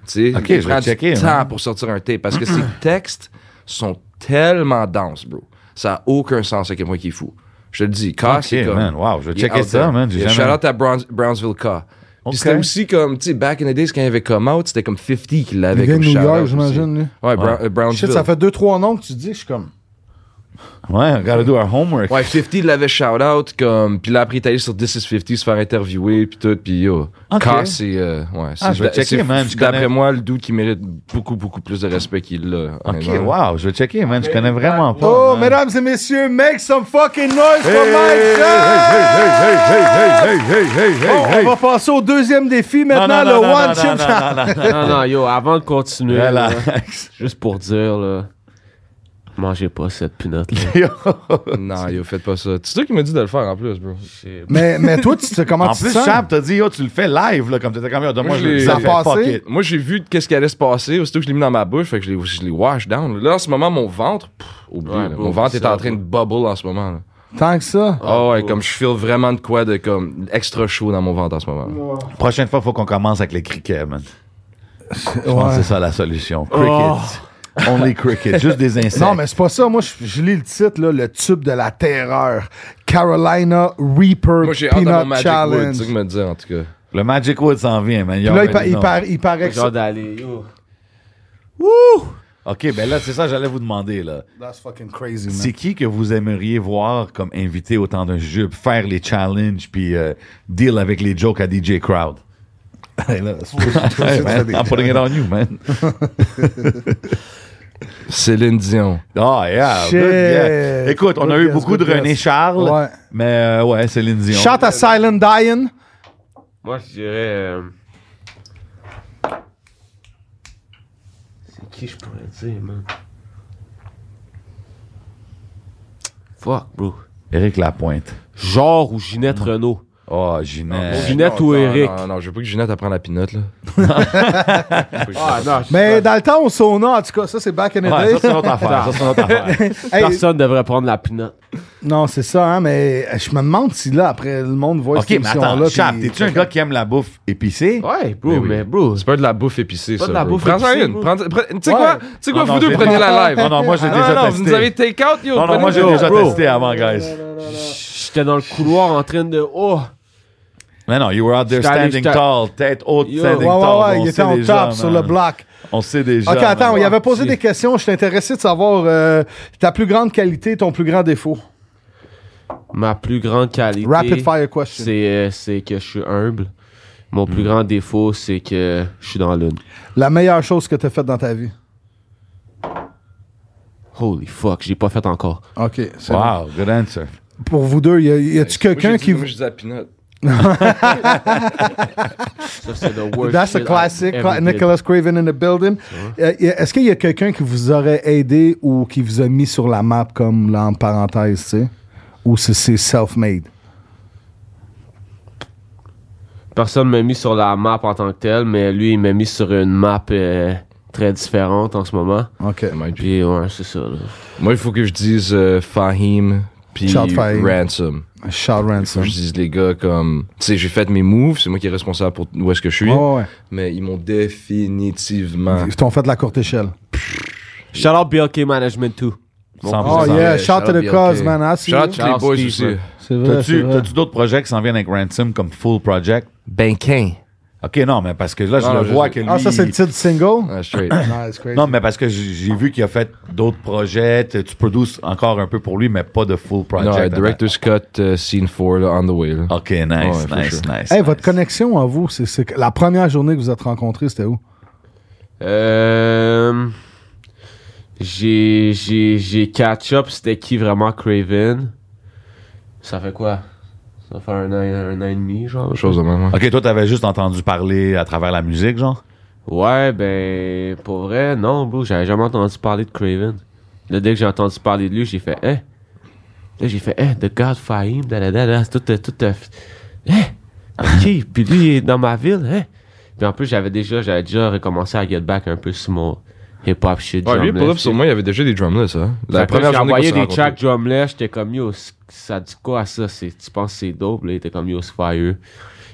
G: Tu sais,
D: Ok,
G: il
D: je vais
G: prend du
D: checker,
G: temps
D: hein.
G: pour sortir un tape parce que ses textes sont tellement denses, bro. Ça a aucun sens à quel point qu'il est fou. Je te le dis, K,
D: Ok,
G: Ah, c'est comme.
D: man, wow, je vais
G: il est
D: checker
G: out
D: ça,
G: there.
D: man, j'ai
G: Yeah,
D: jamais-
G: Shout out à Browns- Brownsville K.
D: Ok.
G: Puis c'était aussi comme, tu sais, back in the days, quand il avait come out, c'était comme 50 qui
C: Il
G: l'avait
C: vient
G: comme
C: de New
G: shout
C: York,
G: out
C: j'imagine,
G: aussi.
C: lui.
G: Ouais, Brown- euh, Brownsville.
C: Shit, ça fait deux, trois noms que tu dis, je suis comme.
D: Ouais, gotta do our homework.
G: Ouais, 50 l'avait shout out, comme. Puis là, après, il est allé sur This is 50 se faire interviewer, puis tout, puis yo.
D: Ok. Ah,
G: K, c'est. euh, ouais, c'est-
D: je vais checker,
G: c'est-
D: man, je
G: D'après
D: connais-
G: moi, le dude qui mérite beaucoup, beaucoup plus de respect qu'il a.
D: OK,
G: honnêtement.
D: wow, je vais checker, man. Je connais vraiment pas.
C: Oh,
D: man.
C: mesdames et messieurs, make some fucking noise
D: Hey,
C: for Mike Jack!
D: hey, hey, hey, hey, hey, hey, hey, hey,
C: Bon,
D: hey, hey.
C: on va passer au deuxième défi
D: Non,
C: maintenant,
D: non, non,
C: le
D: non,
C: One
D: non,
C: Chip
D: non,
C: Challenge.
D: non, non, non.
E: Non, non, yo, avant de continuer, là,
D: Relax.
E: juste pour dire, là, mangez pas cette pinotte là
G: Non, yo, faites pas ça. C'est toi qui m'as dit de le faire en plus, bro.
C: Mais, mais toi, tu sais comment
D: En
C: tu te
D: plus,
C: sens?
D: Chab t'as dit, yo, tu le fais live, là, comme t'étais comme, yo, donne-moi
G: Moi, je
D: le-
G: l'ai-
D: ça
G: j'ai
D: fait
C: passé.
D: fuck it.
G: Moi, j'ai vu qu'est-ce qui allait se passer, aussitôt que je l'ai mis dans ma bouche, fait que je l'ai, je l'ai wash down. Là, en ce moment, mon ventre, pff, oublié,
E: Ouais,
G: là.
E: bon,
G: mon ventre est
E: ça,
G: en train de bubble en ce moment. Là.
C: Tant que ça.
G: Ah ouais, comme je feel vraiment de quoi de comme extra chaud dans mon ventre en ce moment. là.
D: Prochaine fois, faut qu'on commence avec les criquets, man. Je pense que Ah, c'est ça la solution. Crickets. Only crickets. Juste des insectes.
C: Oh. Non, mais c'est pas ça. Moi, je, je lis le titre, là, le tube de la terreur. Carolina Reaper
G: Moi, j'ai hâte
C: Peanut
G: d'avoir Magic Wood, c'est
C: Challenge.
G: ça que me dit en tout cas.
D: Le Magic Wood s'en vient, man. You
C: Puis là, il,
D: already
C: par- il
D: know.
C: par- il paraît que
E: Genre
C: ça...
E: d'aller, yo.
D: OK, ben là, c'est ça que j'allais vous demander, là.
C: That's fucking crazy, man.
D: C'est qui que vous aimeriez voir comme invité au temps d'un jupe, faire les challenges, puis euh, deal avec les jokes à DJ Crowd?
C: Hey, là, c'est- c'est-
D: Hey,
C: c'est-
D: man,
C: c'est-
D: I'm putting it on you, man.
G: Céline Dion.
D: Oh, yeah.
C: Shit.
D: good, yeah. Écoute, on
C: Good
D: a eu
C: guess,
D: beaucoup
C: good
D: de René
C: guess.
D: Charles,
C: Ouais.
D: mais euh, ouais, Céline Dion.
C: Shout à Silent Diane.
E: Moi, je dirais. euh, C'est qui je pourrais dire, man? Fuck, bro.
D: Éric Lapointe.
E: Genre ou Ginette Renault.
D: Oh, Ginette.
E: Ginette
G: Non,
E: ou
G: non,
E: Eric?
G: Non, non, je veux pas que Ginette apprenne la pinotte, là.
E: Ah, non, je-
C: Mais dans le temps au sauna, en tout cas, ça, c'est back in the
D: Ouais,
C: day.
D: ça, c'est notre affaire. Ça, c'est notre affaire.
C: Hey,
E: Personne devrait prendre la pinotte.
C: non, c'est ça, hein, mais je me demande si là, après, le monde voit
D: OK,
C: cette
D: mais attends,
C: émission-là.
D: Chap,
C: puis-
D: t'es-tu un gars qui aime la bouffe épicée?
E: Ouais, bro, mais,
G: oui.
E: bro.
G: C'est pas de la bouffe épicée,
E: Pas
G: ça.
E: de la
G: bro.
E: bouffe
G: Prends-en
E: épicée,
G: une.
E: bro.
G: Prends- prends- Tu sais
C: Ouais.
G: quoi? Tu sais quoi,
D: Non,
G: vous
D: non,
G: deux
D: j'ai-
G: prenez la live.
D: Non, non, moi, j'ai
C: Ah,
G: non,
D: déjà
G: non,
D: testé.
G: vous nous avez take out, yo.
D: Non, non,
G: prenez-
D: moi, j'ai
E: Yo,
D: déjà
E: bro.
D: testé avant, guys.
E: J'étais dans le couloir en train de. Oh!
D: Mais non, you were out there
E: J'étais allé,
D: standing
E: j'étais-
D: tall, tête haute,
E: Yo.
D: standing
C: Ouais, ouais,
D: tall.
C: ouais,
D: On
C: il
D: sait
C: était en
D: déjà,
C: top sur le
D: man.
C: bloc.
D: On sait déjà.
C: Ok, attends,
D: man.
C: il avait posé
D: Si.
C: des questions. Je suis intéressé de savoir euh, ta plus grande qualité et ton plus grand défaut.
E: Ma plus grande qualité.
C: Rapid fire question.
E: C'est euh, c'est que je suis humble. Mon plus grand défaut, c'est que je suis dans l'une.
C: La meilleure chose que tu as faite dans ta vie.
E: Holy fuck, j'ai pas fait encore.
C: OK. c'est bon.
D: Wow, good answer.
C: Pour vous deux, y a- y a-tu
G: Moi, j'ai
C: quelqu'un
G: dit-
C: qui.
G: Moi, je dis la pinotte.
E: Ça, c'est the worst
C: That's a
E: shit I've
C: classic.
E: ever
C: cla-
E: did.
C: Nicholas Craven in the building. Euh, y a- Est-ce qu'il y a quelqu'un qui vous aurait aidé ou qui vous a mis sur la map, comme là, en parenthèse, tu sais? Ou c'est- c'est self-made?
E: Personne m'a mis sur la map en tant que telle, mais lui, il m'a mis sur une map euh, très différente en ce moment.
C: OK.
E: Puis, ouais, c'est ça. là.
G: Moi, il faut que je dise euh, Fahim puis
C: Shout Fahim. Mm-hmm.
G: Ransom.
C: Charles Ransom.
G: Je dis les gars comme, tu sais, j'ai fait mes moves, c'est moi qui est responsable pour où est-ce que je suis,
C: Ouais, ouais, ouais.
G: mais ils m'ont définitivement.
C: Ils t'ont fait de la courte échelle.
E: Shout out BLK Management too.
C: Oh
G: C'est
C: yeah,
G: vrai,
C: shout out to the
G: BLK.
C: cause, man. I see
G: Shout out
C: you.
G: to les boys
E: Steve,
G: aussi.
E: man.
C: C'est vrai, c'est
D: T'as-tu
C: vrai.
D: t'as-tu d'autres projets qui s'en viennent avec Ransom comme full project?
G: Ben qu'un.
D: Ok, non, mais parce que là, je
G: Non,
D: le
G: je
D: vois
G: sais.
D: que lui.
C: Ah, ça, c'est le titre du single?
G: Ah, straight.
C: Non, it's crazy.
D: Non, mais parce que j'ai j'ai vu qu'il a fait d'autres projets. Tu tu produis encore un peu pour lui, mais pas de full project.
G: non, Director's Cut, euh, Scene 4, là, on the way.
E: Ah,
G: là.
D: Ok, nice,
G: Ouais, for
D: nice,
G: sure.
D: nice.
C: Hey,
D: nice.
C: votre connexion à vous, c'est- c'est que la première journée que vous êtes rencontrés, c'était où?
E: Euh, j'ai, j'ai, j'ai catch up, c'était qui vraiment Craven? Ça fait quoi? Ça fait un an, un an et demi, genre?
G: Quelque Chose de même. hein. ouais.
D: Ok, toi, t'avais juste entendu parler à travers la musique, genre?
E: Ouais, ben, pour vrai, non, bro, j'avais jamais entendu parler de Craven. Là, dès que j'ai entendu parler de lui, j'ai fait, hein? Là, j'ai fait, hein, The God Fahim, da da da da, c'est tout, euh, tout, euh, hein? Ok, puis lui, il est dans ma ville, hein? Puis en plus, j'avais déjà, j'avais déjà recommencé à get back un peu sur mon hip-hop shit.
G: Ouais, lui,
E: drumless
G: pour
E: shit.
G: sur moi, il y avait déjà des drumless. Hein. La
E: Fait que
G: première
E: j'ai
G: journée qu'on
E: envoyé
G: s'est
E: des
G: rencontrés.
E: tracks drumless, j'étais comme yo, c- ça dit quoi ça? C'est- Tu penses que c'est dope? Là, il était comme yo, c'est fire.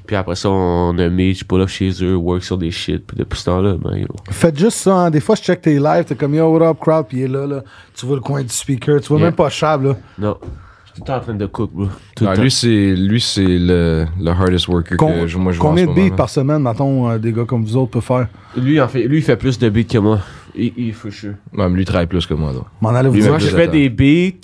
E: Puis après ça, on a mis du pull-up chez eux, work sur des shit. Puis depuis ce temps-là, ben yo.
C: Faites juste ça. hein. Des fois, je check tes lives, t'es comme yo, what up, crowd, puis il est là, là. Tu vois le coin du speaker, tu vois
E: Yeah.
C: même pas Chab, là.
E: Non. Je suis tout le temps en train de cook, bro. Tout
G: Ah,
E: le temps.
G: lui, c'est lui, c'est le, le hardest worker
C: Con-
G: que je- moi je vois en
C: combien
G: ce
C: de
G: moment,
C: beats
G: là.
C: par semaine, mettons, euh, des gars comme vous autres peuvent faire?
E: Lui, en fait, lui, il fait plus de beats que moi. Il, il for sure.
G: Ouais, mais lui, il travaille plus que moi. donc.
C: M'en allez vous
G: Lui,
C: dire.
E: Moi, je
G: plus
E: fais
G: de
E: des beats.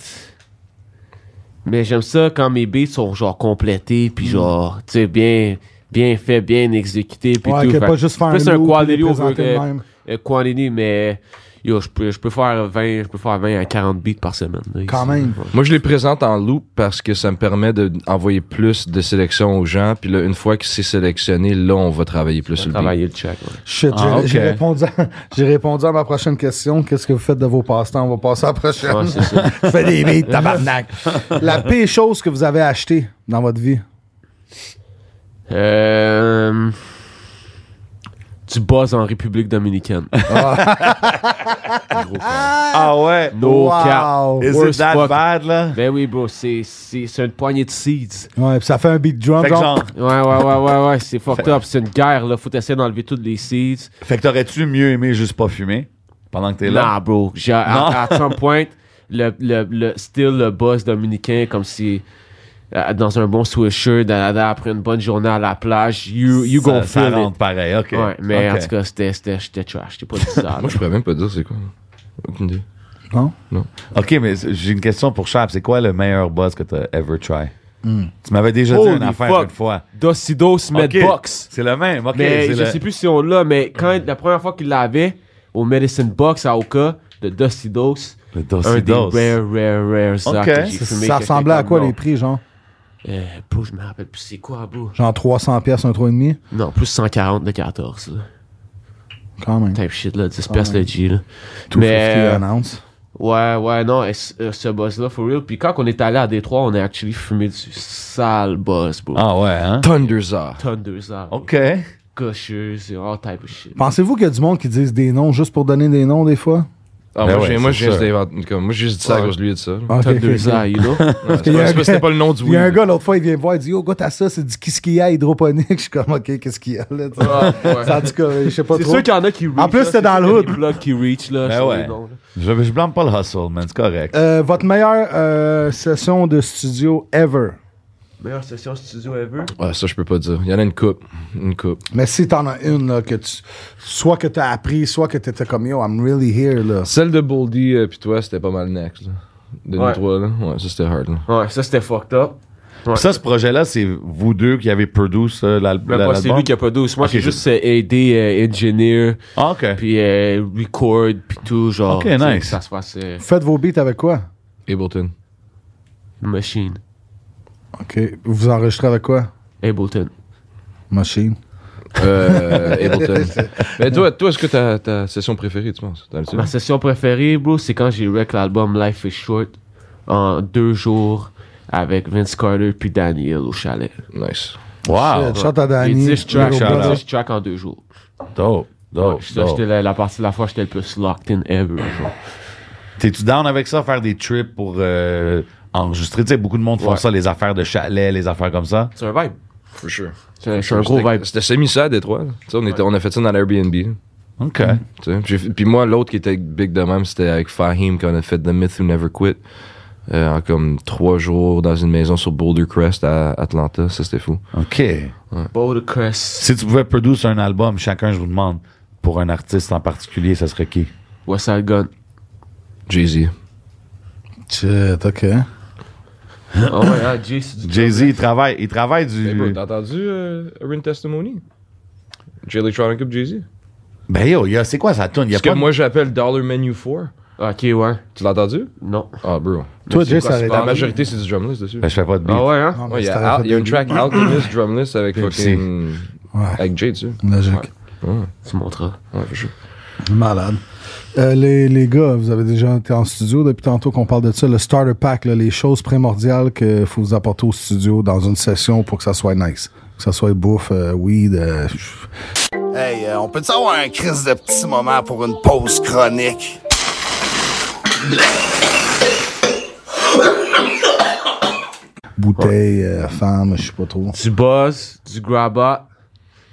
E: Mais j'aime ça quand mes beats sont genre complétés, puis genre, tu sais, bien, bien fait, bien exécuté, puis
C: Ouais,
E: tout.
C: que
E: Fait
C: pas juste faire un
E: plus un
C: loop, puis
E: quality
C: les
E: over
C: présenter
E: que-
C: de même.
E: euh, quantity, mais yo, je peux, je peux faire 20, je peux faire 20 à 40 beats par semaine. là,
C: Quand
E: ici.
C: même.
G: Moi, je les présente en loop parce que ça me permet d'envoyer plus de sélection aux gens. Puis là, une fois que c'est sélectionné, là, on va travailler plus sur le beat.
E: Travailler le check. ouais.
C: Shit, j'ai-
D: Ah, ok.
C: j'ai répondu, à- j'ai répondu à ma prochaine question. Qu'est-ce que vous faites de vos passe-temps? On va passer à la prochaine.
E: Ouais, c'est ça.
C: Je fais des beats, tabarnak. la pire chose que vous avez achetée dans votre vie.
E: Euh, du buzz en République Dominicaine.
D: Ah ouais?
E: No
C: Wow.
E: cap.
D: Is it
E: Worst
D: that
E: fuck.
D: bad, là?
E: Ben oui, bro, c'est c'est- c'est une poignée de seeds.
C: Ouais, puis ça fait un beat drum.
D: Fait que,
C: genre,
D: genre,
E: Ouais, ouais, ouais, ouais, ouais, c'est fucked up. C'est une guerre, là. Faut essayer d'enlever toutes les seeds.
D: fait que t'aurais-tu mieux aimé juste pas fumer pendant que t'es là?
E: Nah, bro. J'ai- À, à some point, le, le, le style, le boss dominicain, comme si euh, dans un bon swisher, da, da, da, après une bonne journée à la plage, you, you
D: ça,
E: gon'
D: ça
E: feel
D: rentre
E: it.
D: pareil, ok.
E: Ouais, mais
D: Ok.
E: en tout cas, c'était, c'était, j'étais trash. J'étais pas dit ça.
G: Moi, je pourrais même pas dire c'est quoi. Aucune idée.
C: Non?
D: Ok, mais c'est- j'ai une question pour Chap. C'est quoi le meilleur buzz que t'as ever try?
C: Hmm.
D: Tu m'avais déjà dit
E: Holy
D: une affaire
E: fuck.
D: une fois.
E: Docido se met
D: Ok,
E: box.
D: C'est le même, ok.
E: Mais
D: c'est
E: je
D: le-
E: sais plus si on l'a, mais quand la première fois qu'il l'avait au Medicine Box à Oka, de Dusty Dose,
D: le
E: un des
D: Docidos.
E: rare, rare, rare sacs
D: Ok.
E: que j'ai
C: Ça,
E: fumé,
C: ça
E: que
C: ressemblait à
E: j'étais
C: quoi
E: comme,
C: les prix, genre?
E: non. Euh, bro, je me rappelle plus c'est quoi, bro.
C: Genre 300 pièces, un 3,5?
E: Non, plus 140 de 14, là.
C: Quand même.
E: Type shit, là, 10 piastres
C: Ah ouais. hein.
E: le G, là.
C: 250
E: Mais, euh,
C: an ounce.
E: ouais, ouais, non, et ce euh, ce buzz-là, for real. Puis quand on est allé à Détroit, on a actually fumé du sale buzz, bro.
D: Ah ouais, hein?
G: Thunderzar.
E: Tonne deux heures.
D: Ok.
E: Gaucheuse, all type of shit.
C: Pensez-vous qu'il y a du monde qui disent des noms juste pour donner des noms des fois?
G: Ah,
D: Ben
G: moi,
D: ouais,
G: j'ai- moi,
D: c'est
G: je
D: ça.
G: viens d'inventer- comme, moi, j'ai juste dit ça à
E: Ouais.
G: cause de lui et de ça.
C: Ah, ok,
E: Tonne
C: ok,
E: deux
C: ok.
E: heures, you know?
G: Ouais, c'est
C: y a un
G: pas- c'est pas- C'était pas le nom du
C: Il y a un
G: weed.
C: gars l'autre fois, il vient me voir, il dit Yo, gars, t'as ça, c'est du qu'est-ce qu'il y a hydroponique. Je suis comme, ok, qu'est-ce qu'il y a là? tu sais. Ça, en tout cas, je sais pas
E: Ah, C'est
C: trop.
E: sûr qu'il y en a qui reach.
C: En plus,
E: là,
C: c'était dans
E: sûr
C: le
E: qu'il y a
C: hood.
E: des blogs qui reach, là.
D: Ben
E: sur les
D: ouais.
E: noms, là.
D: Je, je blâme pas le hustle, man. C'est correct.
C: Euh, votre meilleure euh, session de studio ever.
E: Meilleure session studio ever.
G: Ouais, ça, je peux pas dire. Il y en a une coupe. Une coupe.
C: Mais si t'en as une, là, que tu, soit que t'as appris, soit que t'étais comme Yo, I'm really here, là.
G: Celle de Boldy euh, puis toi, c'était pas mal next. Là. De
E: Ouais.
G: nous trois, là. Ouais, ça, c'était hard. Là.
E: Ouais, ça, c'était fucked up.
D: Ça, ce projet-là, c'est vous deux qui avez produit euh, l'al-
E: Même
D: l'album?
E: Ben, pas, c'est lui qui a produit. Moi,
D: Ok,
E: j'ai
D: je-
E: juste euh, aidé euh, Engineer,
D: Ah, ok.
E: puis euh, Record, puis tout, genre.
D: Ok,
E: tu sais,
D: nice.
E: que Ça se passe euh,
C: Faites vos beats avec quoi?
G: Ableton.
E: Machine,
C: Ok. Vous enregistrez avec quoi?
E: Ableton.
C: Machine.
G: Euh, Ableton. Mais toi, toi est-ce que t'as ta session préférée, tu penses? T'as l'habitude?
E: Ma session préférée, bro, c'est quand j'ai rec l'album Life is Short en deux jours avec Vince Carter puis Daniel au chalet.
G: Nice.
D: Wow.
G: Ah,
C: Shit, shout à
E: Les
C: Danny.
E: 10 tracks,
C: Little
D: shout-out.
E: les
C: brother.
E: 10 tracks en deux jours.
D: Dope.
E: Ouais,
D: Dope.
E: ça,
D: dope.
E: j'étais la, la partie de la fois j'étais le plus locked in ever. genre.
D: T'es-tu down avec ça, faire des trips pour euh, enregistrer? Tu sais, beaucoup de monde font
E: Ouais.
D: ça, les affaires de chalet, les affaires comme ça.
E: C'est un vibe.
G: For sure.
E: C'est c'est un gros
G: C'était-
E: vibe.
G: C'était semi ça à Détroit. là. Tu sais, on, était, on a fait ça dans l'Airbnb. là,
D: OK.
E: Mm-hmm.
G: tu sais. J'ai fait- Puis moi, l'autre qui était big de même, c'était avec Fahim qu'on a fait The Myth Who Never Quit. euh, en comme trois jours dans une maison sur Boulder Crest à Atlanta. Ça, c'était fou.
D: OK.
E: Boulder Crest,
D: Si tu pouvais produire un album, chacun, je vous demande, pour un artiste en particulier, ça serait qui?
E: West Side Gun.
G: Jay-Z.
C: Shit, ok.
E: Ah ouais, ah, Jay, c'est du
D: Jay-Z, il travaille, il travaille
G: Hey bro,
E: Ben,
D: du...
G: t'as entendu euh, Rin Testimony? Jay Electronica pis Jay-Z?
D: Ben yo, y a- c'est quoi ça tourne? Y a
G: Ce que
D: pas de-
G: moi j'appelle Dollar Menu 4.
E: Ah, Ok, ouais.
G: Tu l'as entendu?
E: Non.
G: Ah, bro.
J: Toi, Jay, ça
G: La
J: arrête.
G: majorité, c'est du drumless dessus.
D: Ben, je fais pas de beat.
E: Ah ouais, hein?
G: Ouais, Il y, a Al- il y a une track Alchemist drumless avec fucking.
C: Ouais,
G: Avec Jay dessus.
C: logique.
E: Tu montras.
G: Ouais, for sure.
C: Malade. Euh, les, les gars, vous avez déjà été en studio depuis tantôt qu'on parle de ça, le starter pack, là, les choses primordiales qu'il faut vous apporter au studio dans une session pour que ça soit nice. Que ça soit bouffe, euh, weed. euh, pff.
K: Hey, euh, on peut-tu avoir un crise de petit moment pour une pause chronique?
C: bouteille, euh, femme, je sais pas trop.
E: Du buzz, du grabba,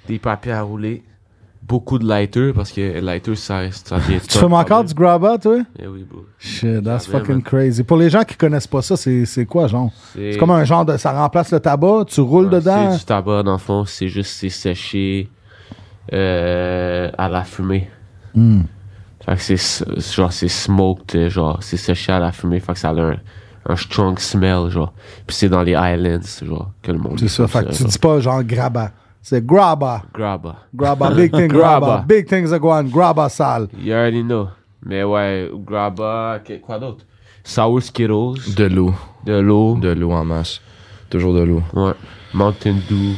E: des papiers à rouler, beaucoup de lighter parce que lighter, ça, ça vient
C: Tu fais encore du grabba, toi?
E: Eh oui, bro.
C: Shit, that's
E: Ça vient,
C: fucking
E: man.
C: crazy. Pour les gens qui connaissent pas ça, c'est c'est quoi, genre?
E: C'est
C: C'est comme un genre de. Ça remplace le tabac, tu roules
E: Ouais,
C: dedans.
E: C'est du tabac, dans le fond. C'est juste, c'est séché euh, à la fumée.
C: Hmm.
E: Fait que c'est s- genre, c'est smoked, euh, genre, c'est séché à la fumée. Fait que ça a un, un strong smell, genre. Puis c'est dans les islands, genre, que le monde.
C: C'est ça, fait que tu dis pas genre grabba. C'est grabba.
E: Grabba.
C: Grabba, big thing, grabba.
E: Grabba.
C: Big things are going, grabba sale.
E: You already know. Mais ouais, grabba, que- quoi d'autre? Sour Skittles, de,
G: De l'eau.
E: l'eau,
G: De l'eau en masse. Toujours de l'eau.
E: ouais. Mountain Dew,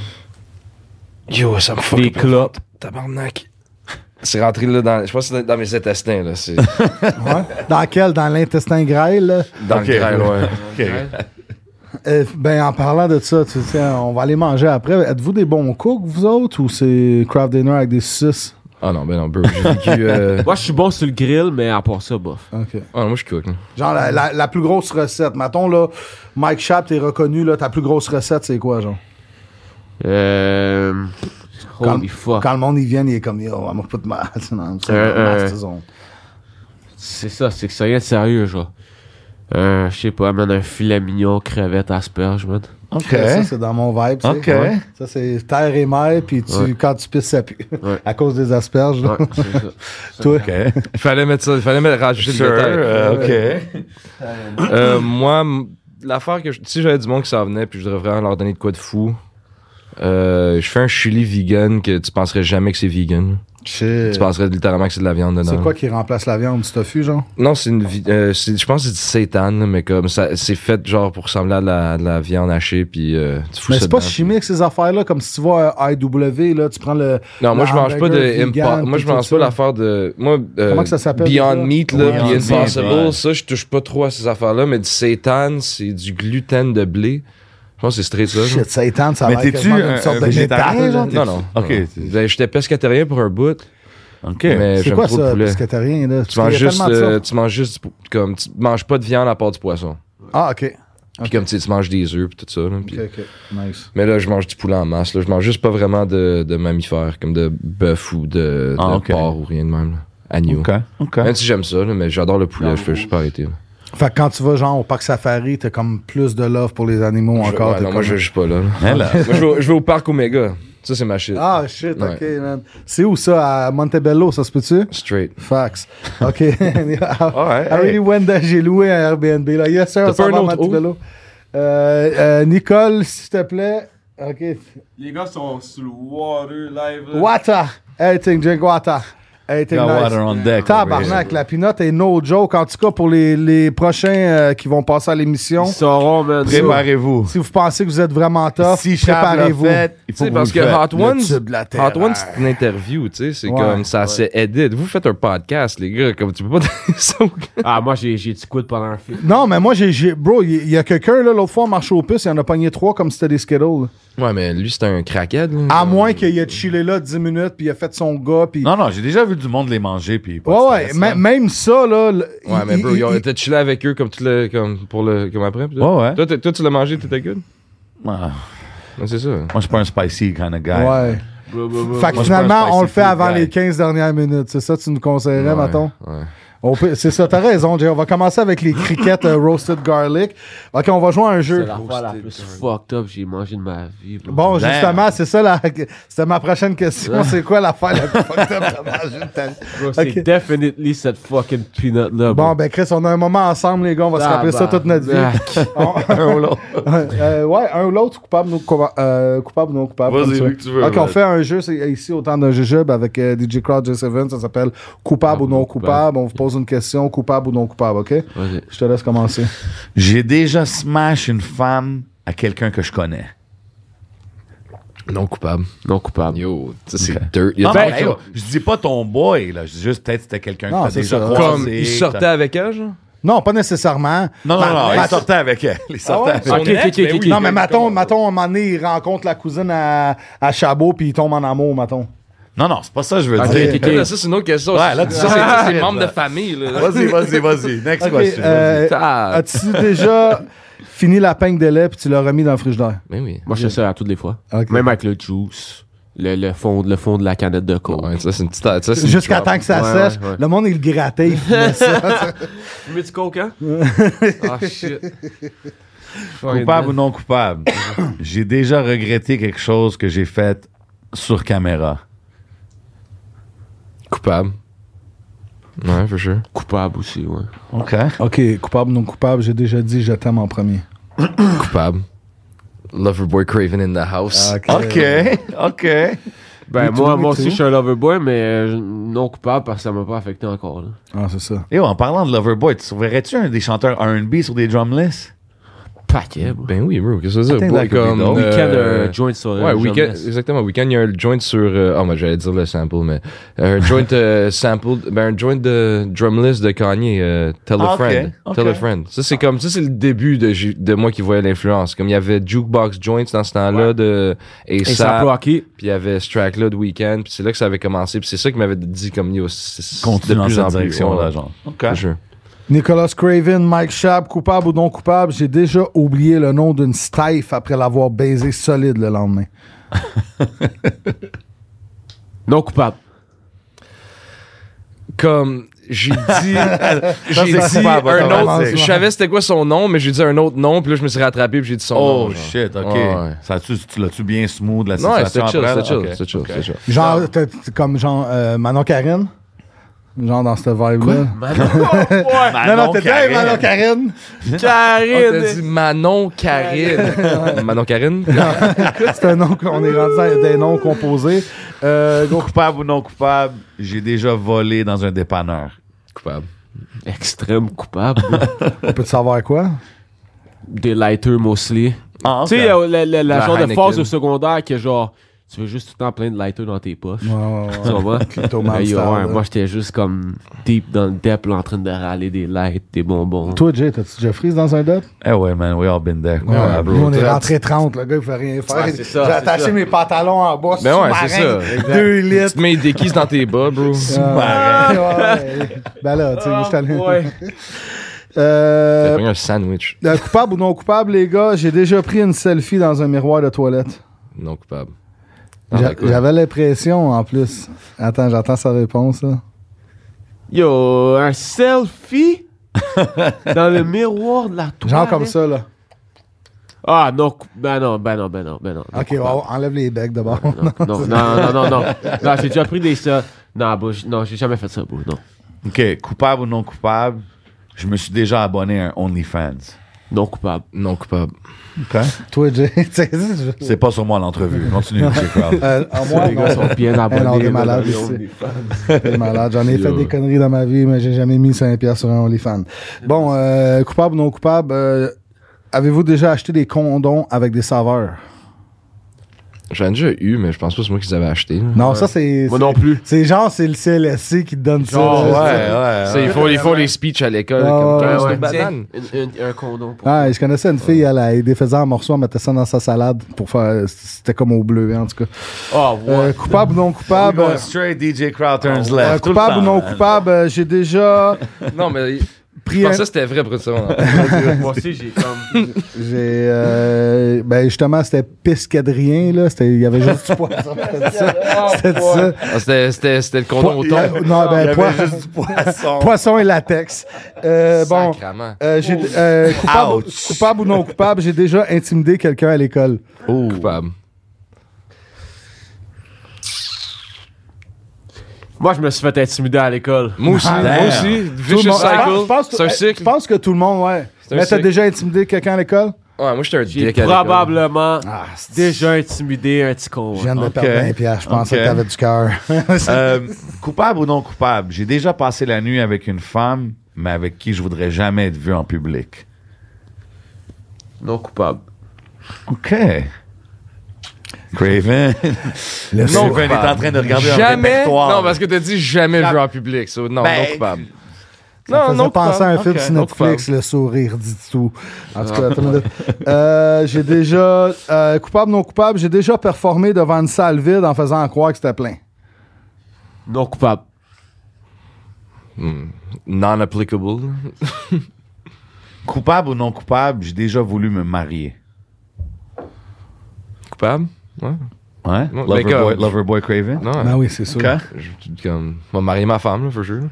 G: Yo, ça me fuck.
E: des clopes.
G: Tabarnak. C'est rentré là dans. Je pense que c'est dans- dans mes intestins là. C'est dans
C: Ouais. Dans quel? Dans l'intestin grêle. là?
G: le grêle, ouais.
C: Euh, ben, en parlant de ça, tu sais, on va aller manger après. Êtes-vous des bons cooks, vous autres, ou c'est craft dinner avec des saucisses?
G: Ah non, ben non, bro. J'ai vécu. euh,
E: Moi, je suis bon sur le grill, mais à part ça, bof.
C: OK.
G: Ah non, moi je cook. là.
C: Genre, la, la- la plus grosse recette. Mettons, là, Mike Schaap, t'es reconnu, là, ta plus grosse recette, c'est quoi, genre?
E: Euh,
C: Quand-
E: holy fuck.
C: Quand le monde, il vient, il est comme, yo, on m'a pas de mal. C'est dans- c'est
E: Euh,
C: dans la
E: euh.
C: saison.
E: C'est ça, c'est que ça vient de sérieux, genre. Un, je sais pas, man, un filet mignon, crevette, asperge, man.
D: OK.
C: Ça, c'est dans mon vibe. tu sais.
D: Ok.
C: Ouais. Ça, c'est terre et mer, puis tu,
E: Ouais.
C: quand tu pisses, ça pue.
E: Ouais.
C: À cause des asperges. là.
E: Ouais, c'est ça.
C: Toi,
D: OK.
G: Fallait mettre ça, fallait mettre rajouter
D: Sure,
G: le détail.
D: euh, OK.
G: Euh, moi, m- l'affaire que je- si j'avais du monde qui s'en venait, puis je devrais vraiment leur donner de quoi de fou. euh, je fais un chili vegan que tu penserais jamais que c'est vegan.
C: shit.
G: Tu penserais littéralement que c'est de la viande dedans.
C: c'est quoi qui remplace la viande du tofu, genre?
G: Non, c'est une. vi- euh, c'est- je pense que c'est du seitan, là, mais comme ça, c'est fait genre pour ressembler à de la, de la viande hachée, puis euh, tu fous
C: Mais
G: ça
C: c'est pas
G: dedans.
C: chimique, ces affaires-là. Comme si tu vas à IW, là, tu prends le.
G: Non, moi
C: le
G: je mange pas de.
C: hamburger vegan,
G: impa- Moi
C: puis
G: je
C: tout
G: mange
C: ça.
G: pas l'affaire de. Moi, euh,
C: Comment que ça s'appelle,
G: Beyond
C: déjà?
G: Meat, là,
D: Beyond
G: puis
D: Meat,
G: Impossible,
D: ouais.
G: ça, je touche pas trop à ces affaires-là, mais du seitan, c'est du gluten de blé. Je pense que c'est straight ça. genre.
C: Shit, Satan, ça a
D: Mais
C: l'air
D: t'es-tu
C: quasiment
D: un,
C: une sorte
D: un
C: de
D: végétarien?
C: végétarien, genre?
D: là?
G: Non, non.
D: OK.
G: Ben, j'étais pescatérien pour un bout,
D: OK.
G: mais
C: C'est
G: Eh, j'aime
C: quoi
G: trop le
C: ça,
G: poulet.
C: parce que t'as rien, là?
G: Tu
C: Il
G: manges,
C: y a
G: juste,
C: tellement de ça.
G: euh, tu manges juste, du pou- comme, tu manges pas de viande à part du poisson.
C: Ah, ok.
G: Puis comme, tu sais, tu manges des œufs, puis tout ça. là, puis-
C: Ok, ok. Nice.
G: Mais là, je mange du poulet en masse. Là. Je mange juste pas vraiment de, de mammifères, comme de bœuf ou de, de
D: Ah, ok.
G: porc ou rien de même. là. Agneau.
D: OK. OK.
G: Même si j'aime ça, là, mais j'adore le poulet, je peux juste pas arrêter. là.
C: Fait que quand tu vas, genre, au parc safari, t'as comme plus de love pour les animaux
G: Je-
C: encore.
G: ouais,
C: t'es
G: non, moi,
C: comme-
G: je suis pas là. là.
D: Hein, là?
G: moi, je vais, je vais au parc Omega. Ça, c'est ma shit.
C: Ah, shit, ok,
G: Ouais.
C: man. C'est où ça? À Montebello, ça se peut-tu?
G: Straight.
C: Fax. OK. I
D: hey.
C: really went there. J'ai loué un Airbnb. Là. Yes, sir.
G: T'as
C: on s'en
G: pas un
C: va à
G: autre haut?
C: Montebello. Euh, euh, Nicole, s'il te plaît. OK.
E: Les gars sont sous le water live.
C: Water. Everything, drink water. Everything
D: Got
C: nice.
D: water on deck.
C: Tabarnak, la pinotte est no joke. En tout cas, pour les, les prochains euh, qui vont passer à l'émission,
E: Ils sauront, man.
D: Préparez-vous.
C: si vous pensez que vous êtes vraiment tough, préparez-vous.
D: il
G: Tu
D: faut
G: sais,
D: que
G: parce
D: parce
G: que Hot Ones, Hot Ones,
C: terreur.
G: c'est une interview, tu sais, c'est
C: Ouais.
G: comme ça c'est edit. Vous faites un podcast, les gars, comme tu peux pas dire ça. au-
E: Ah, moi, j'ai j'ai du coude pendant un film.
C: Non, mais moi, j'ai, j'ai- bro, il y, il y a quelqu'un, là, l'autre fois, on marchait au puce, il en a pogné trois comme si c'était des Skittles.
G: Ouais, mais lui, c'était un crackhead. là.
C: À moins qu'il ait chillé là 10 minutes, puis il a fait son gars, puis.
D: Non, non, j'ai déjà vu du monde les manger. Puis pas de
C: ouais, ouais,
D: stress,
C: mê-
D: là.
C: même ça, là. le-
G: Ouais,
C: il-
G: mais bro,
C: il-
G: yo,
C: il-
G: t'as chillé avec eux comme, tu l'as- comme, pour le, comme après. pis tout.
D: Ouais, ouais.
G: Toi, t'es- toi, tu l'as mangé, t'étais good.
D: Ah,
G: Ouais, c'est ça.
D: moi, je suis pas un spicy kind of guy.
C: Ouais. Fait que
D: Moi, je pense
C: finalement,
D: pas
C: on
D: que
C: le
D: c'est
C: fait
D: cool,
C: avant
D: guy.
C: les 15 dernières minutes. C'est ça, que tu nous conseillerais,
G: Ouais,
C: mettons?
G: ouais.
C: On peut- C'est ça, t'as raison, Jay. On va commencer avec les criquettes euh, roasted garlic. Ok, on va jouer à un
E: C'est
C: jeu.
E: la fois la plus fucked up que j'ai mangé de ma vie. bro.
C: Bon,
D: Damn.
C: justement, c'est ça, la... c'était ma prochaine question. C'est quoi l'affaire la plus fucked up que t'as mangé de ta vie?
E: Bro, c'est
C: ok.
E: definitely cette fucking peanut là.
C: Bon, ben Chris, on a un moment ensemble, les gars. On va se rappeler ça toute notre vie. On- Euh, ouais, un ou l'autre, coupable, non coupa- euh, coupable, non coupable.
D: Vas-y,
C: comme tu
D: lui
C: veux.
D: que tu veux,
C: Ok, on
D: man.
C: fait un jeu c'est euh, ici au temps d'un jujube avec euh, DJ Crowd J7. Ça s'appelle Coupable ou non coupable. On vous pose une question, coupable ou non coupable, ok?
E: Vas-y.
C: Je te laisse commencer.
D: J'ai déjà smash une femme à quelqu'un que je connais.
G: Non coupable.
E: Non coupable.
G: Yo, ça, c'est
D: Ok.
G: dirt. Il y a Ben,
D: Non,
G: tellement
D: non,
G: de
D: hey,
G: choses.
D: oh, je dis pas ton boy, là. Je dis juste peut-être c'était quelqu'un
C: Non,
D: que t'as
C: c'est
D: déjà
C: ça.
D: croisé.
G: Comme, il sortait
D: t'as-
G: avec elle, genre?
C: Non, pas nécessairement.
D: Non, non,
C: Ma-
D: non,
C: ma-
D: il sortait avec elle. Il sortait
C: Ah
D: avec
C: ouais?
E: Ok,
G: ben
E: ok, ok, ok.
C: Non, mais Maton, Maton, à un moment donné, il rencontre la cousine à, à Chabot, puis il tombe en amour, Maton.
D: Non, non, c'est pas ça que je veux
E: Ok,
D: dire.
E: ok, ok.
G: Là, là, ça, c'est une autre question.
D: Ouais, là, tu-
G: ça, c'est- ça, c'est membre de famille. Là.
D: Vas-y, vas-y, vas-y. Next
C: Ok,
D: question. vas-y.
C: euh,
E: Ah,
C: As-tu déjà fini la peigne de lait, puis tu l'as remis dans le frigidaire?
G: Mais oui.
E: Moi, je fais ça à toutes les fois.
C: Ok.
E: Même avec le juice, le, le, fond, le fond de la canette de coke.
G: Ouais, ça, c'est une petite. ça, c'est une
C: Jusqu'à
G: petite-
C: temps que ça
G: Ouais,
C: sèche,
G: ouais, ouais.
C: le monde, il le grattait, il fumait ça.
E: Tu mets du coke, hein?
G: Ah, shit.
D: Coupable ou non coupable? j'ai déjà regretté quelque chose que j'ai fait sur caméra.
G: Coupable. Ouais, for sure.
E: Coupable aussi, ouais.
D: OK.
B: Ok, coupable, non coupable, j'ai déjà dit je t'aime en premier.
G: Coupable. Loverboy Craven in the house.
D: Ah, OK, OK.
E: Ben,
B: Me
E: moi,
B: too,
E: moi
B: me
E: aussi,
B: too.
E: je suis un lover boy, mais euh, non coupable parce que ça m'a pas affecté encore. là.
B: Ah, c'est ça.
D: Et en parlant de Loverboy, tu verrais-tu un des chanteurs R&B sur des drumless?
E: Paquet, bro.
G: Ben oui, bro. Qu'est-ce que ça veut
D: Attends,
G: dire? Boy,
D: like, Weeknd,
E: Weekend,
G: euh,
E: euh, joint sur euh,
G: Ouais, weekend,
E: jeunesse.
G: exactement. Weekend, il y a un joint sur. euh, oh, moi, j'allais dire le sample, mais. Un joint euh, sample. Ben, un joint de drumlist de Kanye, euh, Tell a
D: Ah, ok,
G: Friend.
D: ok.
G: Tell a Friend. Ça, c'est comme. Ça, c'est le début de, ju- de moi qui voyais l'influence. Comme il y avait Jukebox Joints dans ce temps-là de
E: Et ça
G: ASAP.
E: a hockey.
G: Puis il y avait ce track-là de Weekend. Puis c'est là que ça avait commencé. Puis c'est ça qui m'avait dit, comme, yo, c'est- c'est
D: Continue
G: de
D: dans
G: plus
D: cette
G: en plus.
D: direction-là,
G: ouais. Hein?
D: genre. OK.
G: For sure.
C: Nicolas Craven, Mike Schaap, coupable ou non coupable, j'ai déjà oublié le nom d'une stife après l'avoir baisé solide le lendemain.
E: Non coupable.
G: comme j'ai dit, j'ai dit
D: c'est coupable,
G: un
D: ça,
G: autre.
D: c'est-
G: Je savais c'était quoi son nom, mais j'ai dit un autre nom, puis là je me suis rattrapé, puis j'ai dit son nom.
D: Oh,
G: genre.
D: shit, OK.
G: Ouais, ouais.
D: Ça, tu, tu l'as-tu bien smooth, la
G: Non, ouais,
D: situation
G: c'était chill,
D: après,
G: c'était
D: là?
G: chill,
D: Ok.
G: c'était chill, c'était chill.
C: Ah, Genre, t'es- t'es comme genre euh, Manon Karine? Genre dans cette vibe-là. Non, non,
D: Manon
C: t'es
D: Carré.
C: hey, Manon Karine!
G: Oh, t'as dit Manon Karine. Manon Karine?
C: C'est un nom qu'on est rendu à des noms composés. Euh, go.
D: Coupable ou non coupable, j'ai déjà volé dans un dépanneur.
G: Coupable.
E: Extrême coupable.
C: On peut te savoir quoi?
E: Des lighters mostly.
D: Ah,
E: Tu sais, euh, la, la- la
G: La
E: genre de
G: Heineken.
E: phase au secondaire que genre, tu veux juste tout le temps plein de lighters dans tes poches.
C: Ouais, ouais, ouais.
E: Tu vois?
C: Clitoman
E: Ben, yo,
C: style,
E: ouais,
C: là.
E: moi, j'étais juste comme deep dans le depth, là, en train de râler des lights, des bonbons.
C: Toi, Jay, t'as-tu déjà freeze dans un dub?
D: Eh ouais, man, we all been there. Ouais, bro.
C: Nous, on est
G: t'as-
C: rentré 30, le gars, il fait rien faire.
E: Ouais, c'est ça,
C: J'ai
E: c'est
C: attaché
E: ça.
C: mes pantalons en bas,
G: Ben ouais,
C: sous-marin,
G: c'est ça, exact.
C: deux litres.
G: Tu te mets des keys dans tes bas, bro.
C: Ah, ouais, ouais. Ben là, tu sais, moi, je suis allé-
E: Ouais.
G: T'as
C: Euh,
G: pris un sandwich.
C: euh, coupable ou non coupable, les gars, j'ai déjà pris une selfie dans un miroir de toilette.
G: Non coupable.
C: J'a- J'avais l'impression, en plus. Attends, j'attends sa réponse, là.
E: Yo, un selfie dans le miroir de la toile.
C: Genre comme ça, là.
E: Ah non, cou- ben non, ben non, ben non, ben non. non,
C: Ok,
E: coupable.
C: on enlève les becs d'abord.
E: Non, non, non, non, non, non. Non, j'ai déjà pris des ça. Non, bro, j- non, j'ai jamais fait ça, bro. Non,
D: OK, coupable ou non coupable, je me suis déjà abonné à un OnlyFans.
E: non coupable.
G: Non coupable.
D: OK?
C: Toi, Jay, tu sais, je-
D: C'est pas sur moi l'entrevue. Continue, J. Crowd.
C: euh, en moi,
E: Les gars
C: non.
E: sont bien abonnés.
C: non, Ah ben, des
E: là,
C: malades
E: dans
C: ici.
E: les OnlyFans.
C: T'es malade. J'en ai fait
E: Yo.
C: des conneries dans ma vie, mais j'ai jamais mis 5 pierre sur un OnlyFans. Bon, euh, coupable ou non coupable, euh, avez-vous déjà acheté des condoms avec des saveurs?
G: J'en ai déjà eu, mais je pense pas que c'est moi qui les avais achetés. là.
C: Non, ça, c'est.
E: Moi
C: c'est-
E: non plus.
C: C'est genre, c'est le CLSC qui te donne ça.
E: Genre,
C: là.
G: Ça, ils, font, ils font les speeches à l'école.
C: Ouais,
G: comme
C: Ah, ouais,
G: Toast
E: ouais.
G: de banane.
E: un condom pour.
C: Ah, je connaissais une fille, elle, elle défaisait en morceaux, elle mettait ça dans sa salade pour faire. C'était comme au bleu, hein, en tout cas.
E: Oh, ouais.
C: Euh, coupable ou non coupable.
D: Going straight DJ crowd turns
C: euh,
D: left. tout le
C: coupable ou
D: temps,
C: non
D: man.
C: coupable, euh, j'ai déjà
G: Non, mais je
C: pris un.
G: pensais que c'était vrai pour ça.
E: Moi aussi, j'ai comme.
C: J'ai. euh, ben, justement, c'était piscadrien, là. c'était- Il y avait juste du poisson. C'était ça. C'était ça.
G: Ah, C'était c'était- c'était le condom
C: Poi-
G: au
C: il y a-
G: thon.
C: Non,
D: Il y
C: ben,
D: avait
C: poi-
D: juste du poisson.
C: poisson et latex. Euh, bon.
G: Sacrement.
C: euh, j'ai, euh, coupable,
D: Ouch.
C: coupable ou non coupable, j'ai déjà intimidé quelqu'un à l'école.
D: Oh.
G: Coupable.
E: Moi, je me suis fait intimider à l'école.
G: Moi aussi. Moi
D: Damn.
G: aussi.
C: Ah, Tout le
G: Vicious
C: monde- Ah, Je pense- je
G: cycle.
C: pense-
G: C'est un
C: hey,
G: cycle.
C: Je pense que tout le monde, ouais.
G: C'est un
C: Mais t'as
G: cycle.
C: déjà intimidé quelqu'un à l'école?
G: Ouais, moi, j'étais un
E: J'ai
G: dick à l'école.
E: probablement
C: Ah.
E: déjà intimidé un petit con. hein.
C: Je viens de
D: Ah, Ok.
C: perdre 20 piastres. Je pensais
D: Ok.
C: que t'avais du cœur.
D: Euh, coupable ou non coupable, j'ai déjà passé la nuit avec une femme, mais avec qui je voudrais jamais être vu en public.
E: Non coupable.
D: OK. Craven.
C: Le
D: Non,
C: sucre.
D: Craven est en train de regarder un
G: Jamais.
D: répertoire.
G: Non, parce que t'as dit jamais vu en public. so non,
D: Ben,
G: non coupable.
C: Ça me faisait penser à un
G: coupable.
C: film
G: Ok,
C: sur
G: non
C: Netflix,
G: coupable.
C: Le sourire dit tout. En tout cas, attends une minute. Euh, j'ai déjà. euh, coupable, non coupable, j'ai déjà performé devant une salle vide en faisant croire que c'était plein.
E: Non coupable.
G: Non-applicable.
D: Coupable ou non coupable, j'ai déjà voulu me marier.
G: Coupable? Ouais.
D: Hein?
G: Ouais,
D: Loverboy
G: ben, comme-
D: Loverboy Craven.
G: Non,
C: Ben oui, c'est sûr.
D: OK.
G: je, comme, je vais marier ma femme, là, for sure.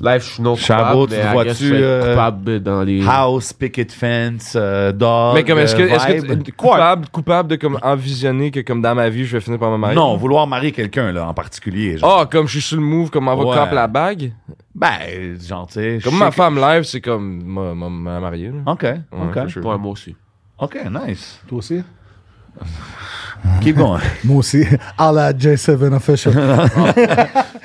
E: Live, je suis non coupable.
D: Chabot, tu
E: mais
D: te
E: I
D: vois-tu,
E: guess je vais être
D: euh,
E: coupable dans les.
D: House, picket fence, euh,
C: Ah,
D: dog.
G: Mais comme, est-ce que,
D: euh,
G: est-ce que
D: vibe.
G: t- coupable, coupable de comme envisionner que comme dans ma vie, je vais finir par me marier?
D: Non, vouloir marier quelqu'un, là, en particulier. genre.
G: Ah, comme je suis sur le move, comme on va
D: Ouais.
G: camp la bague.
D: Ben, genre, tu sais. je
G: Oh. Comme
D: sais
G: ma
D: que-
G: femme live, c'est comme ma, ma, ma mariée. Là.
D: OK, Ah, OK.
G: for sure.
E: Ouais, moi aussi.
D: OK, nice.
C: Toi aussi?
D: Keep going.
C: Moi aussi. À la J7 Official.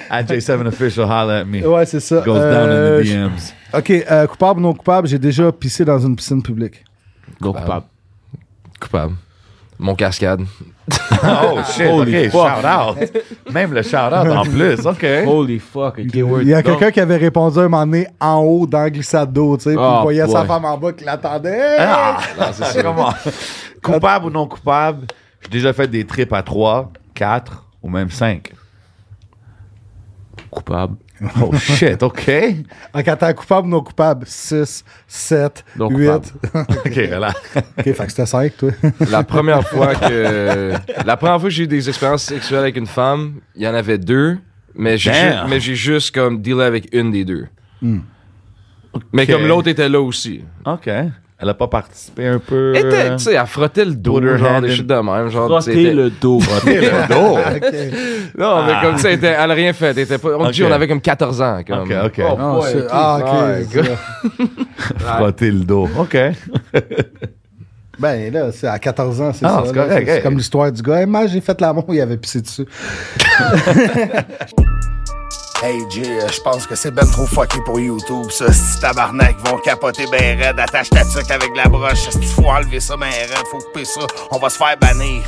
D: At J7 Official, holla at
G: Oh,
D: me.
C: ouais, c'est ça.
D: Goes
C: Euh,
D: down in the DMs.
C: je- ok, euh, coupable, non coupable, j'ai déjà pissé dans une piscine publique.
E: Non coupable.
G: Coupable. Mon cascade.
D: Oh shit, ok, shout out. Même le shout out en plus,
G: Oh,
D: ok.
E: Holy fuck, ok, word.
C: Il y a
E: Non.
C: quelqu'un qui avait répondu à un moment donné en haut dans la glissade d'eau, tu sais, puis
E: Ah,
C: il voyait sa
E: boy.
C: femme en bas qui l'attendait.
D: Ah, comment? Coupable ou non coupable, j'ai déjà fait des trips à 3, 4 ou même 5.
E: Coupable.
D: Oh shit, ok.
C: En tant coupable, non coupable, 6, 7,
E: Non
C: 8.
D: Ok, relax.
C: Ok, fait que c'était 5, toi.
G: La première fois que. la première fois que j'ai eu des expériences sexuelles avec une femme, il y en avait deux, mais j'ai, ju-
D: Damn.
G: mais j'ai juste comme dealé avec une des deux. Mais
D: Ok.
G: comme l'autre était là aussi.
D: Ok. Elle a pas participé un peu.
G: Elle était,
D: euh,
G: tu sais, elle frottait le dos,
D: Put her
G: genre
D: hand
G: des
D: in-
G: shit de même. Genre, tu sais,
E: Frotter
G: était-
E: le dos.
D: frotter le dos. Ah.
G: Non, mais comme ça, elle était- elle a rien fait. elle était pas- on dit,
D: Ok.
G: on avait comme 14 ans. Comme.
D: Ok, ok.
C: Ah,
E: ouais,
C: c'est-
E: ok.
C: ah,
G: Ah,
C: ok. c'est ça.
D: Frotter le dos. Ok.
C: Ben là, c'est à 14 ans, c'est
D: Ah,
C: ça.
D: c'est
C: là.
D: correct,
C: C'est c'est
D: hey.
C: comme l'histoire du gars. Hey, moi, j'ai fait l'amour, il avait pissé dessus.
I: Hey Jay, euh, je pense que c'est ben trop fucké pour YouTube, ça. Si tabarnak ils vont capoter ben raide, attache ta tuque avec la broche. Si faut enlever ça ben raide, faut couper ça, on va se faire bannir.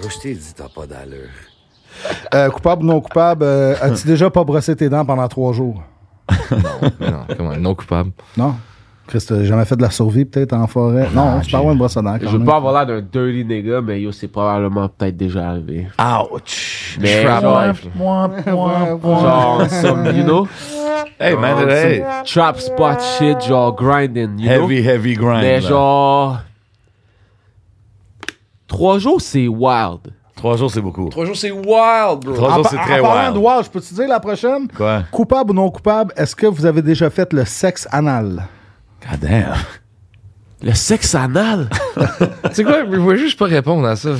L: Là, je t'ai dit, t'as pas d'allure.
C: Euh, coupable ou non coupable, euh, as-tu déjà pas brossé tes dents pendant trois jours?
G: Mais non, comment, non coupable.
C: Non. Chris, t'as jamais fait de la survie peut-être en forêt? Non, tu parles une brosse à dents
E: Je
C: quand
E: veux
C: même.
E: pas avoir l'air d'un dirty nigga, mais yo, c'est probablement peut-être déjà arrivé.
D: Ouch.
E: Mais genre,
G: Trap life.
E: genre, on some, you know?
D: Hey man,
E: On
D: hey.
E: some Trap spot shit, genre grinding, you know?
D: Heavy, heavy grind.
E: Mais
D: là.
E: genre. Trois jours, c'est wild.
D: Trois jours, c'est beaucoup.
G: Trois jours, c'est wild, bro.
D: Trois
C: En,
D: jours,
C: par-
D: c'est
C: en
D: très
C: parlant de
D: wild.
C: wow, je peux te dire la prochaine?
D: Quoi?
C: Coupable ou non coupable, est-ce que vous avez déjà fait le sexe anal?
D: God damn.
E: Le sexe anal?
G: Tu sais quoi, je voulais juste pas répondre à ça.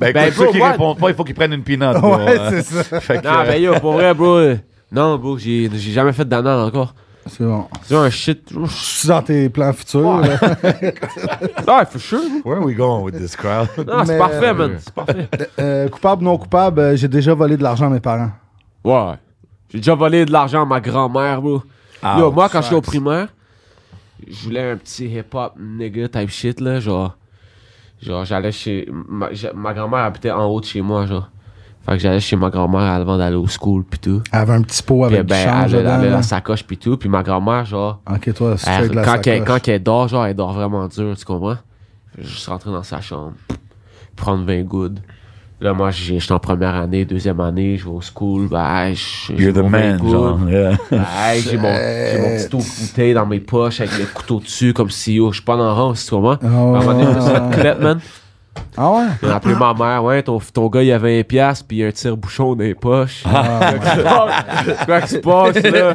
D: Ben,
E: Ben,
D: écoute,
E: bro,
D: ceux qui
E: what?
D: répondent pas, il faut qu'ils prennent une peanut. bro.
C: Ouais,
D: Euh,
C: c'est ça.
D: fait que,
E: non, mais yo, pour vrai, bro. euh, Non, bro, j'ai j'ai jamais fait d'anal encore.
C: C'est bon.
E: C'est un shit.
C: Tu dans tes plans futurs? là?
E: Ah, for sure. bro.
D: Where are we going with this crowd?
E: Non, c'est
C: Mais-
E: parfait, man. C'est parfait.
C: Euh, coupable ou non coupable, euh, j'ai déjà volé de l'argent à mes parents.
E: Ouais. J'ai déjà volé de l'argent à ma grand-mère, bro.
D: Ah,
E: Yo, moi, quand j'étais au primaire, je voulais un petit hip-hop nigga type shit, là, genre. Genre, j'allais chez. Ma, j'a- ma grand-mère habitait en haut de chez moi, genre. Fait que j'allais chez ma grand-mère avant d'aller au school, pis tout.
C: Elle avait un petit pot
E: Puis
C: avec
E: ben,
C: du
E: elle
C: change
E: avait- elle
C: dedans,
E: avait
C: là.
E: la sacoche, pis tout. Puis ma grand-mère, genre.
C: Ok, toi, c'est
E: Elle-
C: avec la
E: Ah, quand, elle,
C: sacoche.
E: quand elle dort, genre, elle dort vraiment dur, tu comprends? Je suis rentré dans sa chambre, prendre 20 gouttes. Là, moi, j'ai- j'étais en première année, deuxième année, je vais au school, bah, hey, j'ai j'ai
D: You're the
E: mon 20
D: man,
E: gouttes.
D: genre. yeah.
E: Bah, hey, j'ai mon, j'ai mon petit autre bouteille dans mes poches avec le couteau dessus, comme si, oh, je suis pas dans le rang, si tu comprends? À un moment donné, je me suis fait clap, man.
C: Ah ouais?
E: J'ai appelé ma mère, ouais, ton, ton gars, il a 20 piastres, pis il y a un tire-bouchon dans les poches.
D: Ah.
E: Quoi qui se passe, là?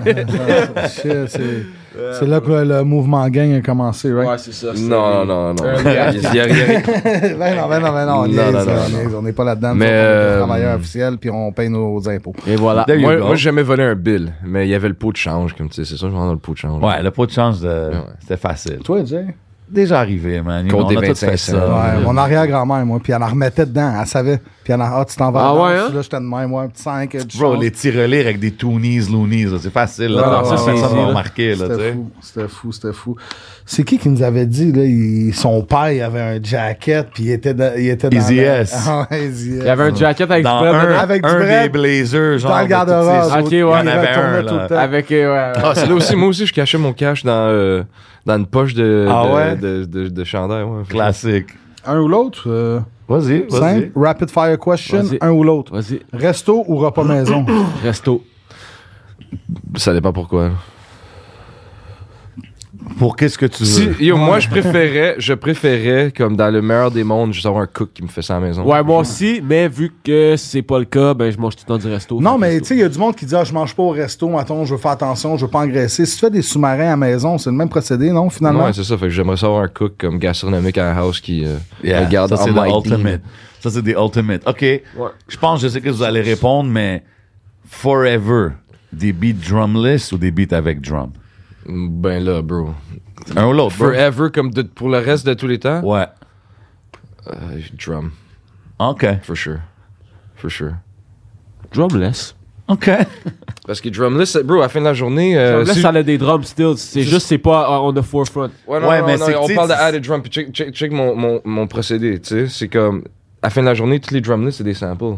C: Ah, shit, c'est c'est là que le, le mouvement gang a commencé, right?
E: c'est ça.
G: Non, non, non, non.
E: Euh,
G: Il y a- il y a- il y a-
C: ben non, ben non, ben non, on
G: Non,
C: niaise,
G: non, non,
C: on
G: non.
C: niaise, on n'est pas là-dedans.
G: Mais,
C: nous autres, on est des
G: euh,
C: travailleurs officiels, puis on paye nos impôts.
E: Et voilà.
D: There you
G: Ah, Moi,
D: go.
G: moi j'ai jamais volé un bill, mais il y avait le pot de change, comme tu sais, c'est ça, je rentre dans le pot de change.
D: Ouais, le pot de change, euh,
G: Ouais, ouais.
D: c'était facile.
C: Toi, Jay?
D: Déjà arrivé, man.
G: Compte
D: on
G: des
D: a tout
G: 25
D: fait
G: cents.
D: ça.
C: Ouais, mon arrière-grand-mère, moi, puis elle en remettait dedans, elle savait. Puis elle en ah, tu t'en vas
E: Ah
C: là-dedans.
E: ouais, hein?
C: Puis Là, j'étais de même, moi, un petit 5, du
D: Bro,
C: change.
D: les tirelires avec des toonies, loonies, là, c'est facile.
C: Ouais,
D: Là,
C: ouais,
D: ça,
C: ouais,
D: personne
C: ouais.
D: va remarquer. Là, tu
C: C'était fou, c'était
D: sais.
C: fou, c'était fou. C'est qui qui nous avait dit, là, il- son père, il avait un jacket, puis il était dans... Il était dans
D: Easy
C: la-
D: S.
C: Ah ouais, Easy S.
E: Il y avait un jacket avec
D: Dans
E: du bread
D: un,
E: dedans.
C: avec du
D: un
C: bread
D: des blazers, genre.
C: Dans le
D: de toutes
C: garde-robe.
D: ces-
E: Ok, ouais. Il y en
C: Il
D: avait
C: retournait
D: un,
C: tout le
D: là.
C: temps.
E: Avec, euh, ouais.
G: Ah, c'est là aussi, moi aussi, je cachais mon cash dans, euh, dans une poche de,
D: Ah
G: de,
D: ouais?
G: de, de- de chandail. Ouais.
D: Classique.
C: Un ou l'autre? euh, simple.
D: Vas-y, vas-y.
C: Rapid fire question,
E: Vas-y.
C: un ou l'autre.
E: Vas-y,
C: Resto ou repas maison?
E: resto.
G: Ça dépend pourquoi. là.
D: Pour qu'est-ce que tu veux?
G: Si, yo, moi, je préférais, je préférais, comme dans le meilleur des mondes, juste avoir un cook qui me fait ça à la maison.
E: Ouais, moi aussi, mais vu que c'est pas le cas, ben je mange tout le temps du resto.
C: Non,
E: Fait
C: mais
E: resto.
C: tu sais, il y a du monde qui dit ah, je mange pas au resto, attends, je veux faire attention, je veux pas engraisser. Si tu fais des sous-marins à la maison, c'est le même procédé, non, finalement?
G: Ouais, c'est ça. Fait que j'aimerais savoir un cook comme gastronomique à la house qui euh,
D: Yeah,
G: regarde
D: ça, c'est
G: en
D: the
G: mighty.
D: ultimate. Ça, c'est des ultimate. OK. Je pense, je sais que vous allez répondre, mais forever, des beats drumless ou des beats avec drum?
G: Ben là, bro.
D: Un ou l'autre, bro?
G: Forever, comme de- pour le reste de tous les temps.
D: Ouais.
G: Euh, drum,
D: OK.
G: for sure. For sure.
E: Drumless.
D: OK.
G: Parce que drumless, c'est- bro, à la fin de la journée. euh,
E: drumless,
G: si-
E: ça a des drums still. C'est juste, c'est pas euh, on the forefront.
G: Ouais, non,
D: Ouais,
G: non,
D: mais
G: non,
D: c'est que, tu
G: on
D: sais,
G: parle de
D: c'est-
G: added drum. Puis check, check, check mon, mon, mon procédé, tu sais. C'est comme, à la fin de la journée, tous les drumlets, c'est des samples.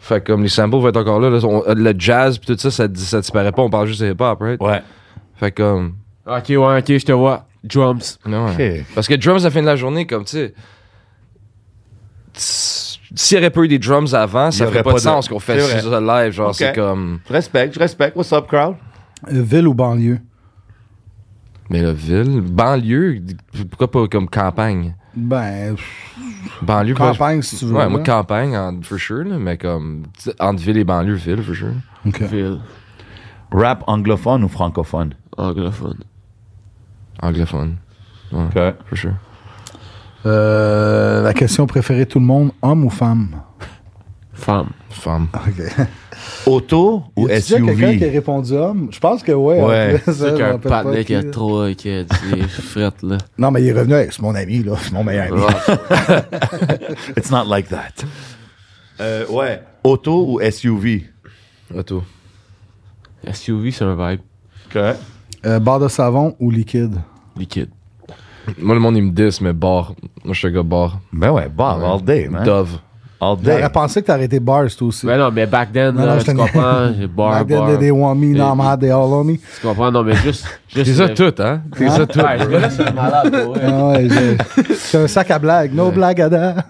G: Fait que comme les samples vont être encore là, là, on- le jazz, puis tout ça, ça, dis- ça disparaît pas, on parle juste de hip-hop, right?
D: Ouais.
G: Fait que comme,
E: Ok, ouais, ok, je te vois. Drums.
G: non, ouais.
D: OK.
G: Parce que drums, à la fin de la journée, comme, tu sais. tss, S'il y aurait pas eu des drums avant,
D: Il y
G: ça
D: aurait
G: ferait pas,
D: pas de-
G: de sens qu'on fait
D: C'est
G: ça live. Genre,
D: Ok.
G: c'est comme.
D: Je respecte, je respecte. What's up, crowd?
C: Euh, Ville ou banlieue?
G: Mais la ville, banlieue, pourquoi pas comme campagne?
C: Ben, pff,
G: Banlieue, pas-
C: campagne, si tu veux.
G: Ouais,
C: là.
G: moi, campagne, en, for sure, là, mais comme, tu sais, entre ville et banlieue, ville, for sure.
C: Ok.
E: Ville.
D: Rap anglophone ou francophone?
E: Anglophone.
G: Anglophone,
D: OK.
G: for sure.
C: Euh, la question préférée de tout le monde, homme ou femme?
E: Femme.
G: Femme.
C: OK.
D: Auto ou
C: Y a-tu déjà quelqu'un qui a
D: SUV?
C: répondu homme? Je pense que ouais.
D: Ouais.
C: hein, ça,
E: C'est
C: je
E: qu'un
C: me rappelle pas
E: patinet
C: qui,
E: qui a
C: là.
E: trop et qui a dit frette, là.
C: Non, mais il est revenu avec c'est mon ami, là. C'est mon meilleur ami.
D: It's not like that. Euh, ouais. Auto ou SUV?
G: Auto.
E: SUV, c'est un vibe.
D: OK.
C: Euh, barre de savon ou liquide?
E: Liquide.
G: Moi, le monde, il me disent, mais bar. Moi, je suis un gars bar.
D: Ben ouais, Bob, all day, man.
G: Dove.
D: All day.
C: J'aurais pensé que t'aurais été bars, toi aussi.
E: Mais Ben non, mais back then,
C: Non,
E: là,
C: non, je
E: tu
C: te-
E: comprends, j'ai bar,
C: Back then,
E: bar.
C: they- they want me, now I'm
E: Et-
C: hot, they all on me.
E: Tu comprends, non, mais juste.
G: T'es
E: juste
G: ça tout, hein? T'es ça tout.
E: Ouais, ce gars-là, c'est un malade, pour vrai.
C: Ah ouais, j'ai- j'ai un sac à blagues. No blague à dents.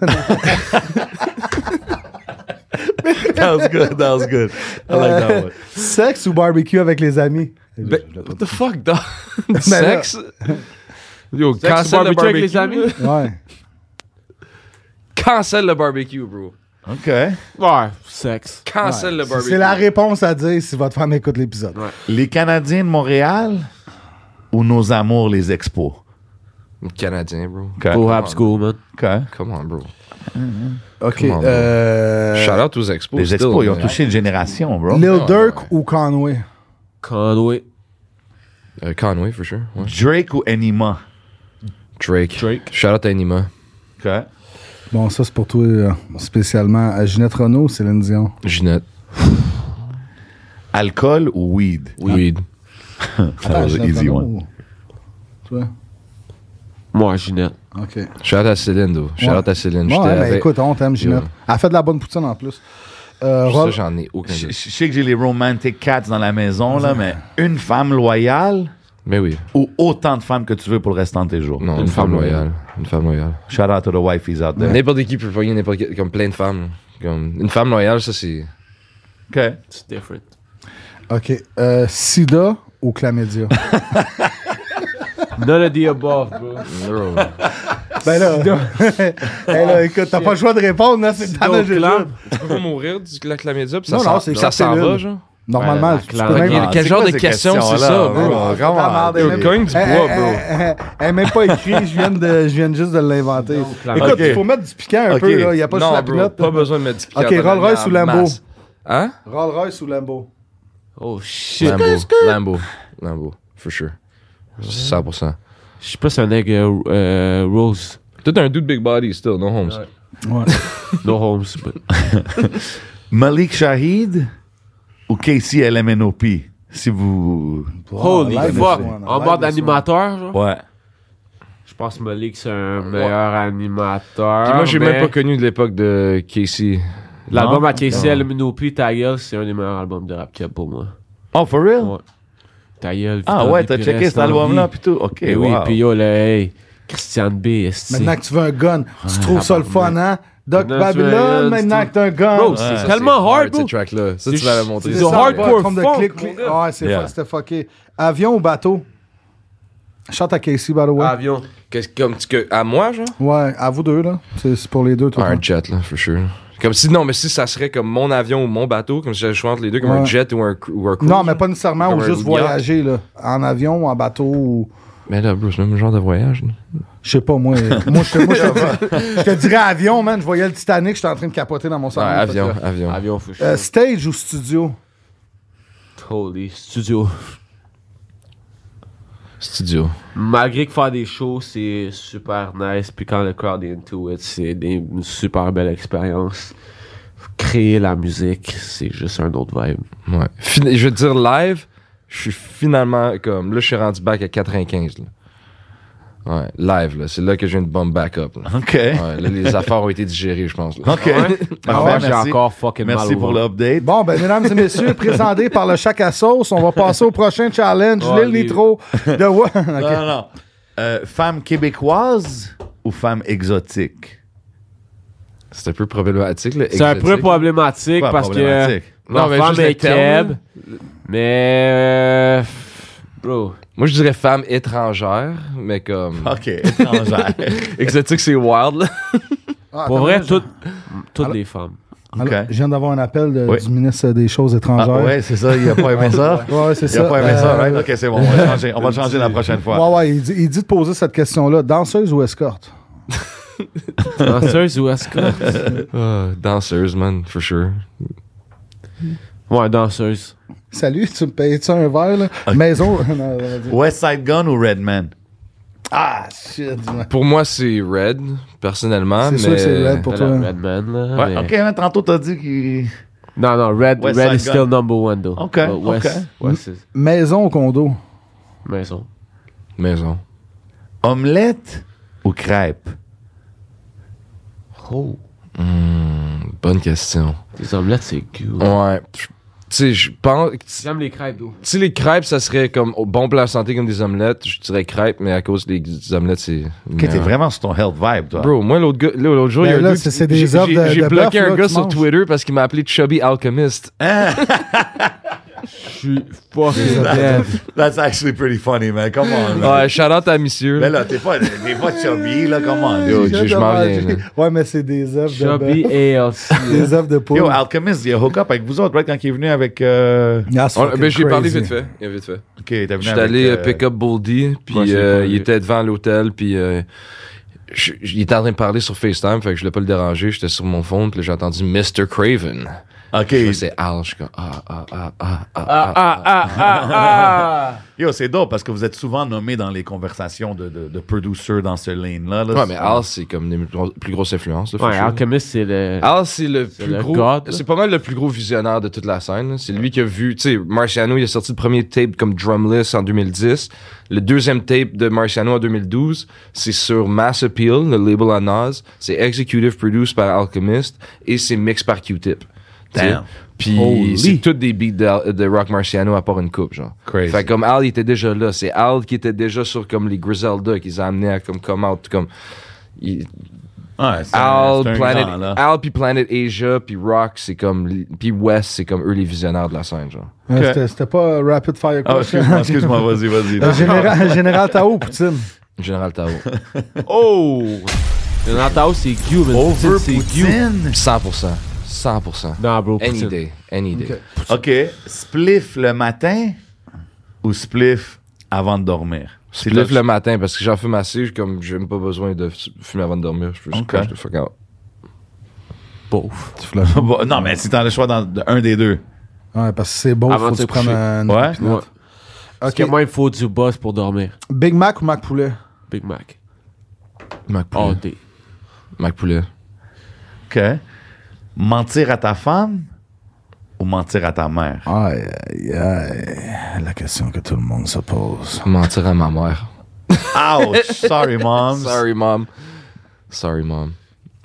D: That was good, that was good. I like that one.
C: Sexe ou barbecue avec les amis?
G: Ben, what the fuck, dog?
C: Mais Ben, là-
G: Sexe? Yo,
E: Sexe
G: cancel le
E: barbecue avec
G: barbecue.
E: les amis?
C: Ouais.
G: Cancel le barbecue, bro.
D: OK.
E: Ouais, sexe.
G: Cancel le barbecue.
C: C'est la réponse à dire si votre femme écoute l'épisode.
D: Les Canadiens de Montréal ou nos amours, les expos?
G: Canadien, bro.
D: OK.
E: Go Habs, go, man.
D: OK.
G: Come on, bro.
C: OK.
G: Come on, bro.
C: euh,
G: Shout out aux expos.
D: Les
G: still,
D: expos, ils ont
G: man.
D: touché une génération, bro.
C: Lil Durk ou Conway?
E: Conway.
G: Euh, Conway, for sure. ouais.
D: Drake ou Enima?
G: Drake.
E: Drake.
G: Shout out à Anima.
D: OK.
C: Bon, ça, c'est pour toi, euh, spécialement. Euh, Ginette Renault ou Céline Dion?
G: Ginette.
D: Alcool ou weed?
G: Weed.
D: That was an
C: Ah, Ginette
D: easy
C: Renault
D: one.
C: ou- Toi?
E: Moi, Ginette.
C: OK.
G: Shout out à Céline, though. Shout
C: Ouais.
G: out à
C: Bon,
G: Céline. J'étais
C: hein, ben
G: avec-
C: écoute, on t'aime, Ginette.
G: Yo.
C: Elle fait de la bonne poutine en plus. Euh,
G: Ça,
C: Rob-
G: j'en ai aucun
D: Je je
G: doute.
D: sais que j'ai les romantic cats dans la maison, là, mais une femme loyale
G: Mais oui.
D: ou autant de femmes que tu veux pour le restant de tes jours.
G: Non, une, femme loyale. Une femme loyale.
D: Shout out to the wifeys out there.
G: N'importe qui peut pogner n'importe qui. Comme plein de femmes. là. Comme, une femme loyale, ça, c'est.
D: OK.
E: C'est different.
C: OK. Euh, Sida ou chlamydia?
E: None of the above, bro.
G: Bro.
C: ben là, Hey, là, écoute, t'as pas le choix de répondre, hein, c'est
E: Donc,
C: le jeu.
E: là,
G: Tu peux mourir du la chlamydia, puis
C: Non,
G: ça,
C: non,
G: s'en-
C: c'est
G: ça s'en va,
C: cellule.
G: genre.
C: Normalement,
E: Ouais,
C: tu
E: la
C: peux
E: classe.
C: même...
D: Ah,
G: quel
D: c'est
G: genre
D: quoi
G: de
D: ces
G: question, c'est
D: questions-là,
G: ça,
D: bro?
G: bro?
D: Come on,
C: Tabarnak,
D: dude.
C: mais-
G: Cogne du
C: Eh,
G: bois,
C: eh,
G: bro.
C: eh, eh, Elle est même pas écrite, je viens de, je viens juste de l'inventer. Écoute,
D: Ok.
C: il faut mettre du piquant un
D: Ok.
C: peu, là. Il n'y a pas
G: non,
C: juste la
G: bro,
C: pilote.
G: pas besoin de mettre du piquant.
C: Ok, Rolls Royce ou Lambo?
G: Hein?
C: Rolls Royce ou Lambo?
E: Oh shit.
G: Lambo. Lambo. Lambo. For sure. 100%.
E: Je suis plus un nègre euh, euh, Rose.
G: Tout un dude big body still, no homes.
C: Ouais.
E: No homes, but.
D: Malik Shahid ou Casey LMNOP? Si vous.
E: Holy
C: live this
E: fuck.
C: one,
E: En
C: live
E: mode
C: this
E: animateur, genre.
D: Ouais.
E: Je pense que Malik, c'est un meilleur animateur.
G: Puis moi, j'ai
E: mais
G: même pas connu de l'époque de Casey.
E: L'album à KCL, Minopi, Ta gueule, c'est un des meilleurs albums de rap qu'il y a pour moi.
D: Oh, for real?
E: Ouais. Ta gueule,
D: Ah
E: Victor
D: ouais, t'as
E: Dupires,
D: checké cet
E: Stan
D: album-là,
E: Lee.
D: puis tout. OK,
E: Eh oui,
D: wow.
E: puis yo, là, hey, Christiane B, est-ce
C: Maintenant que tu veux un gun, tu trouves ça le fun, hein? Doc
E: Maintenant,
C: Babylon,
E: tu-
C: maintenant que t'as un gun.
E: Bro, c'est tellement hard, bro.
G: Cette track-là. Ça, tu
E: C'est
G: l'avais
E: ch-
G: montré.
E: c'est
C: C'est
E: The
C: ça,
E: hardcore
C: en forme de
E: funk,
C: clic, clic. Ouais, c'est
D: Yeah.
C: fu- c'était fucké. Avion ou bateau? Chante à Casey, by the way.
E: Avion.
G: Qu'est-ce- Comme tu- que- à moi, genre?
C: Ouais, à vous deux, là. C'est c'est pour les deux, toi.
G: un jet, là, for sure. Comme si, non, mais si ça serait comme mon avion ou mon bateau, comme si j'avais le choix entre les deux, comme
C: Ouais.
G: un jet ou un, cru- ou un cruise.
C: Non, mais pas nécessairement, ou
G: Comme un
C: juste
G: yacht.
C: voyager, là. En avion ou en bateau, ou...
G: Mais là, bro, c'est le même genre de voyage. là.
C: Je sais pas, moi. moi, je moi, je te- je te dirais avion, man. Je voyais le Titanic, j'étais en train de capoter dans mon
G: Ouais,
C: salon.
G: avion,
C: Fait
G: avion.
E: Avion, for
C: que, euh,
E: sure.
C: stage ou studio?
E: Holy studio.
G: Studio.
E: Malgré que faire des shows, c'est super nice. Puis quand le crowd est into it, c'est des- une super belle expérience. Créer la musique, c'est juste un autre vibe.
G: Ouais. Fin- je veux dire, live, je suis finalement comme. Là, je suis rendu back à 95. Là. Ouais, live, là. C'est là que j'ai une bombe back up. là.
D: OK.
G: Ouais, là, les affaires ont été digérées, je pense. là.
D: OK.
E: Ah
D: Parfait,
E: ouais, j'ai
D: merci.
E: encore fucking mal
D: Merci
E: au
D: pour
E: ventre.
D: l'update.
C: Bon, ben, mesdames et messieurs, présenté par le Chac à sauce, on va passer au prochain challenge,
E: Oh,
C: l'île
E: les-
C: Nitro de Wa- Ok.
D: Non, non, non. Euh, femme québécoise ou femme exotique?
G: C'est un peu problématique, là.
E: C'est un peu
G: exotique.
E: problématique
D: Quoi,
E: parce
D: problématique?
E: que ma
G: Non, mais
E: femme
G: juste le
E: est
G: terme,
E: keb, mais euh, bro,
G: Moi, je dirais femme étrangère, mais comme.
D: OK, hein. étrangère.
G: Exotique, c'est wild, là.
C: Ah,
E: pour
C: attends,
E: vrai
C: je-
E: toutes toutes les femmes.
C: Alors,
D: OK.
C: Je viens d'avoir un appel de-
D: Oui.
C: du ministre des Choses
D: Ah,
C: étrangères.
D: ouais, c'est ça, il a pas aimé ça.
C: Ouais, ouais, c'est
D: Il
C: ça.
D: a pas aimé ça,
C: Euh,
D: right? OK, c'est bon, on va le changer, on va le changer la prochaine fois.
C: Ouais, ouais, il dit, il dit de poser cette question-là. Danseuse ou escorte?
E: Danseuse ou escorte
G: Ah, danseuse, man, for sure.
E: Ouais, danseuse.
C: Salut, tu me payes-tu un verre, là? Maison... Non, j'allais dire.
D: West Side Gun ou Redman?
C: ah, shit, man.
G: Pour moi, c'est Red, personnellement.
C: C'est sûr
G: mais-
C: que c'est Red pour
E: Pour
C: toi.
E: Redman là.
D: Ouais,
E: mais-
D: OK, mais tantôt, t'as dit qu'il...
E: Non non, Red
D: West
E: Red
D: Side
E: is
D: Gun.
E: still number one though.
D: Ok,
E: But West, West is
C: Maison ou condo?
E: maison.
G: Maison.
D: Omelette ou crêpe?
E: Oh,
G: Bonne question.
E: les omelettes c'est good.
G: Ouais. Tu sais, je pense.
E: J'aime les crêpes d'eau.
G: Si les crêpes, ça serait comme au bon pour la santé comme des omelettes, je dirais crêpes, mais à cause des omelettes, c'est.
D: OK, t'es
G: meilleur.
D: vraiment sur ton health vibe, toi.
G: Bro, moi, l'autre gars- là, l'autre jour,
C: Ben
G: il y a
C: là,
G: un dude-
C: c'est- c'est des
G: j'ai-
C: offres de-
G: j'ai- J'ai
C: de bœuf,
G: bloqué
C: là,
G: un gars
C: tu
G: sur
C: manges.
G: Twitter parce qu'il m'a appelé Chubby Alchemist.
E: Je suis fucking dead.
D: That's actually pretty funny, man. Come on, man.
G: Ouais, shout out à monsieur.
D: Mais Ben là, t'es pas, t'es pas chubby, là, come on.
G: Yo,
D: dude.
G: je- je m'en viens,
C: J'ai-
G: là.
C: Ouais, mais c'est des œufs de...
E: Chubby ALC.
C: Des œufs de poule.
D: Yo, Alchemist, il a hook up avec vous autres, right, quand il est venu avec... euh,
C: That's
G: On-
C: Ah, fucking
G: ben, j'ai parlé
C: crazy.
G: vite fait. Il a vite fait.
D: OK, t'es venu
G: Je suis
D: avec,
G: allé
D: euh,
G: euh, pick up Boldy, puis
E: Ouais, c'est
G: euh,
E: pas
G: il
E: lui.
G: était devant l'hôtel, puis euh, je- je- il était en train de parler sur FaceTime, fait que je voulais pas le déranger, j'étais sur mon phone, puis là, j'ai entendu Mr. Craven.
D: OK.
G: Je faisais Al, je suis comme ah, ah, ah, ah, ah,
E: Ah,
G: ah.
E: ah, ah, ah, ah.
D: Yo, c'est dope parce que vous êtes souvent nommé dans les conversations de, de, de producers dans ce lane-là. là.
G: Ouais, mais Al, c'est comme une plus grosse influence. là, for
E: Ouais,
G: sure.
E: Alchemist, c'est le.
G: Al, c'est le
E: C'est
G: plus
E: le
G: gros.
E: god, là.
G: C'est pas mal le plus gros visionnaire de toute la scène. là. C'est lui qui a vu. Tu sais, Marciano, il a sorti le premier tape comme drumless en 2010. Le deuxième tape de Marciano en 2012, c'est sur Mass Appeal, le label à Nas. C'est executive produced par Alchemist et c'est mixed par Q-Tip. Tu sais.
D: Damn.
G: Puis
D: Holy.
G: c'est tous des beats d'Al- de, Rock Marciano à part une coupe, genre.
D: Crazy.
G: Fait que comme Al, il était déjà là. C'est Al qui était déjà sur comme les Griselda qu'ils ont amené à comme come out, comme. il-
D: Ouais, c'est un-
G: Al,
D: c'est un
G: Planet,
D: grand, là.
G: Al puis Planet Asia puis Rock c'est comme li- puis West c'est comme eux les visionnaires de la scène genre.
C: Ouais,
D: Ok.
C: c'était- C'était pas euh, Rapid Fire
D: Ah,
C: Question.
D: excuse-moi, excuse-moi, vas-y,
C: Euh,
D: vas-y.
C: Général, Général Tao, Poutine.
G: Général Tao.
E: Oh! Le Nantao, c'est Gu, mais Poutine, c'est Gu.
G: 100%. 100%.
E: Non, bro,
G: Any
E: Poutine.
G: day. Any day.
D: OK. Spliff le matin ou spliff avant de dormir?
G: Je lève le matin parce que j'en fume assez je- comme j'ai même pas besoin de f- fumer avant de dormir. Je peux juste
D: Ok.
G: crash the fuck out.
E: Pauvre.
D: Bon, non, mais si t'as le choix dans de- un des deux.
C: Ouais, parce que c'est beau, faut
E: Avant de
C: que
E: se
C: tu prennes
E: coucher.
C: un.
D: Ouais?
E: Ouais. Parce que moi, il faut du boss pour dormir.
C: Big Mac ou Mac Poulet?
E: Big Mac.
G: Mac
E: Oh,
G: Poulet.
E: t'es.
G: Mac Poulet.
D: OK. Mentir à ta femme ou mentir à ta mère?
C: Aïe, aïe, aïe. La question que tout le monde se pose.
G: Mentir à ma mère.
D: Ouch! Sorry, mom.
G: Sorry mom. Sorry mom.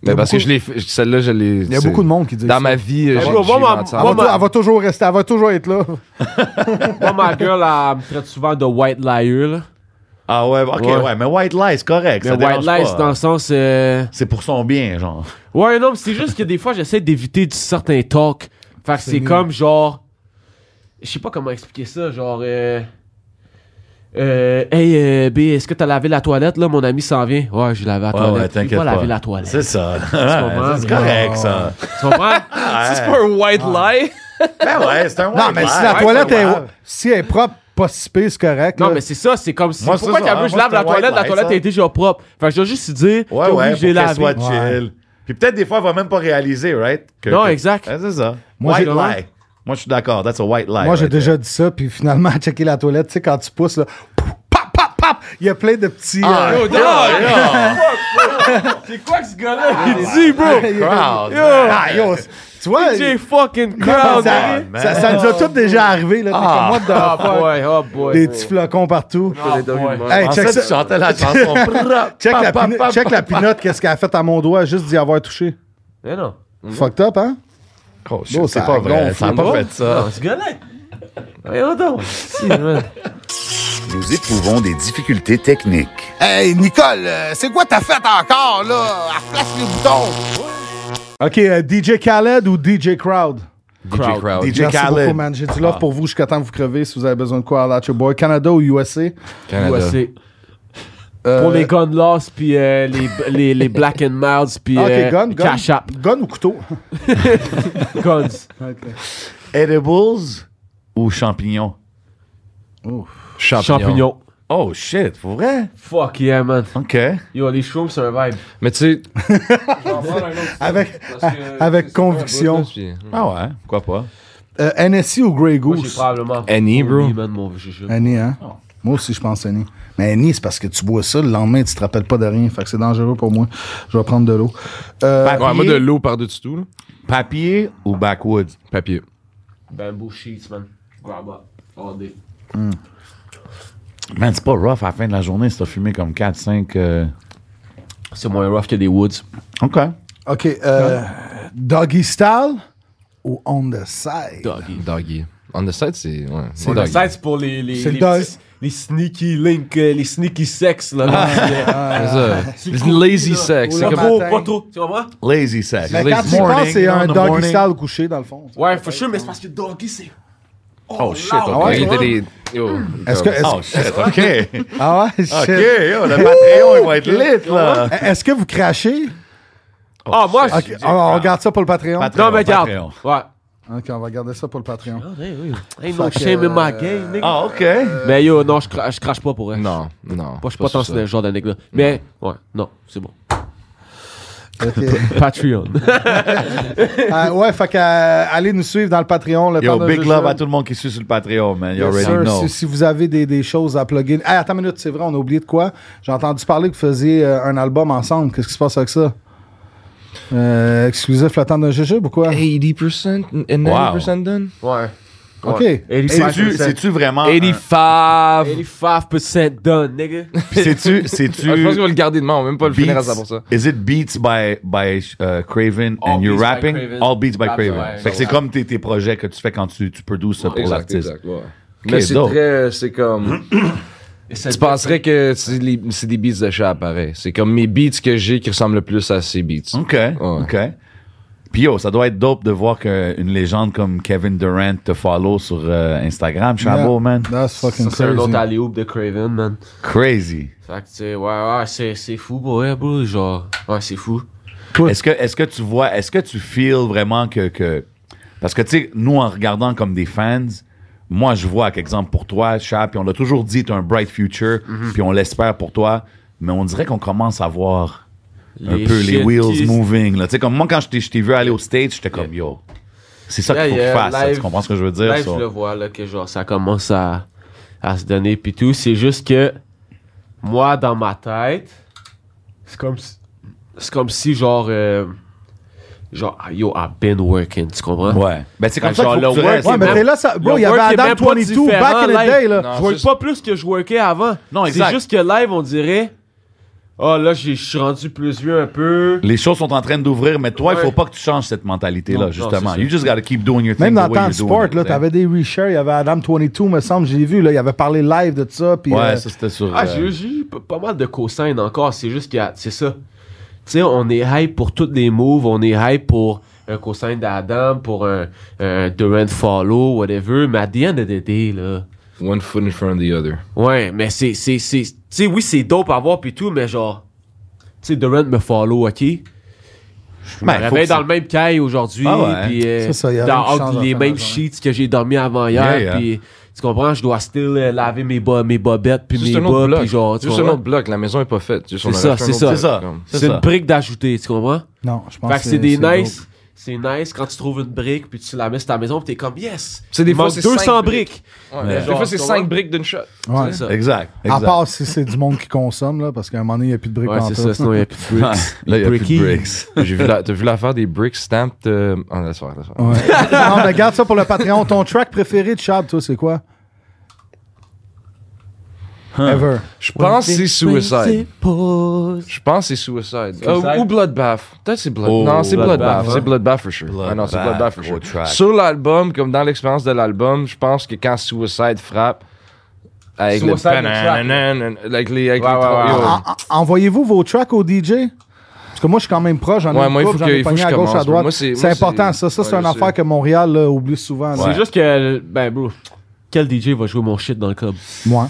G: Mais parce que je l'ai fait- celle-là je l'ai
C: Il y a beaucoup de monde qui dit
G: dans
C: ça.
G: ma vie j'ai j'ai
E: bro, moi, ma-
G: menti à
E: moi,
G: ma-
E: ma-
C: Elle va toujours rester, elle va toujours être là.
E: Moi, ma gueule, elle me traite souvent de white liar, là.
D: Ah ouais, OK, ouais.
E: Ouais.
D: mais white lies, correct.
E: Mais
D: ça
E: white
D: dérange
E: lies,
D: pas.
E: dans le sens. euh,
D: C'est pour son bien, genre.
E: Ouais, non, mais c'est juste que des fois, j'essaie d'éviter du certain talk. Fait que c'est
C: mieux.
E: comme genre. Je sais pas comment expliquer ça, genre. Euh... euh, hey, euh, B, est-ce que t'as lavé la toilette, là? Mon ami s'en vient. Ouais, j'ai lavé la
D: Ouais,
E: toilette.
D: ouais,
E: J'ai
D: t'inquiète
E: pas
D: pas.
E: lavé la toilette.
D: C'est ça.
E: comprends?
D: Ouais, C'est correct, ça.
E: Tu comprends?
D: C'est
E: un white lie?
D: Ben ouais, c'est un white
C: Non, mais si
D: lie.
C: la
D: Ouais,
C: toilette
D: c'est un
C: est.
D: white-
C: Si elle est propre, pas si pire, c'est correct.
E: Non,
C: là.
E: mais c'est ça, c'est comme si.
D: Moi, c'est
E: pourquoi
D: ça,
E: t'as
D: hein,
E: vu, je
D: moi,
E: lave
D: c'est un
E: la
D: white
E: toilette, la
D: lie,
E: toilette
D: ça.
E: est déjà propre. Fait que je dois juste dire.
D: Ouais,
E: que
D: ouais,
E: oui,
D: pour
E: j'ai
D: qu'elle
E: lavé.
D: soit chill. Puis peut-être des fois, elle va même pas réaliser, right? Que-
E: Non,
D: que-
E: exact.
D: Ouais, c'est ça.
C: Moi,
D: white
C: j'ai-
D: lie. Moi, je suis d'accord. That's a white lie.
C: Moi, j'ai
D: right
C: déjà dit ça, puis finalement, à checker la toilette, tu sais, quand tu pousses, là, pouf, pap, pap, pap, il y a plein de petits. euh,
E: Ah, Yo, Oh, dog! C'est quoi que ce gars-là? Il dit, bro!
D: there. Crowd.
C: ah, yo, c- tu vois,
E: DJ fucking
C: ça,
E: crowd!
C: ça,
E: nigga.
C: ça- ça nous a tout déjà arrivé, là, t'es comme moi,
E: Oh
C: dans
E: boy, oh boy.
C: des petits flocons partout. Hey,
D: En
C: check
D: fait,
C: ça.
D: Ah, tu chantais la chanson.
C: Check, la, pino- check la pinotte, qu'est-ce qu'elle a fait à mon doigt juste d'y avoir touché.
E: Eh non.
C: Fucked up, hein?
D: Oh, shit,
C: Bro,
D: c'est
C: ça
D: pas vrai.
C: gonfle,
D: Ça a pas
C: bro.
D: fait ça.
E: Non, ce gars-là. Voyons donc. Si, man.
M: Nous éprouvons des difficultés techniques.
N: Hey, Nicole, euh, c'est quoi t'as fait encore, là? Arplace les boutons!
C: OK, euh, DJ Khaled ou DJ Crowd?
G: DJ Crowd.
D: DJ
C: Merci
D: Khaled.
C: beaucoup, man. J'ai du
D: Ah.
C: love pour vous jusqu'à temps que vous crevez si vous avez besoin de quoi. That's your boy. Canada ou USA?
E: Ouais, Euh,
G: Canada.
E: c'est- Pour les gun loss, puis euh, les, les, les black and mouths, puis
C: Ah, OK,
E: euh,
C: gun, gun.
E: cash app.
C: Gun ou couteau?
E: Euh, Guns.
D: Edibles ou champignons?
E: Champignons.
D: Oh, shit. Pour vrai?
E: Fuck yeah, man.
D: OK.
E: Yo, les shrooms, c'est un vibe.
G: Mais tu sais,
C: Avec- avec conviction.
D: Ah ouais, pourquoi pas?
C: Euh, NSC ou Grey
E: Moi, j'ai
C: Goose?
E: probablement.
G: Annie, bro.
E: Oui, man, mon jujube.
C: Annie, hein? Moi aussi, je pense Annie. Mais Annie, c'est parce que tu bois ça, le lendemain, tu te rappelles pas de rien. Fait que c'est dangereux pour moi. Je vais prendre de l'eau. Euh,
D: Papier,
G: Ouais, moi, de l'eau par-dessus tout. là.
D: papier ou backwoods?
G: Papier.
E: Bamboo sheets, man. Grab up. All day.
D: Man, c'est pas rough à la fin de la journée si t'as fumé comme euh, 4, 5...
E: C'est moins rough que des woods.
D: OK.
C: OK. euh, Doggy Style ou On the Side?
E: Doggy.
G: Doggy. On the side, c'est. Ouais, c'est
E: On the
G: doggy.
E: side, c'est pour les, les,
C: C'est le
E: les,
C: dog.
E: petits- les sneaky link, euh, les sneaky sex, là. là
G: C'est ça. C'est une lazy sex.
C: Ou
G: C'est
E: pas
C: le
G: comme.
E: trop,
C: matin.
E: pas trop. Tu comprends?
D: Lazy sex.
C: Mais Ben, quand tu y
D: Morning,
C: penses, c'est un
D: in the
C: Doggy
D: morning.
C: Style couché, dans le fond.
E: Ouais, for sure, mais c'est parce que doggy, c'est.
D: Oh, shit,
C: Ah,
E: loud.
D: OK.
G: Ah Ouais, il était des. Yo.
C: Est-ce que, est-ce,
D: Oh, shit, OK.
C: ah ouais, shit.
D: OK, yo, le Patreon, il va être lit, là.
C: Est-ce que vous crachez?
E: Ah, moi, je-
C: OK, on, on regarde ça pour le Patreon.
E: Non, mais regarde.
D: Patreon.
E: Ouais.
C: OK, on va garder ça pour le Patreon.
E: Ain't no shame in my game, nigga.
D: Ah, OK.
E: Mais yo, non, je cra- je crache pas pour elle.
G: Non, non.
E: Moi, je suis pas tant
G: sur
E: ce
G: ça.
E: genre de nigga. Mais, ouais, non, c'est bon. Patreon.
C: Euh, ouais, fait que, euh, allez nous suivre dans le Patreon. Le temps
D: Yo,
C: d'un
D: big
C: jeu
D: love
C: seul.
D: à tout le monde qui suit sur le Patreon, man. You
C: Yes,
D: already
C: sir.
D: know.
C: Si, si vous avez des, des choses à plugger. Hey, attends une minute, c'est vrai, on a oublié de quoi. J'ai entendu parler que vous faisiez euh, un album ensemble. Qu'est-ce qui se passe avec ça? Euh, exclusif le temps d'un jujube ou quoi?
G: 80% and 90% done?
I: Ouais.
C: OK.
D: C'est-tu, c'est-tu vraiment. euh, un-
E: 85 85% done, nigga.
D: Puis c'est-tu. c'est-tu
G: Ah, je pense qu'on va le garder demain, on va même pas le finir à 100%.
D: Is it beats by, by uh, Craven
E: All
D: and you
E: beats by
D: rapping?
E: Craven.
D: All beats by
E: Raps,
D: Craven.
E: ouais,
D: fait que c'est comme tes, tes projets que tu fais quand tu, tu produces ça pour l'artiste.
G: ouais. Mais c'est
D: dope.
G: très, c'est comme, tu penserais que c'est les- c'est des beats de chat, pareil. C'est comme mes beats que j'ai qui ressemblent le plus à ces beats.
D: OK. OK. Puis yo, ça doit être dope de voir qu'une légende comme Kevin Durant te follow sur euh, Instagram. Chabot,
B: Yeah.
D: man.
B: That's fucking
E: Ça, c'est un
B: crazy.
E: autre alley de Craven, man.
D: Crazy.
E: Fait que, tu sais, ouais, ouais, c'est, c'est fou, bro, ouais, bro, genre, ouais, c'est fou.
D: Est-ce que, est-ce que tu vois, est-ce que tu feels vraiment que, que- parce que tu sais, nous en regardant comme des fans, moi je vois qu'exemple pour toi, Chap, puis on l'a toujours dit, t'as un bright future,
E: Mhm.
D: puis on l'espère pour toi, mais on dirait qu'on commence à voir un peu les
E: shit
D: wheels
E: qui-
D: moving. là. Tu sais, comme moi quand je t'ai, je t'ai vu aller au stage, j'étais comme yo, c'est ça
E: Yeah,
D: qu'il faut
E: yeah,
D: qu'il fasse. là.
E: live-
D: tu comprends ce que je veux dire
E: Là,
D: ça?
E: je le vois, là, que genre, ça commence à, à se donner, pis tout. C'est juste que, moi, dans ma tête, c'est comme si, c'est comme si, genre, euh, genre, ah, yo, I've been working, tu comprends?
D: Ouais. Ben c'est comme
E: Fait
D: ça
E: que
D: qu'il
E: genre,
D: faut que tu
E: le work
D: restes.
C: Ouais, mais
E: même-
C: t'es là, ça... bro,
E: Le
C: il y avait
E: work est même
C: Adam
E: pas
C: 22 back in the
E: différent,
C: day,
E: live.
C: là.
G: Non,
E: Je work
G: c'est-
E: pas plus que je workais avant.
D: Non,
E: C'est
D: exact.
E: juste que live, on dirait, oh, là, j'ai- je suis rendu plus vieux un peu.
D: Les choses sont en train d'ouvrir, mais toi, il
E: Ouais.
D: faut pas que tu changes cette mentalité-là,
E: Non, non,
D: justement.
E: c'est ça.
D: you just gotta keep doing your thing
C: Même
D: the
C: dans
D: way
C: temps de
D: you're doing
C: sport,
D: it,
C: là,
D: tu sais.
C: t'avais des reshare, il y avait Adam 22, me semble, j'ai vu, là, il avait parlé live de ça, puis
D: Ouais,
C: euh,
D: ça c'était sur.
E: Ah,
D: euh,
E: j'ai eu- j'ai eu p- pas mal de cosignes encore. C'est juste que c'est ça. Tu sais, on est hype pour toutes les moves. On est hype pour un cosign d'Adam, pour un, un Durant Follow, whatever. Mais à the end of the day, là.
G: One foot in front of the other.
E: Ouais, mais c'est. c'est, c'est tu sais, oui, c'est dope à voir pis tout, mais genre. Tu sais, Durant me follow, ok? Je me
D: Ben, faut
E: réveille
D: que ça-
E: dans le même caille aujourd'hui,
D: Ah ouais.
E: puis euh,
C: C'est ça, il y a rien qui
E: dans
C: change à la
E: les
C: fin de la
E: mêmes
C: journée.
E: sheets que j'ai dormi avant hier,
D: Yeah, yeah.
E: puis tu comprends, je dois still euh, laver mes, bo- mes bobettes, puis
G: Juste
E: mes
G: un autre
E: bas,
G: bloc.
E: puis genre, tu
G: Juste un
E: comprends?
G: autre bloc. La maison est pas faite. Juste, on
E: C'est
G: a
E: ça,
G: racheté un
E: c'est
G: autre
E: ça.
G: bloc, comme.
D: C'est
E: C'est
D: ça.
E: une brique d'ajouter, tu comprends?
C: Non, je pense
E: Fait que c'est des
C: c'est
E: nice. C'est nice quand tu trouves une brique puis tu la mets sur ta maison puis t'es comme yes.
G: C'est des
E: il
G: fois,
E: manque
G: c'est cinq
E: 200
G: briques.
E: briques.
G: Ouais,
E: Mais
G: des
E: genre,
G: fois, c'est
E: tu
G: 5
E: vois.
G: briques d'une shot.
C: dope. Ouais.
E: C'est ça.
D: Exact.
C: À
D: exact.
C: part si c'est du monde qui consomme, là, parce qu'à un moment donné, il n'y a plus de briques
E: Ouais,
C: en
E: c'est
C: tout.
E: ça, sinon il y a plus de
D: Ouais.
E: bricks.
D: Là, il y a plus
E: Bricky.
D: de bricks.
G: J'ai vu la- T'as vu l'affaire des bricks stamped euh, en la soirée. la soirée.
C: Ouais. non, mais garde ça pour le Patreon. Ton track préféré de Chad, toi, c'est quoi?
E: Hein.
C: Ever.
G: Je pense que c'est Suicide.
E: Pause.
G: Je pense que c'est Suicide. Euh,
E: Suicide?
G: ou Bloodbath. Peut-être que c'est Blood...
D: Oh,
G: non, c'est
E: Bloodbath,
G: Bloodbath.
E: hein?
G: C'est Bloodbath for sure. Ah non, c'est
D: Bloodbath,
G: Bloodbath for
D: gros
G: sure.
D: track.
G: Sur l'album, comme dans l'expérience de l'album, je pense que quand Suicide frappe, avec le
E: Suicide, le track,
G: pananana, avec les, avec
E: Ouais,
G: les
E: ouais,
G: trois-
E: ouais,
G: yo.
E: ouais.
C: En- en- Envoyez-vous vos tracks au DJ? Parce que moi, je suis quand même proche. J'en ai
G: Ouais,
C: une
G: moi, il
C: couple,
G: faut
C: j'en ai
G: que- il faut
C: pogné
G: que
C: à
G: je
C: gauche,
G: commence,
C: à droite.
G: moi, c'est-
C: c'est
G: moi,
C: important,
G: c'est-
C: ça. Ça, c'est
G: ouais,
C: une
G: je
C: affaire
G: sais.
C: que Montréal là, oublie souvent. là.
E: C'est juste que ben bro, quel DJ va jouer mon shit dans le club
C: Moi.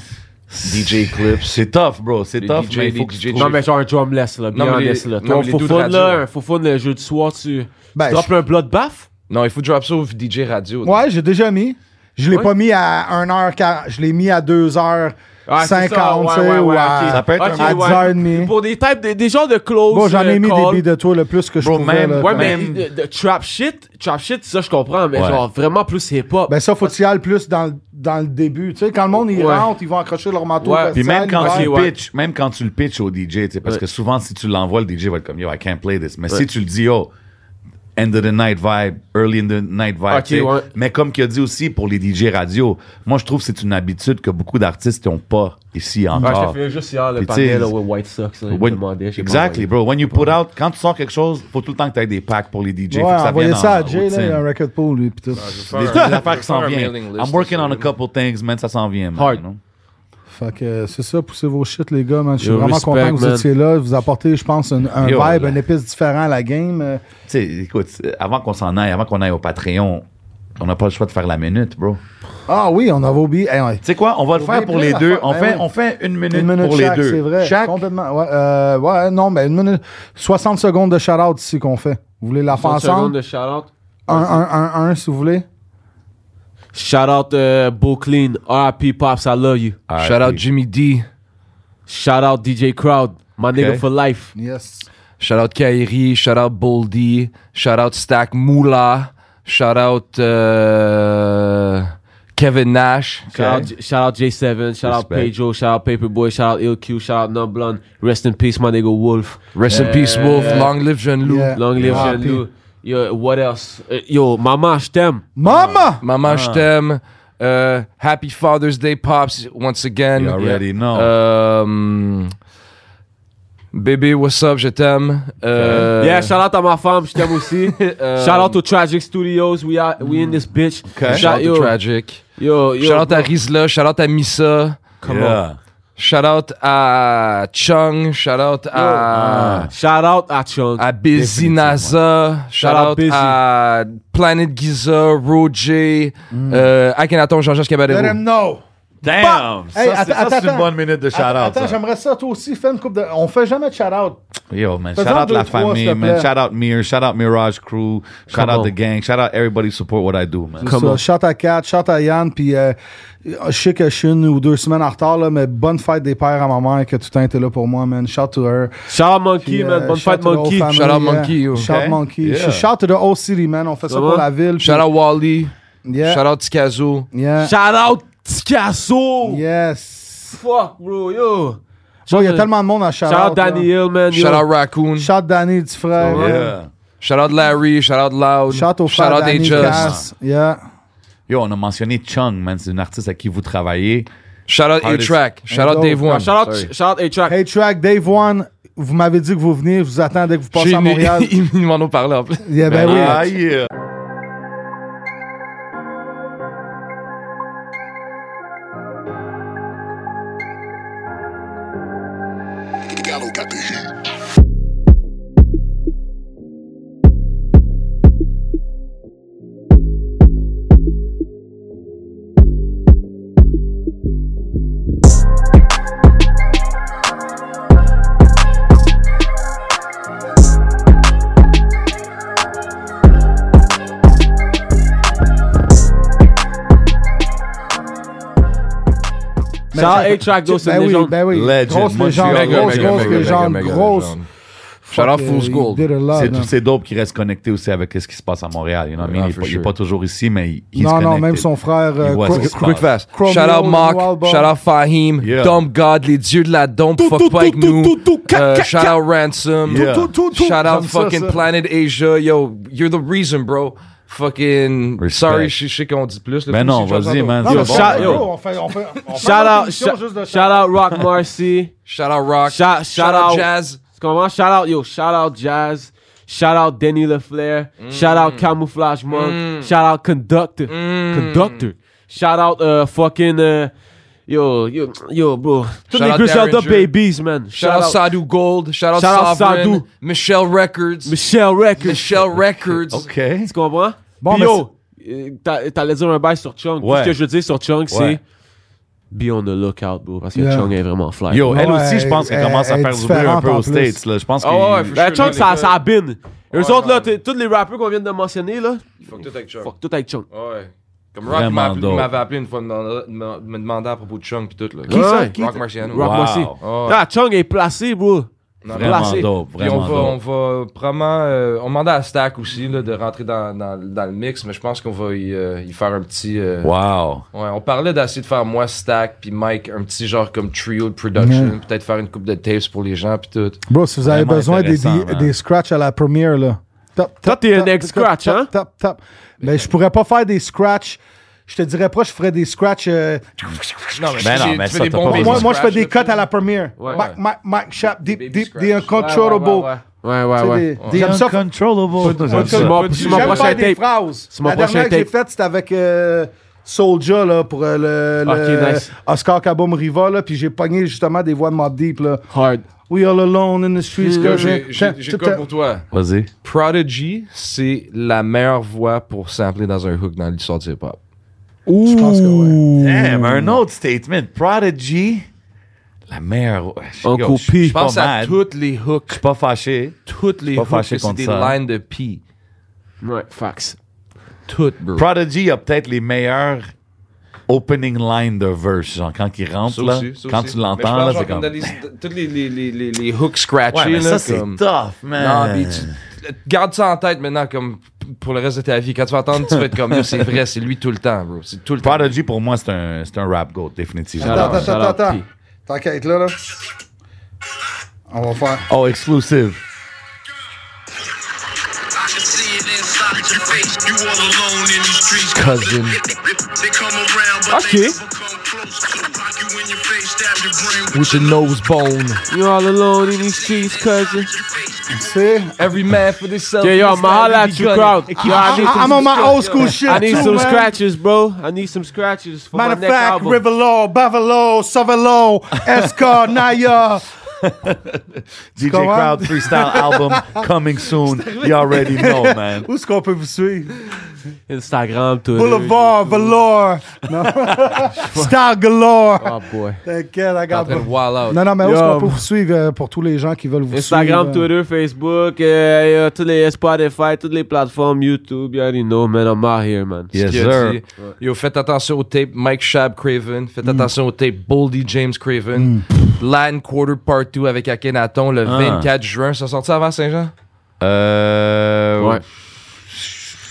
G: DJ Clips.
D: C'est tough, bro. C'est
G: Les
D: tough,
G: DJ,
D: mais il faut
G: les
D: que
G: DJ.
D: tu
E: Non
D: trouves-
E: mais genre un drumless là, bien
G: mais les-
E: honest là.
G: non,
E: Ton
G: mais les
E: faux
G: dudes
E: fun
G: radio,
E: là,
G: ouais.
E: un faux fun le jeu du soir tu
C: Ben,
E: tu droppes un blood bath
G: Non, il faut drop ça au DJ Radio.
C: Ouais, j'ai déjà mis. Je l'ai
E: Ouais.
C: pas mis à 1h40. Je l'ai mis à 2h50,
E: Ah, c'est ça, ouais,
C: tu sais,
E: ouais, ouais,
C: ou
E: ok.
C: à
D: Ça peut être
E: Ok,
D: un-
C: à
E: ouais.
C: 10h30.
E: Pour des types, des, des genres de close.
C: Bon, j'en
E: euh,
C: ai mis
E: call.
C: des beats de toi le plus que je
D: Bro,
C: pouvais.
D: même-
C: là,
E: Ouais,
C: quand
E: mais
D: même.
E: de- de trap shit, trap shit, ça je comprends, mais
D: Ouais.
E: genre vraiment plus hip-hop.
C: Ben ça, faut que tu y ailles plus dans, le- dans le début. Tu sais, quand le monde y
E: Ouais.
C: rentre, ils vont accrocher leur manteau.
E: Ouais,
C: au
D: Puis
C: vestiaire,
D: même quand,
C: ils
D: tu
C: vont-
E: ouais.
D: pitch, même quand tu le pitches au DJ, tu sais, parce
E: Ouais.
D: que souvent, si tu l'envoies, le DJ va être comme, yo, I can't play this. Mais si tu le dis, yo, end of the night vibe, early in the night vibe,
E: Ok,
D: tu sais.
E: ouais.
D: mais comme qu'il a dit aussi pour les DJ radio, moi, je trouve que c'est une habitude que beaucoup d'artistes n'ont pas ici
E: Ouais, je
D: encore.
E: te fais juste hier
D: Ah.
E: le
D: Puis
E: panel
D: t'sais,
E: là, au White Sox. Là, il me
D: When-
E: demandait, j'ai pas
D: exactly,
E: envoyé.
D: bro. When you put out, quand tu sors quelque chose, faut tout le temps que tu aies des packs pour les DJ.
C: Ouais,
D: faut que ça
C: envoyez
D: vienne
C: ça
D: en-
C: à Jay, là, il y a un
D: routine.
C: record pool, lui, pis tout.
D: Des des affaires qui s'en viennent. I'm working on a couple things, man, ça s'en vient, man,
E: Hard.
D: you know?
C: Fait que c'est ça, poussez vos shit, les gars, man. Je suis
E: Yo,
C: vraiment
E: respect,
C: content que vous
E: man.
C: étiez là. Vous apportez, je pense, un, un
D: Yo,
C: vibe,
D: là.
C: un épice différent à la game. Euh,
D: Tu sais, écoute, euh, avant qu'on s'en aille, avant qu'on aille au Patreon, on n'a pas le choix de faire la minute, bro.
C: Ah oui, on avait oublié. Eh, ouais.
D: Tu sais quoi, on va le
C: Faut
D: faire
C: bien
D: pour
C: plein
D: les deux.
C: d'affaires.
D: On
C: Ben
D: fait,
C: ouais.
D: on fait une minute,
C: Une minute
D: pour
C: chaque,
D: les deux.
C: c'est vrai.
D: Chaque,
C: Complètement. Ouais, euh, ouais, non, mais une minute. 60 secondes de shout-out ici qu'on fait. Vous voulez la faire
E: 30 secondes
C: ensemble?
E: de shout-out.
C: Un, un, un, un, si vous voulez.
E: Shout-out euh, Bo Clean, R.I.P. Pops, I love you.
D: Ah,
G: Shout out
D: puis-
G: Jimmy D.
E: Shout-out DJ Crowd, my nigga for life.
C: Yes.
G: Shout out Kairi, shout out Boldy, shout out Stack Moula, shout out euh, Kevin Nash.
E: Shout, out, shout out J7, shout out
D: Respect.
E: Pedro, shout out Paperboy, shout out ILQ, shout out Non Blonde. Rest in peace, my nigga Wolf. Euh,
G: Rest in peace, Wolf. Long live Jeune Lou.
C: Yeah.
E: Long live
C: Ah,
E: Jean
C: puis-
E: Lou. Yo, what else? Euh, Yo, maman, je t'aime.
C: Mama!
G: Maman, je t'aime. Euh, happy Father's Day, Pops, once again.
D: You already know.
G: Um, Baby, what's up? Je t'aime. Euh,
E: Yeah, shout out à ma femme, je t'aime aussi.
G: Euh,
E: shout out to Tragic Studios, we, are, we in this bitch.
G: Shout out
E: yo,
G: to Tragic.
E: yo, yo,
G: shout out à Rizla. Shout out à Missa.
D: Yeah.
G: Shout out à Chung. Shout out uh, à,
E: Ah, Shout out à Chung.
G: à Busy
D: Définitivement.
G: NASA. Shout
E: out
G: out
E: Busy.
G: à Planet Giza, Roger, euh, Akhenaton, Jean-Jacques Cabadero.
O: Let him know.
D: Damn!
O: Hey,
D: ça, c'est-
O: attends,
D: ça, c'est une
O: attends.
D: bonne minute de shout-out.
O: Attends,
D: ça.
O: j'aimerais ça, toi aussi, fais une coupe de. On fait jamais de shout-out.
D: Yo, man,
O: Fais-en
D: shout out
O: deux,
D: la
O: trois, s'il
D: famille,
O: te
D: man.
O: plaît.
D: Shout out Mir, shout out Mirage Crew, shout
E: Come
D: out
E: on.
D: the gang, shout out everybody who support what I do, man.
E: Come on.
C: Ça, shout à Kat, shout à Yann, puis euh, je sais que je suis une ou deux semaines en retard, là, mais bonne fête des pères à ma mère qui a tout le temps été là pour moi, man. Shout to her.
E: Shout out Monkey,
C: Puis, euh,
E: man. Bonne
C: shout
E: fête,
C: to the whole
E: Monkey.
C: family,
G: Shout out
C: yeah.
G: Monkey, yo.
C: Shout
D: Okay.
C: Monkey.
D: Yeah.
C: Je suis shout to the whole city, man. On fait ça,
E: Ça
C: pour
E: va?
C: la ville.
G: Shout out Wally.
C: puis- Yeah.
G: Shout out Tikazo.
C: Yeah.
E: Shout out Picasso.
C: Yes.
E: Fuck, bro, yo.
C: Bon,
O: Euh,
C: il y a tellement de monde à shout,
E: Shout out Danny Hill, man. yo.
G: Shout out Raccoon.
C: Shout Danny, du frère.
D: Yeah.
G: Shout out Larry, shout out Loud,
C: Shout au frère
G: shout out
C: Danny
G: Aegis,
C: Cass. Yeah.
D: Yo, on a mentionné Chung, man. C'est une artiste à qui vous travaillez.
G: shout out
D: Artist.
G: A-Track, shout out
C: Hello.
G: Dave One.
E: Ah, Shout out, shout out A-Track.
C: Hey, Track, Dave One, vous m'avez dit que vous venez, je vous attends dès que vous
G: J'ai
C: passez à
G: une-
C: Montréal.
G: Ils m'en ont parlé en plus.
C: yeah, ben oui.
D: Ah, yeah.
E: Shout out A-Track, though, c'est
C: Ben
E: une
C: oui,
E: légende.
C: ben oui.
D: Legend,
C: Grosse
D: Montreal.
C: légende,
D: Mega,
C: grosse,
D: mega,
C: grosse
D: mega,
C: légende, grosse.
G: Shout out
C: Fuck,
G: Fool's
C: he
G: Gold.
C: did a lot,
D: C'est
C: man.
D: tous ces dopes qui restent connectés aussi avec ce qui se passe à Montréal. You know what I mean?
G: Yeah,
D: il, est
G: for
D: pas- il est
G: sure.
D: pas toujours ici, mais il- he's
C: Ah, Non, non,
D: connected.
C: même son frère. euh,
D: Il voit
C: Cro-
D: ce qui se
G: Quick
D: passe.
G: fast.
C: Chromeo,
G: shout out
C: le
G: Mock,
C: Wildbone.
G: shout out Fahim,
D: Yeah.
G: Dumb God, les dieux de la dompe, fuck pas avec nous. Euh, Shout out Ransom,
D: Yeah.
C: Tout, tout, tout.
G: shout out
C: J'aime ça,
G: fucking
C: ça.
G: Planet Asia, yo, you're the reason, bro. Fucking,
D: Respect.
G: sorry, je je sais qu'on dit plus. là,
D: Ben
G: plus
D: non,
G: si je
D: vas-y,
G: pense à
D: man.
G: toi.
C: Non,
D: c'est
C: mais
D: bon.
C: shout-
E: shout-
C: yo, on fait- on fait- on fait
E: Shout
C: une
E: out,
C: émission juste de
E: shout, shout out Rock Marcy.
G: Shout out Rock,
E: Shout, shout out,
G: Jazz,
E: Tu comprends? Shout out, yo, shout out Jazz. Shout out Denny LaFlair. Shout
G: Mm.
E: out Camouflage Monk. Shout out Conductor. Conductor. Shout out euh, fucking. euh, yo, yo, yo, bro. Tous
G: Shout
E: les
G: out
E: gros shout out
G: Derringer.
E: Babies, man.
G: shout out Sadu Gold, shout out
E: Shout out
G: Sovereign,
E: Sadu.
G: Michelle Records,
E: Michelle Records.
G: Michelle Records.
D: OK.
E: Tu comprends?
C: Bon,
E: Puis
C: mais
E: yo, euh, t'a- t'allais dire un bail sur Chung. Tout
D: Ouais.
E: ce que je veux dire sur Chung,
D: Ouais.
E: c'est be on the lookout, bro, parce que
C: Yeah.
E: Chung est vraiment fly.
D: Yo, elle
C: Ouais,
D: aussi, je pense qu'elle
C: elle-
D: commence à
C: elle
D: faire
C: est
D: du bruit un peu
C: différente en
D: aux
C: plus.
D: States. Là. Je pense que.
G: Ah ouais, for
E: Ben,
G: sure,
E: Chung,
G: les
E: ça,
G: gars.
E: ça a bin. Eux
G: Ouais,
E: autres, là,
G: ouais.
E: t'es- tous les rappeurs qu'on vient de mentionner, là,
G: Fuck tout avec Chuck.
E: fuck tout avec Chung.
G: Ouais. Comme
D: Vraiment
G: Rock m'a appelé-
D: dope.
G: m'avait appelé une fois, me demanda- me me demandait à propos de Chung pis tout. Là.
E: Qui ça? Qui
G: Rock
E: ça?
G: Marciano.
E: Rock
D: Wow.
E: Marcy.
G: Oh,
E: Ah, Chung est placé, bro. Vraiment.
G: non, non.
D: Vraiment
E: placé.
D: dope.
G: Puis on
D: Vraiment
G: va, on
D: dope.
G: va probablement. euh, on demandait à Stack aussi là, de rentrer dans, dans, dans le mix, mais je pense qu'on va y, euh, y faire un petit. euh,
D: Wow.
G: Ouais, on parlait d'essayer de faire moi, Stack, puis Mike, un petit genre comme trio de production, peut-être faire une coupe de tapes pour les gens, puis tout.
C: Bro, si vous avez
D: Vraiment
C: besoin des,
D: intéressant,
C: des,
D: man.
C: des scratchs à la première, là. Top, top,
E: Toi, t'es
C: top,
E: un ex-scratch,
C: top,
E: hein?
C: Top, top. Mais je pourrais pas faire des scratchs. Je te dirais pas, je ferais des scratchs. euh,
G: Non,
D: Ben non,
G: tu-
D: mais
G: tu fais
D: ça,
G: des
D: t'as
G: bons
D: pas
G: baby
C: moi, moi, je fais
G: scratch,
C: des
G: là,
C: cuts à la première.
G: Ouais.
C: Mike, Mike, Mike Sharp, des,
G: Baby
C: des,
G: scratch.
C: des
G: Ouais, ouais, ouais,
C: uncontrollable.
G: ouais.
E: Ouais, ouais,
C: Tu
E: Ah
C: sais,
E: ouais.
C: des- des- J'aime ça.
D: Uncontrollable.
E: C'est mon c'est mon
C: J'aime
E: prochain
C: faire des
E: tape.
C: phrases.
E: C'est mon
C: La dernière
E: prochain
C: que j'ai
E: tape.
C: faite, c'était avec euh, Soulja, là, pour euh, le,
E: Ok,
C: le
E: nice.
C: Oscar Kaboom Riva, là, puis j'ai pogné justement des voix de Mob Deep, là.
E: Hard.
C: We all alone in the streets,
G: Là,
C: girl.
G: j'ai- J'ai j'ai quoi pour toi?
D: Vas-y.
G: Prodigy, c'est la meilleure voix pour sampler dans un hook dans l'histoire du hip-hop.
C: Je pense que ouais.
D: Damn, un autre statement. Prodigy, la meilleure.
E: On
D: Yo,
E: copie.
D: je- Je
G: Je pense
D: pas
G: à
D: mad.
G: toutes les hooks.
D: suis pas fâché.
G: Toutes les
D: Pas
G: hooks,
D: fâché
G: que c'est
D: contre
G: des
D: ça.
G: lines de P.
E: Ouais, facts.
G: Toutes, bro.
D: Prodigy a peut-être les meilleurs opening line de verse. Genre, quand il rentre,
G: Ça
D: là,
G: aussi, ça
D: quand
G: aussi.
D: tu
G: Mais je
D: l'entends,
G: pense,
D: là,
G: genre,
D: c'est comme. Ben.
G: dans les, tous les, les, les, les, les hooks scratchés.
D: Ouais, mais
G: là,
D: ça, c'est
G: comme-
D: tough,
G: Non,
D: man.
G: mais tu- garde ça en tête maintenant, comme pour le reste de ta vie. Quand tu vas entendre, tu vas être comme, Yo, c'est vrai, c'est lui tout le temps, bro. C'est tout le temps.
D: Prodigy, pour moi, c'est un, c'est un rap goat, définitivement.
E: Alors,
C: Attends, attends,
E: alors,
C: attends, attends.
E: puis-
C: T'inquiète, là, là. On va faire.
D: Oh, exclusive. Cousin.
E: Ok.
G: With your nose bone.
E: You all alone in these streets, cousin.
C: C'est.
G: Every man for himself.
E: Yeah, yo, Mahala at you, crowd. Yo, I need
C: I'm
E: some,
C: on my old school shit.
E: I need
C: too,
E: some
C: man.
E: scratches, bro. I need some scratches for
C: Matter
E: my
C: of
E: next
C: fact,
E: album.
C: Rivelo, Bavelo, Savelo, Escar, Naya.
D: DJ
C: Comment?
D: Crowd Freestyle Album coming soon. You already know, man.
C: Où est-ce qu'on peut vous suivre?
E: Instagram, Twitter.
C: Boulevard, Valor. Star Galore.
E: Oh boy.
C: T'inquiète,
G: T'es en
C: regarde.
G: train de wall out.
B: Non, non, mais où est-ce
E: Yo.
B: qu'on peut vous suivre euh, pour tous les gens qui veulent vous
E: Instagram,
B: suivre?
E: Twitter, Facebook, euh, euh, tous les Spotify, toutes les plateformes, YouTube, you already know, man. I'm out here, man.
D: Yes,
G: Qui a
D: sir.
G: dit, Yo, faites attention au tape Mike Shab Craven. Faites
D: Mm.
G: attention au tape Boldy James Craven. Latin Quarter Part 2 avec Akhenaton le
D: Ah.
G: 24 juin. Ça sortit avant Saint-Jean?
D: Euh.
E: Ouais.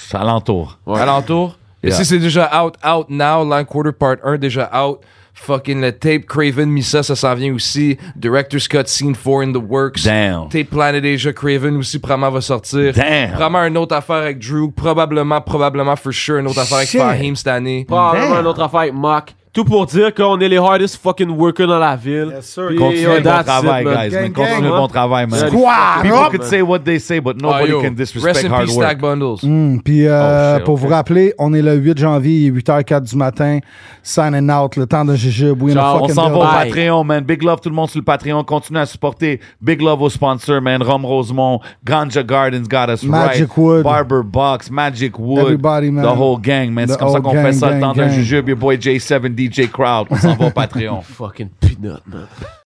D: C'est alentour.
E: Ouais.
G: Alentour?
D: Yeah.
G: Ici, c'est déjà out, out now. Latin Quarter Part 1 déjà out. Fucking le tape Craven Misa, ça s'en vient aussi. Director Scott Scene 4 in the works.
D: Damn.
G: Tape Planet Asia Craven aussi, probablement va sortir.
D: Damn.
G: Probablement une autre affaire avec Drew. Probablement, probablement, for sure, une autre affaire avec
D: Shit.
G: Fahim cette année.
E: Probablement une autre affaire avec Mac. Tout pour dire qu'on est les hardest fucking workers dans la ville.
C: Yes, sir.
E: Puis,
D: Continuez
E: yo,
D: le bon
E: that's
D: travail,
E: it, man.
D: guys. man.
C: Gang,
D: Continuez le
E: gang.
D: bon travail, man.
E: Squad
D: People
E: up.
D: could say what they say, but
G: Ah,
D: nobody
G: yo,
D: can
G: Rest
D: disrespect
G: in
D: hard
G: peace, Stack
D: work.
G: Bundles.
B: Hum, Puis euh,
D: Oh, shit,
B: pour
D: ok.
B: vous rappeler, on est le 8 janvier, 8h04 du matin, signing out, le temps de jujube. We in a
E: Ciao,
D: On
B: fucking
D: s'en va au
B: building.
E: Bye.
D: Patreon, man. Big love tout le monde sur le Patreon. Continuez à supporter. Big love aux sponsors, man. Rome Rosemont, Ganja Gardens got us
B: Magic
D: right.
B: Wood.
D: Barber Box, Magic Wood.
B: Everybody, man.
D: The whole gang, man. C'est
B: The
D: comme ça
B: whole
D: qu'on fait
B: gang,
D: ça. le
B: gang,
D: temps d'un
B: gang.
D: jujube. Your boy J7, DJ Crowd. On s'en va au Patreon.
E: Fucking peanut, man.